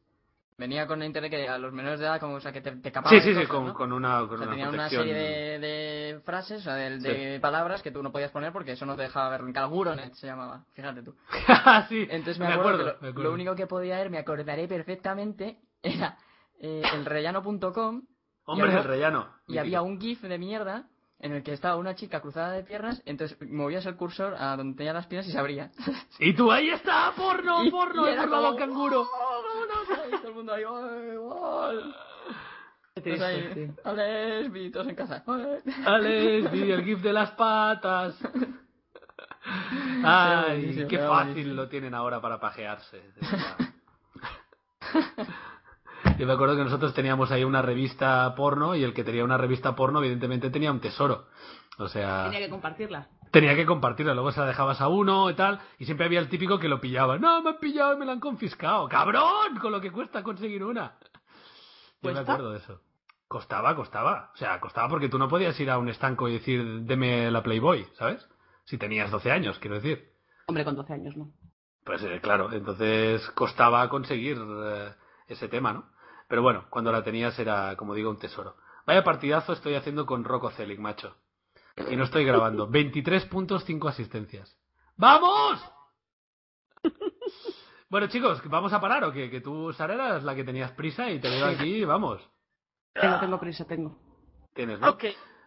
Speaker 6: Venía con internet que a los menores de edad, como, o sea, que te, te capaba.
Speaker 3: Sí,
Speaker 6: de
Speaker 3: sí, sí,
Speaker 6: cosas,
Speaker 3: con,
Speaker 6: ¿no?
Speaker 3: con una, con
Speaker 6: O sea,
Speaker 3: una
Speaker 6: tenía una
Speaker 3: protección.
Speaker 6: serie de, de frases, o sea, de, de palabras que tú no podías poner porque eso no te dejaba ver. Calguronet se llamaba, fíjate tú.
Speaker 3: Ah, sí,
Speaker 6: Entonces me, acuerdo, que lo, lo único que podía ver, me acordaré perfectamente, era eh, elrellano.com
Speaker 3: Hombre,
Speaker 6: había-
Speaker 3: el rellano.
Speaker 6: y había un GIF de mierda en el que estaba una chica cruzada de piernas, entonces movías el cursor a donde tenía las piernas y se abría.
Speaker 3: Y tú, ahí está, porno,
Speaker 6: Y-
Speaker 3: porno,
Speaker 6: y
Speaker 3: he
Speaker 6: era
Speaker 3: salvado a un
Speaker 6: como,
Speaker 3: canguro.
Speaker 6: ¡Oh, no, no! Y todo el mundo ahí, ¡ay, gol! Entonces ahí, ¡ole, Esbi! Todos en casa. ¡ole!
Speaker 3: Alex, y el gif de las patas.
Speaker 6: Era
Speaker 3: Ay,
Speaker 6: buenísimo,
Speaker 3: qué
Speaker 6: era
Speaker 3: fácil
Speaker 6: buenísimo.
Speaker 3: lo tienen ahora para pajearse. de verdad. Yo me acuerdo que nosotros teníamos ahí una revista porno y el que tenía una revista porno evidentemente tenía un tesoro. O sea,
Speaker 4: Tenía que compartirla.
Speaker 3: tenía que compartirla, luego se la dejabas a uno y tal, y siempre había el típico que lo pillaba. No, me han pillado y me la han confiscado. ¡Cabrón! Con lo que cuesta conseguir una. Yo me
Speaker 4: ¿Cuesta?
Speaker 3: acuerdo de eso. Costaba, costaba. O sea, costaba porque tú no podías ir a un estanco y decir, deme la Playboy, ¿sabes? Si tenías 12 años, quiero decir.
Speaker 4: Hombre, con 12 años, ¿no?
Speaker 3: Pues eh, claro, entonces costaba conseguir eh, ese tema, ¿no? Pero bueno, cuando la tenías era, como digo, un tesoro. Vaya partidazo estoy haciendo con Rocco Celic, macho. Y no estoy grabando. 23 puntos, 5 asistencias. ¡Vamos! Bueno, chicos, ¿vamos a parar o qué? Que tú, Sara, eras la que tenías prisa y te veo aquí, vamos.
Speaker 4: Tengo, tengo prisa, tengo.
Speaker 3: Tienes, ¿no?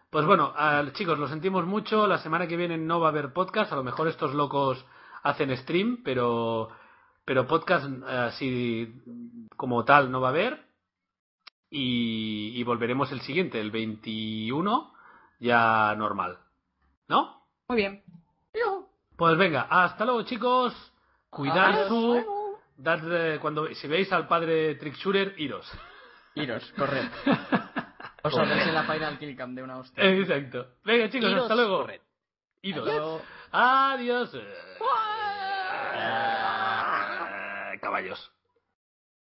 Speaker 3: Pues bueno, al- chicos, lo sentimos mucho. La semana que viene no va a haber podcast. A lo mejor estos locos hacen stream, pero, pero podcast eh, así como tal no va a haber. Y, y volveremos el siguiente, el 21, ya normal. ¿No?
Speaker 4: Muy bien.
Speaker 3: Pues venga, hasta luego, chicos. Cuidad
Speaker 6: Adiós.
Speaker 3: su. dad, eh, cuando, si veis al padre Trickshooter, iros.
Speaker 6: Iros, correr. O sea, en la final kill cam de una hostia.
Speaker 3: Eh, Exacto. Venga, chicos,
Speaker 5: Iros,
Speaker 3: hasta luego.
Speaker 5: corred.
Speaker 3: Iros.
Speaker 6: Luego-
Speaker 3: Adiós. Eh, Caballos.